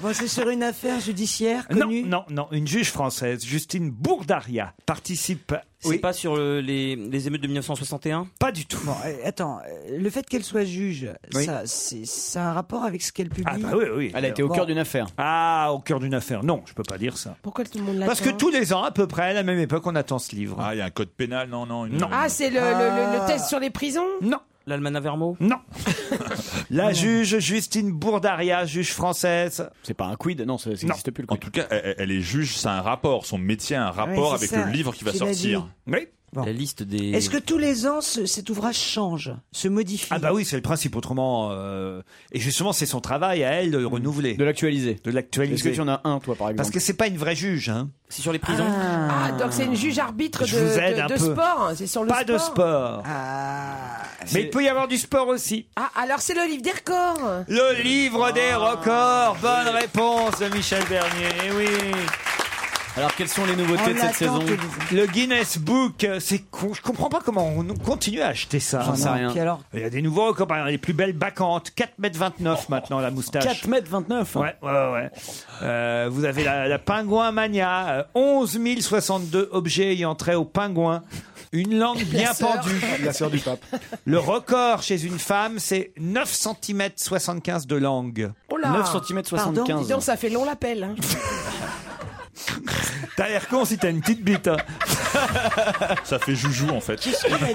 [SPEAKER 12] Bon, c'est sur une affaire judiciaire.
[SPEAKER 4] Non, non, non, une juge française, Justine Bourdaria, participe.
[SPEAKER 8] C'est pas sur euh, les, les émeutes de 1961
[SPEAKER 4] Pas du tout.
[SPEAKER 12] attends, euh, le fait qu'elle soit juge,
[SPEAKER 4] Oui.
[SPEAKER 12] ça, c'est, ça a un rapport avec ce qu'elle publie
[SPEAKER 4] Ah bah oui, oui.
[SPEAKER 12] Elle a été au Bon. cœur d'une
[SPEAKER 4] affaire. Ah, au cœur d'une affaire. Non, je peux pas dire ça.
[SPEAKER 13] Pourquoi tout le monde l'attend
[SPEAKER 4] Parce que tous les ans, à peu près, à la même époque, on attend ce livre.
[SPEAKER 10] Ah, il y a un code pénal, non, non.
[SPEAKER 4] Non.
[SPEAKER 13] Ah, c'est le, le- le- le test sur les prisons
[SPEAKER 4] Non.
[SPEAKER 8] L'Alman Avermo
[SPEAKER 4] Non. La juge Justine Bourdaria, juge française.
[SPEAKER 10] C'est pas un quid, non, ça n'existe plus. En tout cas, elle, elle est juge, c'est un rapport. Son métier a un rapport
[SPEAKER 12] Ouais,
[SPEAKER 10] avec
[SPEAKER 12] c'est ça.
[SPEAKER 10] le livre qui va
[SPEAKER 12] Tu l'as
[SPEAKER 10] sortir.
[SPEAKER 12] dit.
[SPEAKER 4] Oui.
[SPEAKER 8] La liste des.
[SPEAKER 12] Est-ce que tous les ans, ce- cet ouvrage change, se modifie
[SPEAKER 4] Ah bah oui, c'est le principe. Autrement, euh, et justement, c'est son travail à elle de le renouveler, de
[SPEAKER 9] l'actualiser,
[SPEAKER 4] de l'actualiser.
[SPEAKER 9] Est-ce que tu en as un, toi, par exemple
[SPEAKER 4] Parce que c'est pas une vraie juge. Hein.
[SPEAKER 8] C'est sur les
[SPEAKER 4] prisons.
[SPEAKER 13] Ah, donc c'est une juge arbitre de,
[SPEAKER 4] Je vous aide
[SPEAKER 13] de-
[SPEAKER 4] un
[SPEAKER 13] de
[SPEAKER 4] peu.
[SPEAKER 13] sport. hein, C'est sur le
[SPEAKER 4] Pas
[SPEAKER 13] sport.
[SPEAKER 4] de sport. Mais il peut y avoir du sport aussi.
[SPEAKER 13] Ah, alors c'est le livre des records.
[SPEAKER 4] Le livre
[SPEAKER 13] Ah.
[SPEAKER 4] des records. Bonne réponse de Michel Bernier. Eh oui.
[SPEAKER 9] Alors, quelles sont les nouveautés de cette saison
[SPEAKER 4] Le Guinness Book, euh, c'est con- je comprends pas comment on continue à acheter ça. hein.
[SPEAKER 9] J'en sais rien. Puis alors
[SPEAKER 4] Il y a des nouveaux records, par exemple, les plus belles bacchantes, 4,29 m maintenant la moustache.
[SPEAKER 9] 4,29
[SPEAKER 4] Ouais, ouais, ouais, ouais. Euh, vous avez la, la Pingouin Mania, euh, 11 062 objets ayant trait au pingouin. Une langue bien
[SPEAKER 6] La sœur.
[SPEAKER 4] pendue.
[SPEAKER 6] La sœur du pape.
[SPEAKER 4] Le record chez une femme, c'est 9 cm 75 de langue.
[SPEAKER 13] Oh là. Pardon, dis donc, ça fait long l'appel. hein.
[SPEAKER 4] T'as l'air con si t'as une petite bite. hein.
[SPEAKER 10] Ça fait joujou, en fait.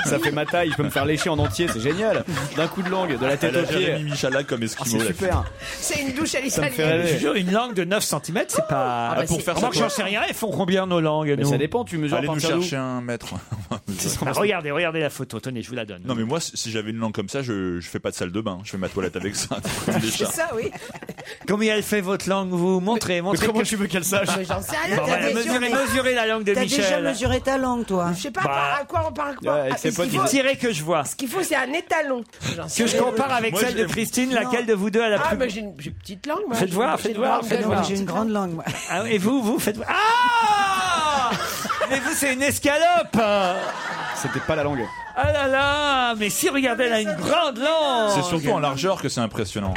[SPEAKER 9] Ça fait ma taille, je peux me faire lécher en entier, c'est génial. D'un coup de langue, de la tête
[SPEAKER 10] Elle a
[SPEAKER 9] aux pieds.
[SPEAKER 10] Jérémy Michalak comme esquimau.
[SPEAKER 9] c'est
[SPEAKER 10] la
[SPEAKER 9] super.
[SPEAKER 13] C'est une douche à
[SPEAKER 9] Ça me fait
[SPEAKER 13] l'italienne.
[SPEAKER 9] rêver.
[SPEAKER 4] Je jure, une langue de 9 cm, c'est pas.
[SPEAKER 9] Ah bah, Pour c'est- faire ça,
[SPEAKER 4] Remarque,
[SPEAKER 9] quoi.
[SPEAKER 4] j'en sais rien, ils font combien nos langues
[SPEAKER 9] Mais
[SPEAKER 4] nous
[SPEAKER 9] ça dépend, tu mesures
[SPEAKER 10] Allez
[SPEAKER 9] à
[SPEAKER 10] nous
[SPEAKER 9] partir d'où
[SPEAKER 10] chercher un mètre.
[SPEAKER 4] Ah, regardez, regardez la photo. Tenez, je vous la donne.
[SPEAKER 10] Non mais moi si si j'avais une langue comme ça je, je fais pas de salle de bain je fais ma toilette avec ça comme des chats.
[SPEAKER 13] oui.
[SPEAKER 4] Combien elle fait votre langue Vous montrez, montrez.
[SPEAKER 10] comment
[SPEAKER 4] que-
[SPEAKER 10] tu veux qu'elle sache Bah, Mais j'en sais
[SPEAKER 13] rien,
[SPEAKER 4] Bon,
[SPEAKER 13] t'as
[SPEAKER 4] voilà,
[SPEAKER 13] des
[SPEAKER 4] mesurez,
[SPEAKER 13] yeux, mais-
[SPEAKER 4] mesurez la langue de
[SPEAKER 12] T'as déjà
[SPEAKER 4] Michel.
[SPEAKER 12] mesuré ta langue, toi
[SPEAKER 13] Je sais pas
[SPEAKER 4] Bah.
[SPEAKER 13] par- à quoi on parle quoi. Ah, mais ce qu'il faut-
[SPEAKER 4] Tirez que je vois.
[SPEAKER 13] Ce qu'il faut, c'est un étalon. J'en sais
[SPEAKER 4] Que je
[SPEAKER 13] rien.
[SPEAKER 4] compare avec celle de Christine, laquelle de vous deux a la
[SPEAKER 13] Ah,
[SPEAKER 4] plus.
[SPEAKER 13] mais j'ai une, j'ai une petite langue, moi.
[SPEAKER 4] Faites
[SPEAKER 13] J'ai-
[SPEAKER 4] voir,
[SPEAKER 13] j'ai
[SPEAKER 4] faites
[SPEAKER 13] une
[SPEAKER 4] voir,
[SPEAKER 13] langue
[SPEAKER 4] faites
[SPEAKER 13] de
[SPEAKER 4] voir.
[SPEAKER 13] langue.
[SPEAKER 12] J'ai une grande langue, moi.
[SPEAKER 4] Ah, et vous, vous faites. Ah Mais vous, c'est une escalope
[SPEAKER 9] C'était pas la langue.
[SPEAKER 4] Ah là là Mais si, regardez, elle a une grande langue
[SPEAKER 10] C'est surtout en largeur que c'est impressionnant.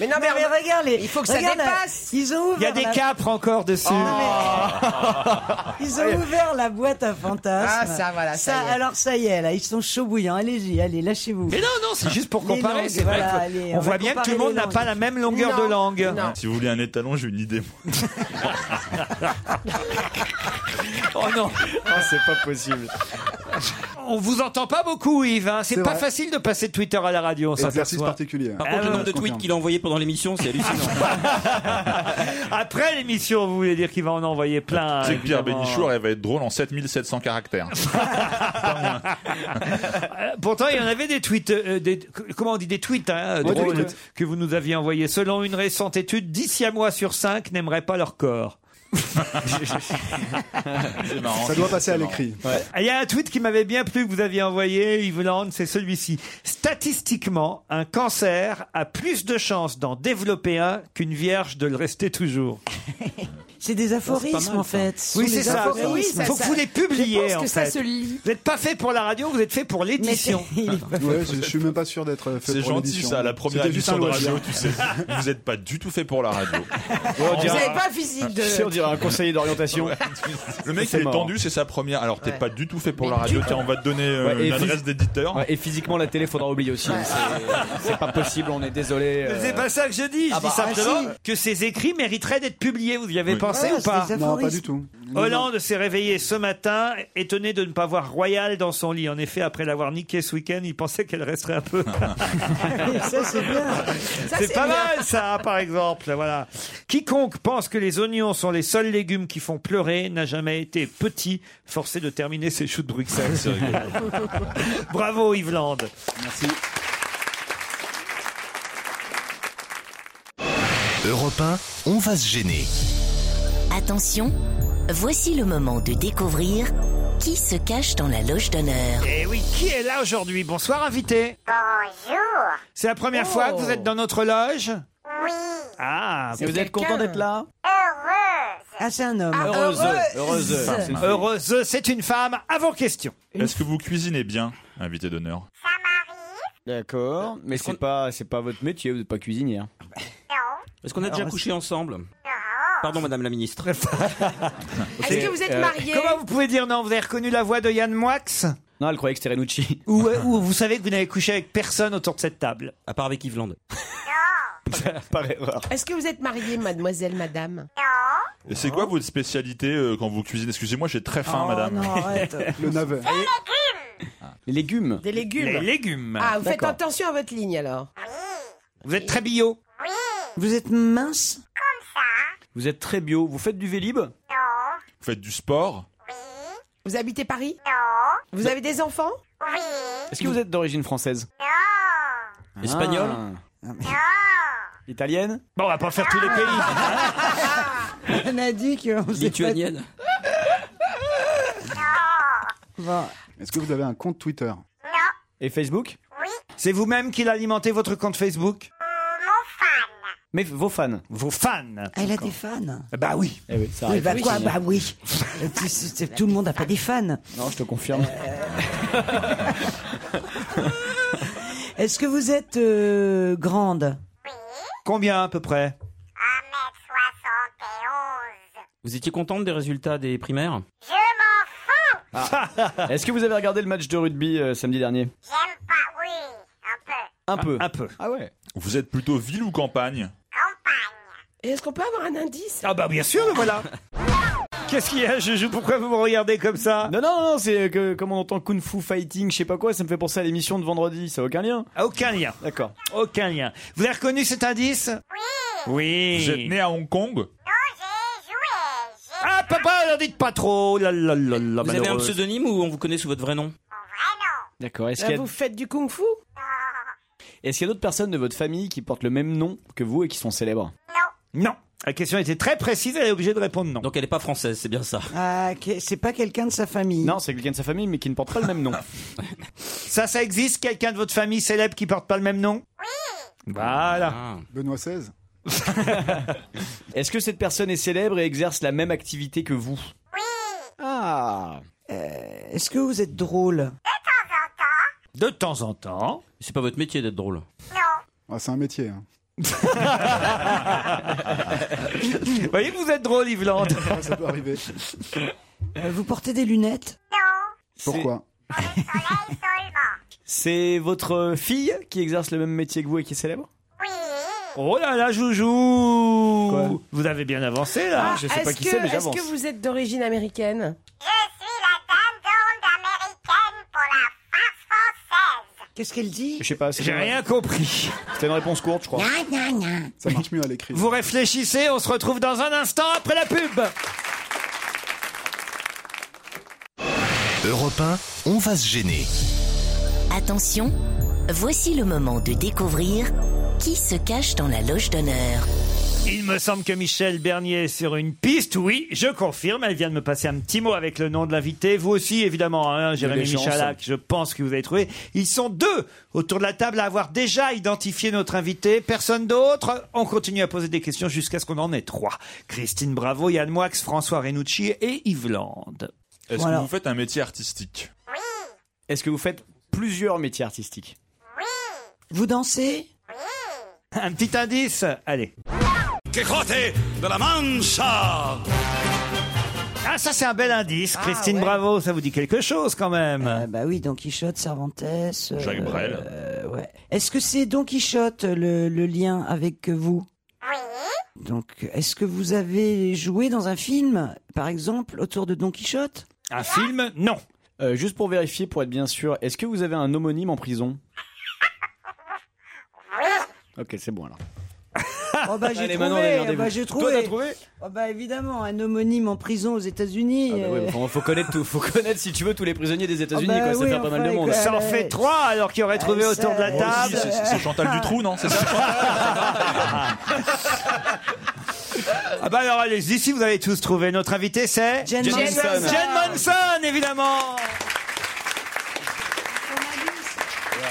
[SPEAKER 13] Mais non, mais,
[SPEAKER 12] regarde, les-
[SPEAKER 13] il faut que ça
[SPEAKER 12] regarde,
[SPEAKER 13] dépasse.
[SPEAKER 12] Ils ont ouvert.
[SPEAKER 4] Il y a des
[SPEAKER 12] la-
[SPEAKER 4] capres encore dessus.
[SPEAKER 10] Ah.
[SPEAKER 12] Ils ont ouvert la boîte à fantasmes.
[SPEAKER 13] Ah, ça, voilà, ça y est.
[SPEAKER 12] Alors ça y est, là, ils sont chauds bouillants. Allez-y, allez, lâchez-vous.
[SPEAKER 4] Mais non, non, c'est juste pour
[SPEAKER 12] Les
[SPEAKER 4] comparer.
[SPEAKER 12] langues,
[SPEAKER 4] C'est vrai.
[SPEAKER 12] voilà,
[SPEAKER 4] que-
[SPEAKER 12] allez,
[SPEAKER 4] on,
[SPEAKER 12] on va
[SPEAKER 4] voit bien que tout
[SPEAKER 12] comparer
[SPEAKER 4] le monde
[SPEAKER 12] les
[SPEAKER 4] n'a
[SPEAKER 12] langues.
[SPEAKER 4] pas la même longueur
[SPEAKER 12] Non,
[SPEAKER 4] de langue.
[SPEAKER 10] Si vous voulez un étalon j'ai une idée. moi.
[SPEAKER 4] Oh non,
[SPEAKER 9] c'est pas possible.
[SPEAKER 4] On vous entend pas beaucoup, Yves. hein. C'est
[SPEAKER 6] C'est
[SPEAKER 4] pas
[SPEAKER 6] vrai.
[SPEAKER 4] facile de passer de Twitter à la radio. On
[SPEAKER 6] Exercice
[SPEAKER 4] s'aperçoit.
[SPEAKER 6] particulier.
[SPEAKER 8] Par contre,
[SPEAKER 4] Ah,
[SPEAKER 8] le nombre de
[SPEAKER 4] je
[SPEAKER 8] tweets
[SPEAKER 4] confirme.
[SPEAKER 8] qu'il a envoyé pendant l'émission, c'est hallucinant.
[SPEAKER 4] Après l'émission, vous voulez dire qu'il va en envoyer plein.
[SPEAKER 10] C'est que Pierre
[SPEAKER 4] Ah, évidemment.
[SPEAKER 10] Bénichour elle va être drôle en 7700 caractères.
[SPEAKER 4] Euh, Pourtant, il y en avait des tweets, euh, des- c- comment on dit, des tweets, hein,
[SPEAKER 10] Ouais,
[SPEAKER 4] drôles,
[SPEAKER 10] des tweets.
[SPEAKER 4] que vous nous aviez envoyés. Selon une récente étude, 10 siamois sur 5 n'aimeraient pas leur corps.
[SPEAKER 10] C'est marrant.
[SPEAKER 6] Ça doit passer à l'écrit.
[SPEAKER 4] Ah, Il y a un tweet qui m'avait bien plu que vous aviez envoyé, Yves Land, c'est celui-ci. Statistiquement, un cancer a plus de chances d'en développer un qu'une vierge de le rester toujours.
[SPEAKER 12] Ah, C'est des aphorismes, en fait. Ce
[SPEAKER 4] Oui,
[SPEAKER 12] sont
[SPEAKER 4] c'est
[SPEAKER 12] des
[SPEAKER 4] ça.
[SPEAKER 12] aphorismes.
[SPEAKER 4] Il faut que vous les publiez, en fait. Vous n'êtes pas fait pour la radio, vous êtes fait pour l'édition.
[SPEAKER 6] Ouais, je, je suis même pas sûr d'être fait
[SPEAKER 10] C'est
[SPEAKER 6] pour
[SPEAKER 10] gentil
[SPEAKER 6] l'édition.
[SPEAKER 10] ça, la première
[SPEAKER 6] C'était juste un
[SPEAKER 10] émission de radio,
[SPEAKER 6] loisir.
[SPEAKER 10] tu sais. Vous n'êtes pas du tout fait pour la radio.
[SPEAKER 13] Vous n'avez pas physique de.
[SPEAKER 9] Tu sais, on dirait un conseiller d'orientation.
[SPEAKER 10] Le mec
[SPEAKER 9] C'est
[SPEAKER 10] il est
[SPEAKER 9] mort.
[SPEAKER 10] tendu, c'est sa première. Alors t'es
[SPEAKER 13] Ouais.
[SPEAKER 10] pas du tout fait pour
[SPEAKER 13] Mais
[SPEAKER 10] la radio,
[SPEAKER 13] du
[SPEAKER 10] tiens on va te donner euh,
[SPEAKER 9] Ouais, et
[SPEAKER 10] une
[SPEAKER 9] phys-
[SPEAKER 10] adresse d'éditeur.
[SPEAKER 9] Ouais, et physiquement, la télé, faudra oublier aussi. hein. C'est- C'est pas possible, on est désolé. euh.
[SPEAKER 4] Ah, C'est pas ça que je dis. Je
[SPEAKER 9] Ah
[SPEAKER 4] dis
[SPEAKER 9] bah, ah,
[SPEAKER 4] simplement
[SPEAKER 9] si.
[SPEAKER 4] que ces écrits mériteraient d'être publiés. Vous y avez
[SPEAKER 10] Oui.
[SPEAKER 4] pensé
[SPEAKER 12] Ouais,
[SPEAKER 4] ou pas
[SPEAKER 12] c'est des
[SPEAKER 6] Non, pas
[SPEAKER 12] aphorismes. Oh
[SPEAKER 6] du tout.
[SPEAKER 4] Hollande s'est réveillé ce matin, étonné de ne pas voir Royal dans son lit. En effet, après l'avoir niqué ce week-end, il pensait qu'elle resterait un peu.
[SPEAKER 12] ça, c'est bien.
[SPEAKER 13] Ça,
[SPEAKER 4] c'est pas
[SPEAKER 13] bien.
[SPEAKER 4] mal, ça, par exemple. Voilà. Quiconque pense que les oignons sont les seuls légumes qui font pleurer n'a jamais été petit, forcé de terminer ses choux de Bruxelles.
[SPEAKER 10] C'est rigolo.
[SPEAKER 4] Bravo, Yveland.
[SPEAKER 6] Merci.
[SPEAKER 3] Europe 1, on va se gêner.
[SPEAKER 2] Attention, voici le moment de découvrir qui se cache dans la loge d'honneur.
[SPEAKER 4] Et Eh oui, qui est là aujourd'hui Bonsoir, invité.
[SPEAKER 20] Bonjour.
[SPEAKER 4] C'est la première fois que vous êtes dans notre loge
[SPEAKER 20] Oui.
[SPEAKER 4] Ah,
[SPEAKER 12] C'est quelqu'un. Ah, c'est un homme.
[SPEAKER 4] Heureuse, c'est une femme. À vos questions.
[SPEAKER 10] Est-ce que vous cuisinez bien, invité d'honneur
[SPEAKER 9] D'accord, mais c'est pas, c'est pas votre métier, vous n'êtes pas cuisinière.
[SPEAKER 8] Est-ce qu'on a déjà couché ensemble
[SPEAKER 4] Pardon, madame la ministre.
[SPEAKER 13] Est-ce que vous êtes marié
[SPEAKER 4] Comment vous pouvez dire non Vous avez reconnu la voix de Yann Moix
[SPEAKER 9] Non, elle croyait que c'était Renucci.
[SPEAKER 4] ou, euh, ou vous savez que vous n'avez couché avec personne autour de cette table À part avec Yves Land.
[SPEAKER 9] Par erreur.
[SPEAKER 13] Est-ce que vous êtes marié, mademoiselle, madame
[SPEAKER 10] Et c'est quoi votre spécialité euh, quand vous cuisinez Excusez-moi, j'ai très faim,
[SPEAKER 13] Oh,
[SPEAKER 10] madame.
[SPEAKER 13] non, arrête.
[SPEAKER 10] Le navet.
[SPEAKER 9] Les légumes.
[SPEAKER 13] Des légumes.
[SPEAKER 10] Les légumes.
[SPEAKER 13] Ah, vous faites
[SPEAKER 10] D'accord.
[SPEAKER 13] attention à votre ligne alors.
[SPEAKER 4] Vous êtes très bio.
[SPEAKER 12] Vous êtes mince.
[SPEAKER 9] Vous êtes très bio, vous faites du Vélib Vous
[SPEAKER 10] faites du sport
[SPEAKER 13] Vous habitez Paris Vous avez des enfants
[SPEAKER 9] Est-ce que vous êtes d'origine française Non.
[SPEAKER 8] Espagnole
[SPEAKER 9] Italienne Ah.
[SPEAKER 4] Bon, on va pas faire tous les pays.
[SPEAKER 12] On a dit qu'on s'est
[SPEAKER 8] Lituanienne.
[SPEAKER 6] Est-ce que vous avez un compte Twitter
[SPEAKER 9] Et Facebook
[SPEAKER 4] C'est vous-même qui l'alimentez, votre compte Facebook
[SPEAKER 9] Euh, Mais vos fans.
[SPEAKER 4] Vos fans.
[SPEAKER 12] Elle Ah, a des fans.
[SPEAKER 4] Bah oui.
[SPEAKER 9] Eh oui, ça
[SPEAKER 12] Oui,
[SPEAKER 9] arrive.
[SPEAKER 13] ben,
[SPEAKER 12] bah quoi Bah oui. Tu- tu- Tout le monde n'a pas des fans. Euh,
[SPEAKER 9] Non, je te confirme.
[SPEAKER 12] Est-ce que vous êtes euh, grande
[SPEAKER 4] Combien à peu près
[SPEAKER 8] Vous étiez contente des résultats des primaires
[SPEAKER 9] Ah.
[SPEAKER 4] Ah.
[SPEAKER 9] Est-ce que vous avez regardé le match de rugby euh, samedi dernier Un peu.
[SPEAKER 4] Un peu.
[SPEAKER 9] Ah ouais.
[SPEAKER 10] Vous êtes plutôt ville ou campagne
[SPEAKER 13] Et est-ce qu'on peut avoir un indice
[SPEAKER 4] Ah bah bien sûr, le voilà. Qu'est-ce qu'il y a, Juju Pourquoi vous me regardez comme ça
[SPEAKER 9] Non, non, non, c'est euh, que comme on entend Kung Fu Fighting, je sais pas quoi, ça me fait penser à l'émission de vendredi, ça a aucun lien.
[SPEAKER 4] Ah, Aucun lien.
[SPEAKER 9] D'accord.
[SPEAKER 4] Aucun lien. Vous avez reconnu cet indice Oui.
[SPEAKER 10] Vous êtes né à Hong Kong
[SPEAKER 4] Ah papa, n'en dites pas trop. La, la, la, la,
[SPEAKER 8] Vous avez un
[SPEAKER 4] malheureuse.
[SPEAKER 8] pseudonyme ou on vous connaît sous votre vrai nom
[SPEAKER 9] D'accord. Est-ce
[SPEAKER 13] Ah,
[SPEAKER 9] qu'il y a,
[SPEAKER 13] Vous faites du kung-fu
[SPEAKER 9] est-ce qu'il y a d'autres personnes de votre famille qui portent le même nom que vous et qui sont célèbres
[SPEAKER 4] Non. La question était très précise, elle est obligée de répondre non.
[SPEAKER 8] Donc elle n'est pas française, c'est bien ça.
[SPEAKER 12] Ah, que- c'est pas quelqu'un de sa famille.
[SPEAKER 9] Non, c'est quelqu'un de sa famille mais qui ne porte pas le même nom.
[SPEAKER 4] Ça, ça existe Quelqu'un de votre famille célèbre qui porte pas le même nom Oui.
[SPEAKER 8] Ah.
[SPEAKER 4] Voilà.
[SPEAKER 6] Benoît XVI
[SPEAKER 9] Est-ce que cette personne est célèbre et exerce la même activité que vous Ah.
[SPEAKER 12] Euh, Est-ce que vous êtes drôle
[SPEAKER 4] De temps en temps.
[SPEAKER 8] C'est pas votre métier d'être drôle.
[SPEAKER 6] Ah, C'est un métier. hein.
[SPEAKER 4] Vous voyez que vous êtes drôle, Yves Land.
[SPEAKER 6] Ah, ça peut arriver.
[SPEAKER 12] Euh, Vous portez des lunettes
[SPEAKER 6] Pourquoi
[SPEAKER 9] C'est votre fille qui exerce le même métier que vous et qui est célèbre
[SPEAKER 4] Oh là là, Joujou Vous avez bien avancé là.
[SPEAKER 13] Ah, est-ce que- Est-ce que vous êtes d'origine américaine
[SPEAKER 12] Qu'est-ce qu'elle dit
[SPEAKER 9] Je sais pas. c'est-
[SPEAKER 4] J'ai rien compris.
[SPEAKER 9] C'était une réponse courte, je crois.
[SPEAKER 6] Ça marche mieux à l'écrit.
[SPEAKER 4] Vous réfléchissez, on se retrouve dans un instant après la pub.
[SPEAKER 3] Europe 1, on va se gêner.
[SPEAKER 2] Attention, voici le moment de découvrir qui se cache dans la loge d'honneur.
[SPEAKER 4] Il me semble que Michel Bernier est sur une piste. Oui, je confirme. Elle vient de me passer un petit mot avec le nom de l'invité. Vous aussi, évidemment, hein, Jérémy
[SPEAKER 9] des chances.
[SPEAKER 4] Michalak, je pense que vous avez trouvé. Ils sont deux autour de la table à avoir déjà identifié notre invité. Personne d'autre. On continue à poser des questions jusqu'à ce qu'on en ait trois. Christine Bravo, Yann Moix, François Renucci et Yves Land.
[SPEAKER 10] Est-ce
[SPEAKER 12] Voilà.
[SPEAKER 10] que vous faites un métier artistique
[SPEAKER 9] Est-ce que vous faites plusieurs métiers artistiques
[SPEAKER 12] Vous dansez
[SPEAKER 4] Un petit indice. Allez.
[SPEAKER 3] de la Mancha
[SPEAKER 4] Ah, ça, c'est un bel indice. Christine
[SPEAKER 12] ouais.
[SPEAKER 4] Bravo, ça vous dit quelque chose quand même.
[SPEAKER 12] Euh, Bah oui, Don Quichotte, Cervantes. euh,
[SPEAKER 10] Jacques Brel.
[SPEAKER 12] euh, ouais. Est-ce que c'est Don Quichotte le, le lien avec vous donc, est-ce que vous avez joué dans un film, par exemple, autour de Don Quichotte
[SPEAKER 4] Un film Non.
[SPEAKER 9] Euh, Juste pour vérifier, pour être bien sûr, est-ce que vous avez un homonyme en prison Ok, c'est bon alors.
[SPEAKER 12] Oh bah j'ai
[SPEAKER 9] Allez,
[SPEAKER 12] trouvé,
[SPEAKER 9] maintenant, on est
[SPEAKER 12] oh,
[SPEAKER 9] rendez-vous.
[SPEAKER 12] bah j'ai
[SPEAKER 9] Toi, t'as
[SPEAKER 12] trouvé.
[SPEAKER 9] trouvé
[SPEAKER 12] Oh bah évidemment, un homonyme en prison aux États-Unis.
[SPEAKER 9] Ah bah ouais,
[SPEAKER 12] euh,
[SPEAKER 9] faut, faut connaître tout, faut connaître si tu veux tous les prisonniers des États-Unis,
[SPEAKER 12] Ah bah
[SPEAKER 9] quoi, ça
[SPEAKER 12] oui,
[SPEAKER 9] fait pas mal de
[SPEAKER 12] enfin,
[SPEAKER 9] monde.
[SPEAKER 12] quoi.
[SPEAKER 4] Ça en
[SPEAKER 12] Ouais.
[SPEAKER 4] fait trois alors qu'il aurait trouvé
[SPEAKER 12] ça,
[SPEAKER 4] autour de la
[SPEAKER 12] ouais.
[SPEAKER 4] table.
[SPEAKER 10] C'est c'est Chantal Dutroux, non C'est ça
[SPEAKER 4] Ah bah alors allez-y, si vous avez tous trouvé, notre invité c'est
[SPEAKER 12] Jen
[SPEAKER 9] Jen
[SPEAKER 12] Manson.
[SPEAKER 9] Manson.
[SPEAKER 4] Jen Manson, évidemment.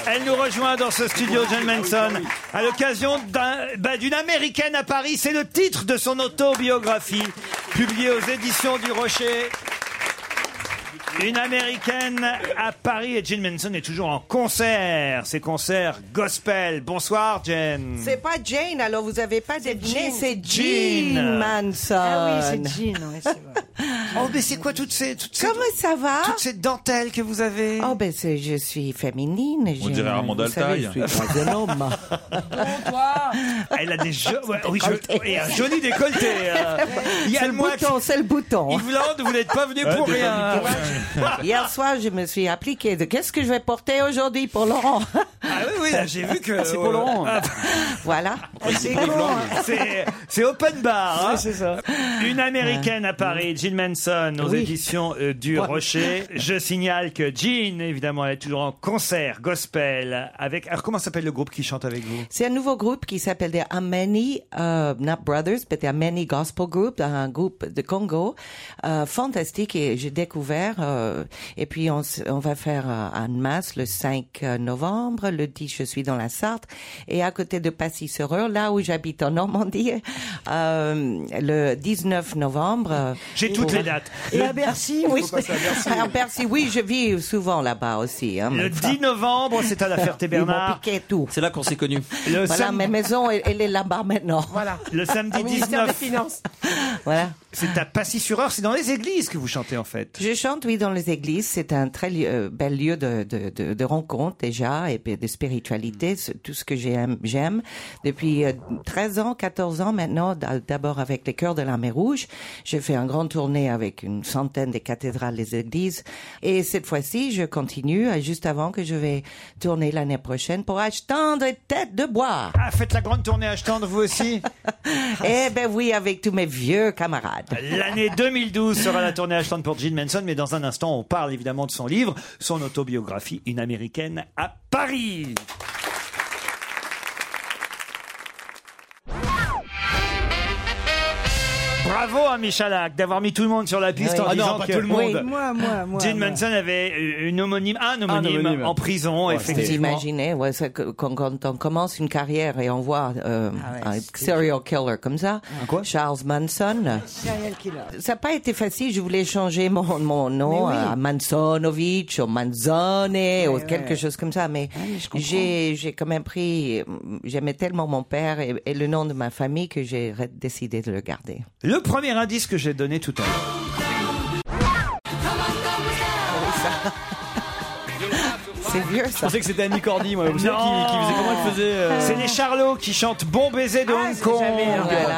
[SPEAKER 4] Elle nous rejoint dans ce studio, John Manson, à l'occasion d'un- bah, d'une américaine à Paris. C'est le titre de son autobiographie, publiée aux éditions du Rocher. Une américaine à Paris et Jane Manson est toujours en concert. Ses concerts gospel. Bonsoir, Jane.
[SPEAKER 20] C'est pas Jane, alors vous avez pas deviné, c'est
[SPEAKER 4] Hmm. Jean.
[SPEAKER 20] Jean, Manson.
[SPEAKER 4] Ah oui, c'est
[SPEAKER 20] Jean,
[SPEAKER 4] Oh, mais c'est quoi toutes ces, toutes ces.
[SPEAKER 20] Comment ça va Toutes
[SPEAKER 4] ces dentelles que vous avez
[SPEAKER 20] Oh, ben c'est- je suis féminine.
[SPEAKER 10] On
[SPEAKER 20] je-
[SPEAKER 10] dirait Armand
[SPEAKER 20] vous savez,
[SPEAKER 10] Altaï.
[SPEAKER 20] Je suis pas un homme.
[SPEAKER 4] Elle a des jo- ouais, oui, je- et un joli décolleté. euh. Il y a
[SPEAKER 20] C'est
[SPEAKER 4] le
[SPEAKER 20] le
[SPEAKER 4] mois-
[SPEAKER 20] bouton, c'est le bouton.
[SPEAKER 4] Yves Land, vous n'êtes pas Euh, venu pour rien.
[SPEAKER 20] Hier soir, je me suis appliquée de qu'est-ce que je vais porter aujourd'hui pour Laurent.
[SPEAKER 4] Ah oui, oui, là, j'ai vu que.
[SPEAKER 20] C'est pour Laurent. voilà. C'est con, hein.
[SPEAKER 4] C'est- C'est open bar. hein. Une américaine à Paris, Jean Manson, aux
[SPEAKER 20] Oui.
[SPEAKER 4] éditions euh, du
[SPEAKER 20] Ouais.
[SPEAKER 4] Rocher. Je signale que Jean, évidemment, elle est toujours en concert gospel avec. Alors, comment s'appelle le groupe qui chante avec vous
[SPEAKER 20] C'est un nouveau groupe qui s'appelle The Ameni, euh, not Brothers, but The Ameni Gospel Group, un groupe de Congo, euh, fantastique et j'ai découvert. euh, et puis on, s- on va faire euh, en masse le 5 novembre, le 10 je suis dans la Sarthe et à côté de Passy-sur-Eure, là où j'habite en Normandie, euh, le 19 novembre. euh, Eh
[SPEAKER 4] J'ai toutes
[SPEAKER 20] pour-
[SPEAKER 4] les dates.
[SPEAKER 20] Et à Bercy, oui. À Bercy, Ah, oui, je vis souvent là-bas aussi. hein,
[SPEAKER 4] Le
[SPEAKER 20] mais-
[SPEAKER 4] 10 novembre, c'est à la
[SPEAKER 20] Ils m'ont
[SPEAKER 4] Ferté-Bernard.
[SPEAKER 20] piqué tout.
[SPEAKER 8] C'est là qu'on s'est connus.
[SPEAKER 4] Le
[SPEAKER 20] voilà,
[SPEAKER 4] samedi-
[SPEAKER 20] ma maison, elle, elle est là-bas maintenant. Voilà.
[SPEAKER 4] Le samedi
[SPEAKER 20] Au ministère
[SPEAKER 4] 19.
[SPEAKER 20] des Voilà.
[SPEAKER 4] C'est à Passy-sur-Eure, c'est dans les églises que vous chantez en fait.
[SPEAKER 20] Je chante, oui, dans les églises. C'est un très lieu- euh, bel lieu de, de, de, de rencontre déjà et puis de
[SPEAKER 4] Mm.
[SPEAKER 20] spiritualité, C'est tout ce que j'aime. j'aime. Depuis euh, 13 ans, 14 ans maintenant, d'a- d'abord avec les chœurs de la mer Rouge, j'ai fait un grand tournée avec une centaine de cathédrales, des églises. Et cette fois-ci, je continue euh, juste avant que je vais tourner l'année prochaine pour Achetendre et Tête de Bois.
[SPEAKER 4] Ah, faites la grande tournée à Achetendre, vous aussi
[SPEAKER 20] Eh ben oui, avec tous mes vieux camarades.
[SPEAKER 4] L'année 2012 sera la tournée Ashland pour Gene Manson, mais dans un instant, on parle évidemment de son livre, son autobiographie, Une américaine à Paris. Bravo à Michalak d'avoir mis tout le monde sur la piste
[SPEAKER 9] Oui.
[SPEAKER 4] en
[SPEAKER 9] Ah non,
[SPEAKER 4] disant
[SPEAKER 9] pas
[SPEAKER 4] que
[SPEAKER 9] tout le monde. Oui,
[SPEAKER 21] moi, moi, moi,
[SPEAKER 4] Gene
[SPEAKER 21] moi.
[SPEAKER 4] Manson avait euh, une homonyme, un homonyme,
[SPEAKER 20] homonyme.
[SPEAKER 4] en prison,
[SPEAKER 20] Vous
[SPEAKER 4] effectivement.
[SPEAKER 20] imaginez, ouais, ça, que- quand, quand on commence une carrière et on voit euh,
[SPEAKER 21] Ah
[SPEAKER 20] un serial killer comme ça, Charles Manson,
[SPEAKER 21] Serial killer.
[SPEAKER 20] ça n'a pas été facile. Je voulais changer mon, mon nom
[SPEAKER 21] Mais oui.
[SPEAKER 20] à Mansonovitch ou Manzone ou quelque chose comme ça,
[SPEAKER 21] Ah,
[SPEAKER 20] mais, j'ai j'ai quand même pris, j'aimais tellement mon père et, et le nom de ma famille que j'ai re- décidé de le garder.
[SPEAKER 4] Le premier indice que j'ai donné tout à l'heure.
[SPEAKER 20] C'est vieux ça.
[SPEAKER 9] Je pensais que c'était Annie Cordy, moi. Vous
[SPEAKER 4] Non.
[SPEAKER 9] savez qui, qui faisait comment elle faisait euh,
[SPEAKER 4] C'est les Charlots qui chantent Bon baiser
[SPEAKER 20] Ah,
[SPEAKER 4] de Hong Kong.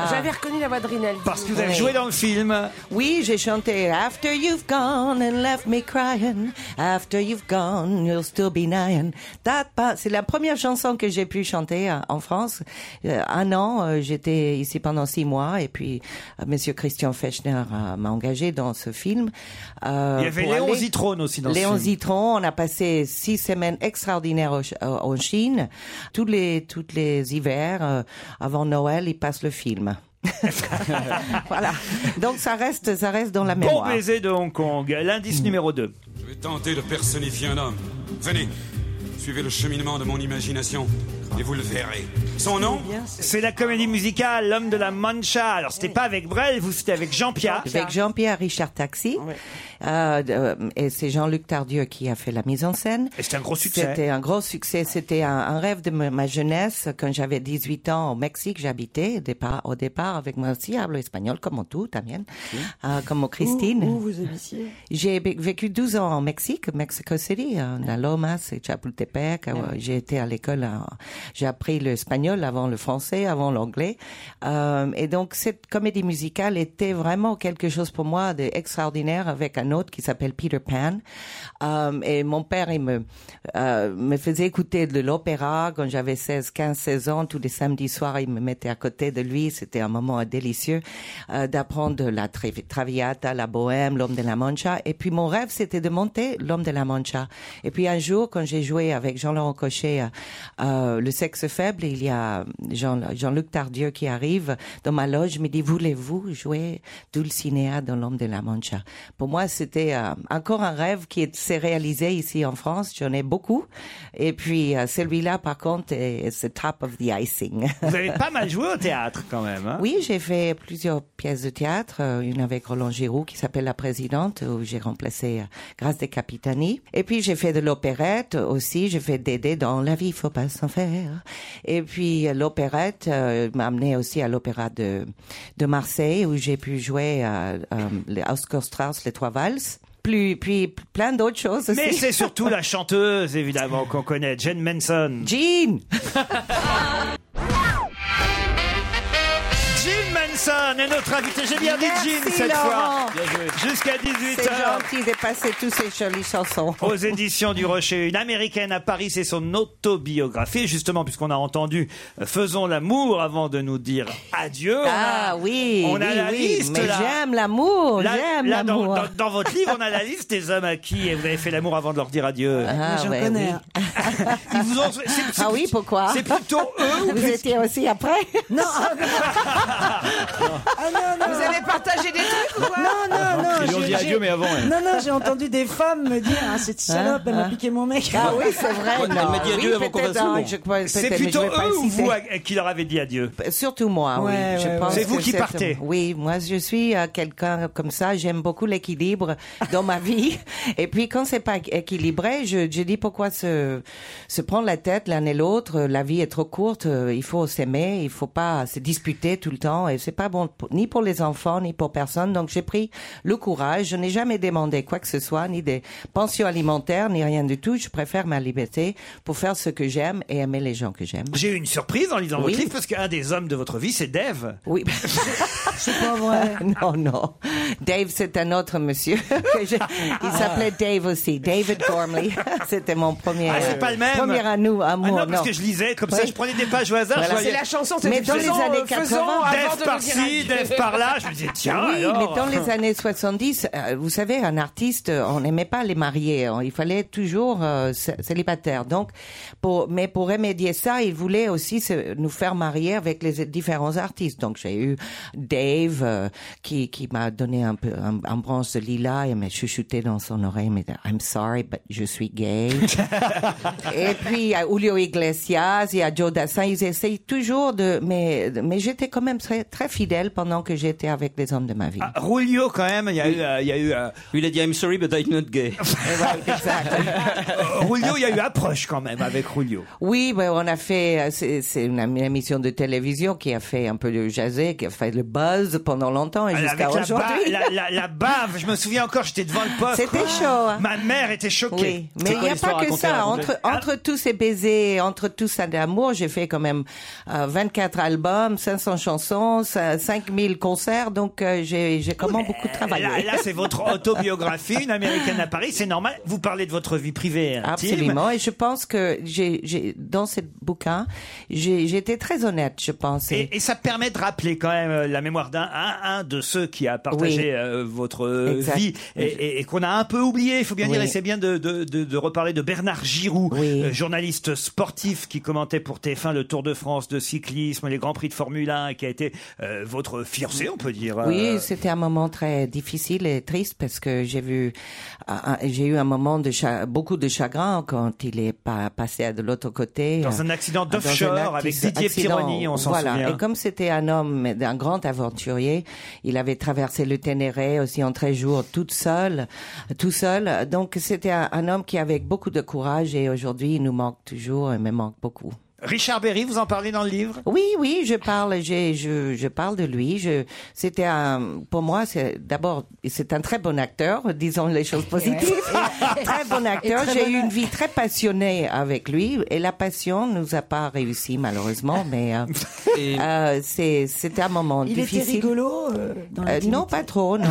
[SPEAKER 21] J'avais reconnu la voix de Rinaldi.
[SPEAKER 4] Parce que vous avez joué dans le film.
[SPEAKER 20] Oui, j'ai chanté After you've gone and left me crying, after you've gone you'll still be nine. That pa- C'est la première chanson que j'ai pu chanter euh, en France. Euh, Un an, euh, j'étais ici pendant six mois et puis euh, Monsieur Christian Fechner euh, m'a engagé dans ce film. euh,
[SPEAKER 4] Il y avait
[SPEAKER 20] pour
[SPEAKER 4] Léon
[SPEAKER 20] aller-
[SPEAKER 4] Zitrone aussi dans ce
[SPEAKER 20] Léon
[SPEAKER 4] film.
[SPEAKER 20] Zitron, on a passé six semaines extraordinaires au Ch- euh, en Chine. Tous les, tous les hivers, euh, avant Noël, ils passent le film. voilà. Donc ça reste, ça reste dans la
[SPEAKER 4] Bon
[SPEAKER 20] mémoire. Mm.
[SPEAKER 4] baiser de Hong Kong, l'indice numéro 2.
[SPEAKER 22] Je vais tenter de personnifier un homme. Venez, suivez le cheminement de mon imagination et vous le verrez. Son nom
[SPEAKER 4] C'est la comédie musicale L'homme de la Mancha. Alors c'était pas avec Brel, vous c'était avec Jean-Pierre.
[SPEAKER 20] Avec Jean-Pierre Richard Taxi. Euh, euh, et c'est Jean-Luc Tardieu qui a fait la mise en scène.
[SPEAKER 4] Et c'était un gros succès.
[SPEAKER 20] C'était un gros succès. C'était un, un rêve de ma ma jeunesse. Quand j'avais 18 ans au Mexique, j'habitais au départ, au départ avec moi aussi, hablo espagnol, comme tout, también, euh, comme Christine.
[SPEAKER 21] Où, où vous habitiez
[SPEAKER 20] J'ai bé- vécu 12 ans au Mexique, Mexico City, euh, dans Lomas et Chapultepec. euh, J'ai été à l'école, euh, j'ai appris l'espagnol avant le français, avant l'anglais. Euh, et donc, cette comédie musicale était vraiment quelque chose pour moi d'extraordinaire avec un autre qui s'appelle Peter Pan. Euh, et mon père, il me, euh, me faisait écouter de l'opéra quand j'avais 16, 15, 16 ans. Tous les samedis soirs, il me mettait à côté de lui. C'était un moment euh, délicieux euh, d'apprendre la tra- Traviata, la Bohème, l'Homme de la Mancha. Et puis mon rêve, c'était de monter l'Homme de la Mancha. Et puis un jour, quand j'ai joué avec Jean-Laurent Cochet euh, euh, le sexe faible, il y a Jean, Jean-Luc Tardieu qui arrive dans ma loge, me dit, voulez-vous jouer Dulcinea dans l'homme de la Mancha? Pour moi, c'était euh, encore un rêve qui est- s'est réalisé ici en France. J'en ai beaucoup. Et puis, euh, celui-là, par contre, est it's the top of the icing.
[SPEAKER 4] Vous avez pas mal joué au théâtre quand même. hein
[SPEAKER 20] Oui, j'ai fait plusieurs pièces de théâtre, euh, une avec Roland Giroux qui s'appelle La Présidente, où j'ai remplacé euh, Grâce des Capitani. Et puis j'ai fait de l'opérette aussi, j'ai fait Dédé dans La vie, il faut pas s'en faire. Et puis euh, l'opérette euh, m'a amené aussi à l'opéra de, de Marseille, où j'ai pu jouer euh, euh, les Oscar Strauss, les Trois Valses. Plus, puis plein d'autres choses aussi.
[SPEAKER 4] Mais c'est surtout la chanteuse, évidemment, qu'on connaît, Jane Manson.
[SPEAKER 20] Jean
[SPEAKER 4] Jim Manson est notre invité. J'ai bien
[SPEAKER 20] Merci,
[SPEAKER 4] dit Jim cette
[SPEAKER 20] Laurent.
[SPEAKER 4] fois. Jusqu'à
[SPEAKER 20] C'est
[SPEAKER 4] 18h.
[SPEAKER 20] gentil de passer toutes ces jolies chansons.
[SPEAKER 4] Aux éditions du Rocher, une américaine à Paris, c'est son autobiographie, justement, puisqu'on a entendu euh, Faisons l'amour avant de nous dire adieu. On a-
[SPEAKER 20] Ah oui,
[SPEAKER 4] Oh, on a
[SPEAKER 20] oui,
[SPEAKER 4] la
[SPEAKER 20] oui,
[SPEAKER 4] liste,
[SPEAKER 20] mais
[SPEAKER 4] là.
[SPEAKER 20] j'aime l'amour,
[SPEAKER 4] Là-
[SPEAKER 20] j'aime
[SPEAKER 4] là, dans-
[SPEAKER 20] l'amour.
[SPEAKER 4] Dans, dans votre livre, on a la liste des hommes à qui et vous avez fait l'amour avant de leur dire adieu.
[SPEAKER 20] Ah, Moi, j'en ouais, connais, oui. hein. Ah oui, pourquoi
[SPEAKER 4] C'est plutôt eux.
[SPEAKER 20] Vous étiez aussi après Non.
[SPEAKER 5] Vous avez partagé des trucs ou quoi
[SPEAKER 14] Non, non, non.
[SPEAKER 5] Ils lui ont
[SPEAKER 14] j'ai-
[SPEAKER 5] dit
[SPEAKER 14] j'ai-
[SPEAKER 5] adieu, mais avant, elle.
[SPEAKER 14] Non, non, j'ai entendu des femmes me dire Ah, cette salope, elle m'a
[SPEAKER 20] hein.
[SPEAKER 14] piqué mon mec.
[SPEAKER 20] Ah oui, c'est vrai.
[SPEAKER 14] Elle
[SPEAKER 20] non.
[SPEAKER 14] m'a dit adieu
[SPEAKER 20] Oui,
[SPEAKER 14] avant qu'on
[SPEAKER 20] peut-être,
[SPEAKER 14] fasse l'amour.
[SPEAKER 20] hein, je crois,
[SPEAKER 4] C'est
[SPEAKER 20] peut-être, mais
[SPEAKER 4] plutôt
[SPEAKER 20] je vais pas
[SPEAKER 4] eux
[SPEAKER 20] le
[SPEAKER 4] ou
[SPEAKER 20] citer.
[SPEAKER 4] vous à- à qui leur avez dit adieu
[SPEAKER 20] Surtout moi, Ah oui.
[SPEAKER 4] Ouais,
[SPEAKER 20] je
[SPEAKER 4] ouais,
[SPEAKER 20] pense
[SPEAKER 4] ouais. C'est vous
[SPEAKER 20] que
[SPEAKER 4] qui partez.
[SPEAKER 20] Oui, moi je suis euh, quelqu'un comme ça. J'aime beaucoup l'équilibre dans ma vie. Et puis quand c'est pas équilibré, je, je dis pourquoi se se prendre la tête l'un et l'autre. La vie est trop courte. euh, Il faut s'aimer. Il faut pas se disputer tout le temps. Et c'est pas bon pour- ni pour les enfants ni pour personne. Donc j'ai pris le courage. Je n'ai jamais demandé quoi que ce soit, ni des pensions alimentaires, ni rien du tout. Je préfère ma liberté pour faire ce que j'aime et aimer les gens que j'aime.
[SPEAKER 4] J'ai eu une surprise en lisant
[SPEAKER 20] Oui.
[SPEAKER 4] votre livre parce qu'un des hommes de votre vie, c'est Dave.
[SPEAKER 20] Oui.
[SPEAKER 14] C'est pas vrai.
[SPEAKER 20] non, non. Dave, c'est un autre monsieur. que je- Il s'appelait Dave aussi. David Gormley. C'était mon premier. euh,
[SPEAKER 4] Ah, c'est pas le même.
[SPEAKER 20] Premier à nous,
[SPEAKER 4] Ah
[SPEAKER 20] amour.
[SPEAKER 4] non, parce que je lisais comme ça,
[SPEAKER 20] Oui.
[SPEAKER 4] je prenais des pages au hasard.
[SPEAKER 20] Voilà.
[SPEAKER 4] je voyais-
[SPEAKER 20] C'est la chanson, c'est Mais dans faisons, les années euh, faisons 80. avant de
[SPEAKER 4] Dave
[SPEAKER 20] nous
[SPEAKER 4] par-ci,
[SPEAKER 20] dire adieu.
[SPEAKER 4] Dave par-là. Je me disais, tiens,
[SPEAKER 20] oui,
[SPEAKER 4] alors.
[SPEAKER 20] mais dans les années 70, euh, vous savez, un artiste, euh, on n'aimait pas les mariés. hein. Il fallait toujours euh, c- célibataire. Donc, pour, mais pour remédier ça, il voulait aussi se- nous faire marier avec les différents artistes. Donc, j'ai eu Dave euh, qui, qui m'a donné un peu un, un branche de lilas et m'a chuchoté dans son oreille, mais I'm sorry, but je suis gay. Et puis, il y a Julio Iglesias, il y a Joe Dassin, ils essayent toujours de, mais, mais j'étais quand même très, très fidèle pendant que j'étais avec les hommes de ma vie.
[SPEAKER 4] Ah, oh. Rulio, quand même, il y a eu. euh, il y a eu euh, Eh ben,
[SPEAKER 8] Il a dit I'm sorry, but I'm not gay.
[SPEAKER 4] Rulio, il y a eu approche quand même avec Rulio.
[SPEAKER 20] Oui, ben, on a fait, euh, c'est c'est une am- une émission de télévision qui a fait un peu le jazzé, qui a fait le buzz pendant longtemps et
[SPEAKER 4] Avec la,
[SPEAKER 20] jusqu'à
[SPEAKER 4] ba-
[SPEAKER 20] aujourd'hui.
[SPEAKER 4] la, la- la bave, je me souviens encore, j'étais devant le poste.
[SPEAKER 20] C'était chaud, hein.
[SPEAKER 4] Ma mère était choquée.
[SPEAKER 20] Oui, mais il n'y a pas que ça. Entre,
[SPEAKER 4] Ah.
[SPEAKER 20] entre tous ces baisers, entre tout ça d'amour, j'ai fait quand même euh, 24 albums, 500 chansons, ça- 5000 concerts, donc euh, j'ai j'ai quand même beaucoup travaillé.
[SPEAKER 4] Là, là, c'est votre autobiographie, une américaine à Paris, c'est normal. Vous parlez de votre vie privée et intime.
[SPEAKER 20] Absolument. Et je pense que j'ai, j'ai- dans ce bouquin, j'ai, j'étais très honnête, je pense. Et-
[SPEAKER 4] Et, et ça permet de rappeler quand même euh, la mémoire d'un un, un de ceux qui a partagé
[SPEAKER 20] Oui.
[SPEAKER 4] euh, votre euh,
[SPEAKER 20] Exact.
[SPEAKER 4] vie et, et- et qu'on a un peu oublié, il faut bien
[SPEAKER 20] Oui.
[SPEAKER 4] dire, et c'est bien de, de- de- de reparler de Bernard Giroud, euh, journaliste sportif qui commentait pour TF1 le Tour de France de cyclisme, les Grands Prix de Formule 1, et qui a été euh, votre fiancé, on peut dire.
[SPEAKER 20] Oui,
[SPEAKER 4] Euh,
[SPEAKER 20] c'était un moment très difficile et triste parce que j'ai vu, euh, un- j'ai eu un moment de cha- beaucoup de chagrin quand il est pas passé à de l'autre côté. euh,
[SPEAKER 4] Dans un accident
[SPEAKER 20] Dans un
[SPEAKER 4] d'offshore avec
[SPEAKER 20] accident-
[SPEAKER 4] Didier Pironi, on s'en
[SPEAKER 20] voilà.
[SPEAKER 4] souvient.
[SPEAKER 20] Et comme c'était un homme, un grand aventurier, il avait traversé le Ténéré aussi en 13 jours, toute seule, tout seul. Donc c'était un, un homme qui avait beaucoup de courage et aujourd'hui il nous manque toujours et me manque beaucoup.
[SPEAKER 4] Richard Berry, vous en parlez dans le livre
[SPEAKER 20] Oui, oui, je parle, j'ai- je, je parle de lui. Je, c'était un, pour moi, c'est d'abord, c'est un très bon acteur, disons les choses positives. très bon acteur.
[SPEAKER 12] Et très
[SPEAKER 20] J'ai
[SPEAKER 12] bon
[SPEAKER 20] eu une vie très passionnée avec lui, et la passion nous a pas réussi malheureusement, mais euh, euh, c'est, c'était un moment
[SPEAKER 14] Il
[SPEAKER 20] difficile.
[SPEAKER 14] était rigolo. euh, dans la
[SPEAKER 20] Euh, non, pas trop, non.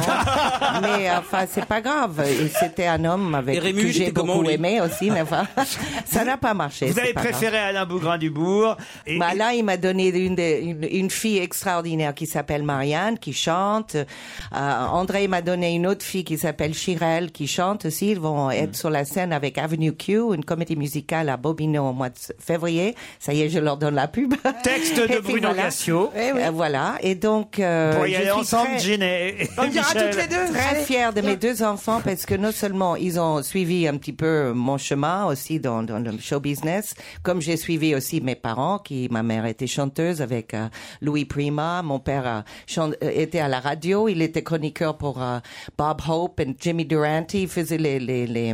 [SPEAKER 20] mais euh, enfin, c'est pas grave. Et C'était un homme avec
[SPEAKER 8] Et Rému,
[SPEAKER 20] que
[SPEAKER 8] il
[SPEAKER 20] j'ai
[SPEAKER 8] était comment,
[SPEAKER 20] beaucoup
[SPEAKER 8] lui
[SPEAKER 20] aimé aussi, mais enfin, ça n'a pas marché.
[SPEAKER 4] Vous
[SPEAKER 20] c'est
[SPEAKER 4] avez
[SPEAKER 20] pas grave.
[SPEAKER 4] préféré Alain Bougrain Dubourg.
[SPEAKER 20] Bah là, il m'a donné une, des- une, une fille extraordinaire qui s'appelle Marianne, qui chante. Euh, André m'a donné une autre fille qui s'appelle Chirel, qui chante aussi. Ils vont
[SPEAKER 4] Mm.
[SPEAKER 20] être sur la scène avec Avenue Q, une comédie musicale à Bobino au mois de s- février. Ça y est, je leur donne la pub.
[SPEAKER 4] Texte de
[SPEAKER 20] Et puis
[SPEAKER 4] Bruno
[SPEAKER 20] voilà.
[SPEAKER 4] Gassio.
[SPEAKER 20] Et oui. Euh, voilà. Et donc, euh,
[SPEAKER 4] Pour y
[SPEAKER 20] je
[SPEAKER 4] aller
[SPEAKER 20] suis
[SPEAKER 4] ensemble,
[SPEAKER 20] très-
[SPEAKER 4] Gina et- et On dira Michel. toutes les deux.
[SPEAKER 20] Très
[SPEAKER 4] Allez.
[SPEAKER 20] fière de mes deux enfants parce que non seulement ils ont suivi un petit peu mon chemin aussi dans, dans le show business, comme j'ai suivi aussi mes parents, qui ma mère était chanteuse avec euh, Louis Prima, mon père euh, chan- euh, était à la radio, il était chroniqueur pour euh, Bob Hope et Jimmy Durante, il faisait les les les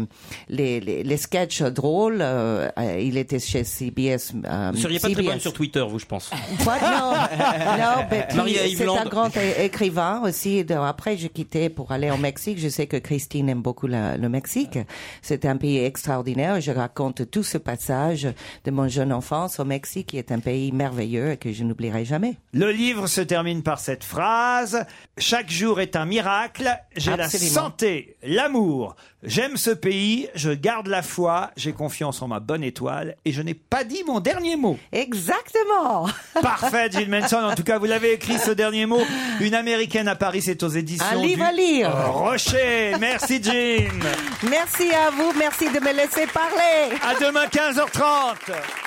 [SPEAKER 20] les, les, les sketchs drôles, euh, euh, il était chez CBS. euh,
[SPEAKER 8] Vous seriez pas très
[SPEAKER 20] CBS.
[SPEAKER 8] bonne sur Twitter, vous, je pense.
[SPEAKER 20] What? Non, non, mais tu-
[SPEAKER 8] Euh, Maria
[SPEAKER 20] Ah, ben, c'est
[SPEAKER 8] Yveland.
[SPEAKER 20] un grand é- écrivain aussi. Donc, Après, j'ai quitté pour aller au Mexique. Je sais que Christine aime beaucoup la- le Mexique. C'est un pays extraordinaire. Je raconte tout ce passage de mon jeune enfance au Mexique, qui est un pays merveilleux et que je n'oublierai jamais.
[SPEAKER 4] Le livre se termine par cette phrase Chaque jour est un miracle. J'ai la
[SPEAKER 20] Absolument.
[SPEAKER 4] santé, l'amour. J'aime ce pays, je garde la foi, j'ai confiance en ma bonne étoile et je n'ai pas dit mon dernier mot.
[SPEAKER 20] Exactement.
[SPEAKER 4] Parfait, Jill Manson. En tout cas, vous l'avez écrit ce dernier mot. Une américaine à Paris, c'est aux éditions.
[SPEAKER 20] Un livre
[SPEAKER 4] du
[SPEAKER 20] à lire.
[SPEAKER 4] Rocher. Merci, Jim.
[SPEAKER 20] Merci à vous. Merci de me laisser parler.
[SPEAKER 4] À demain 15h30.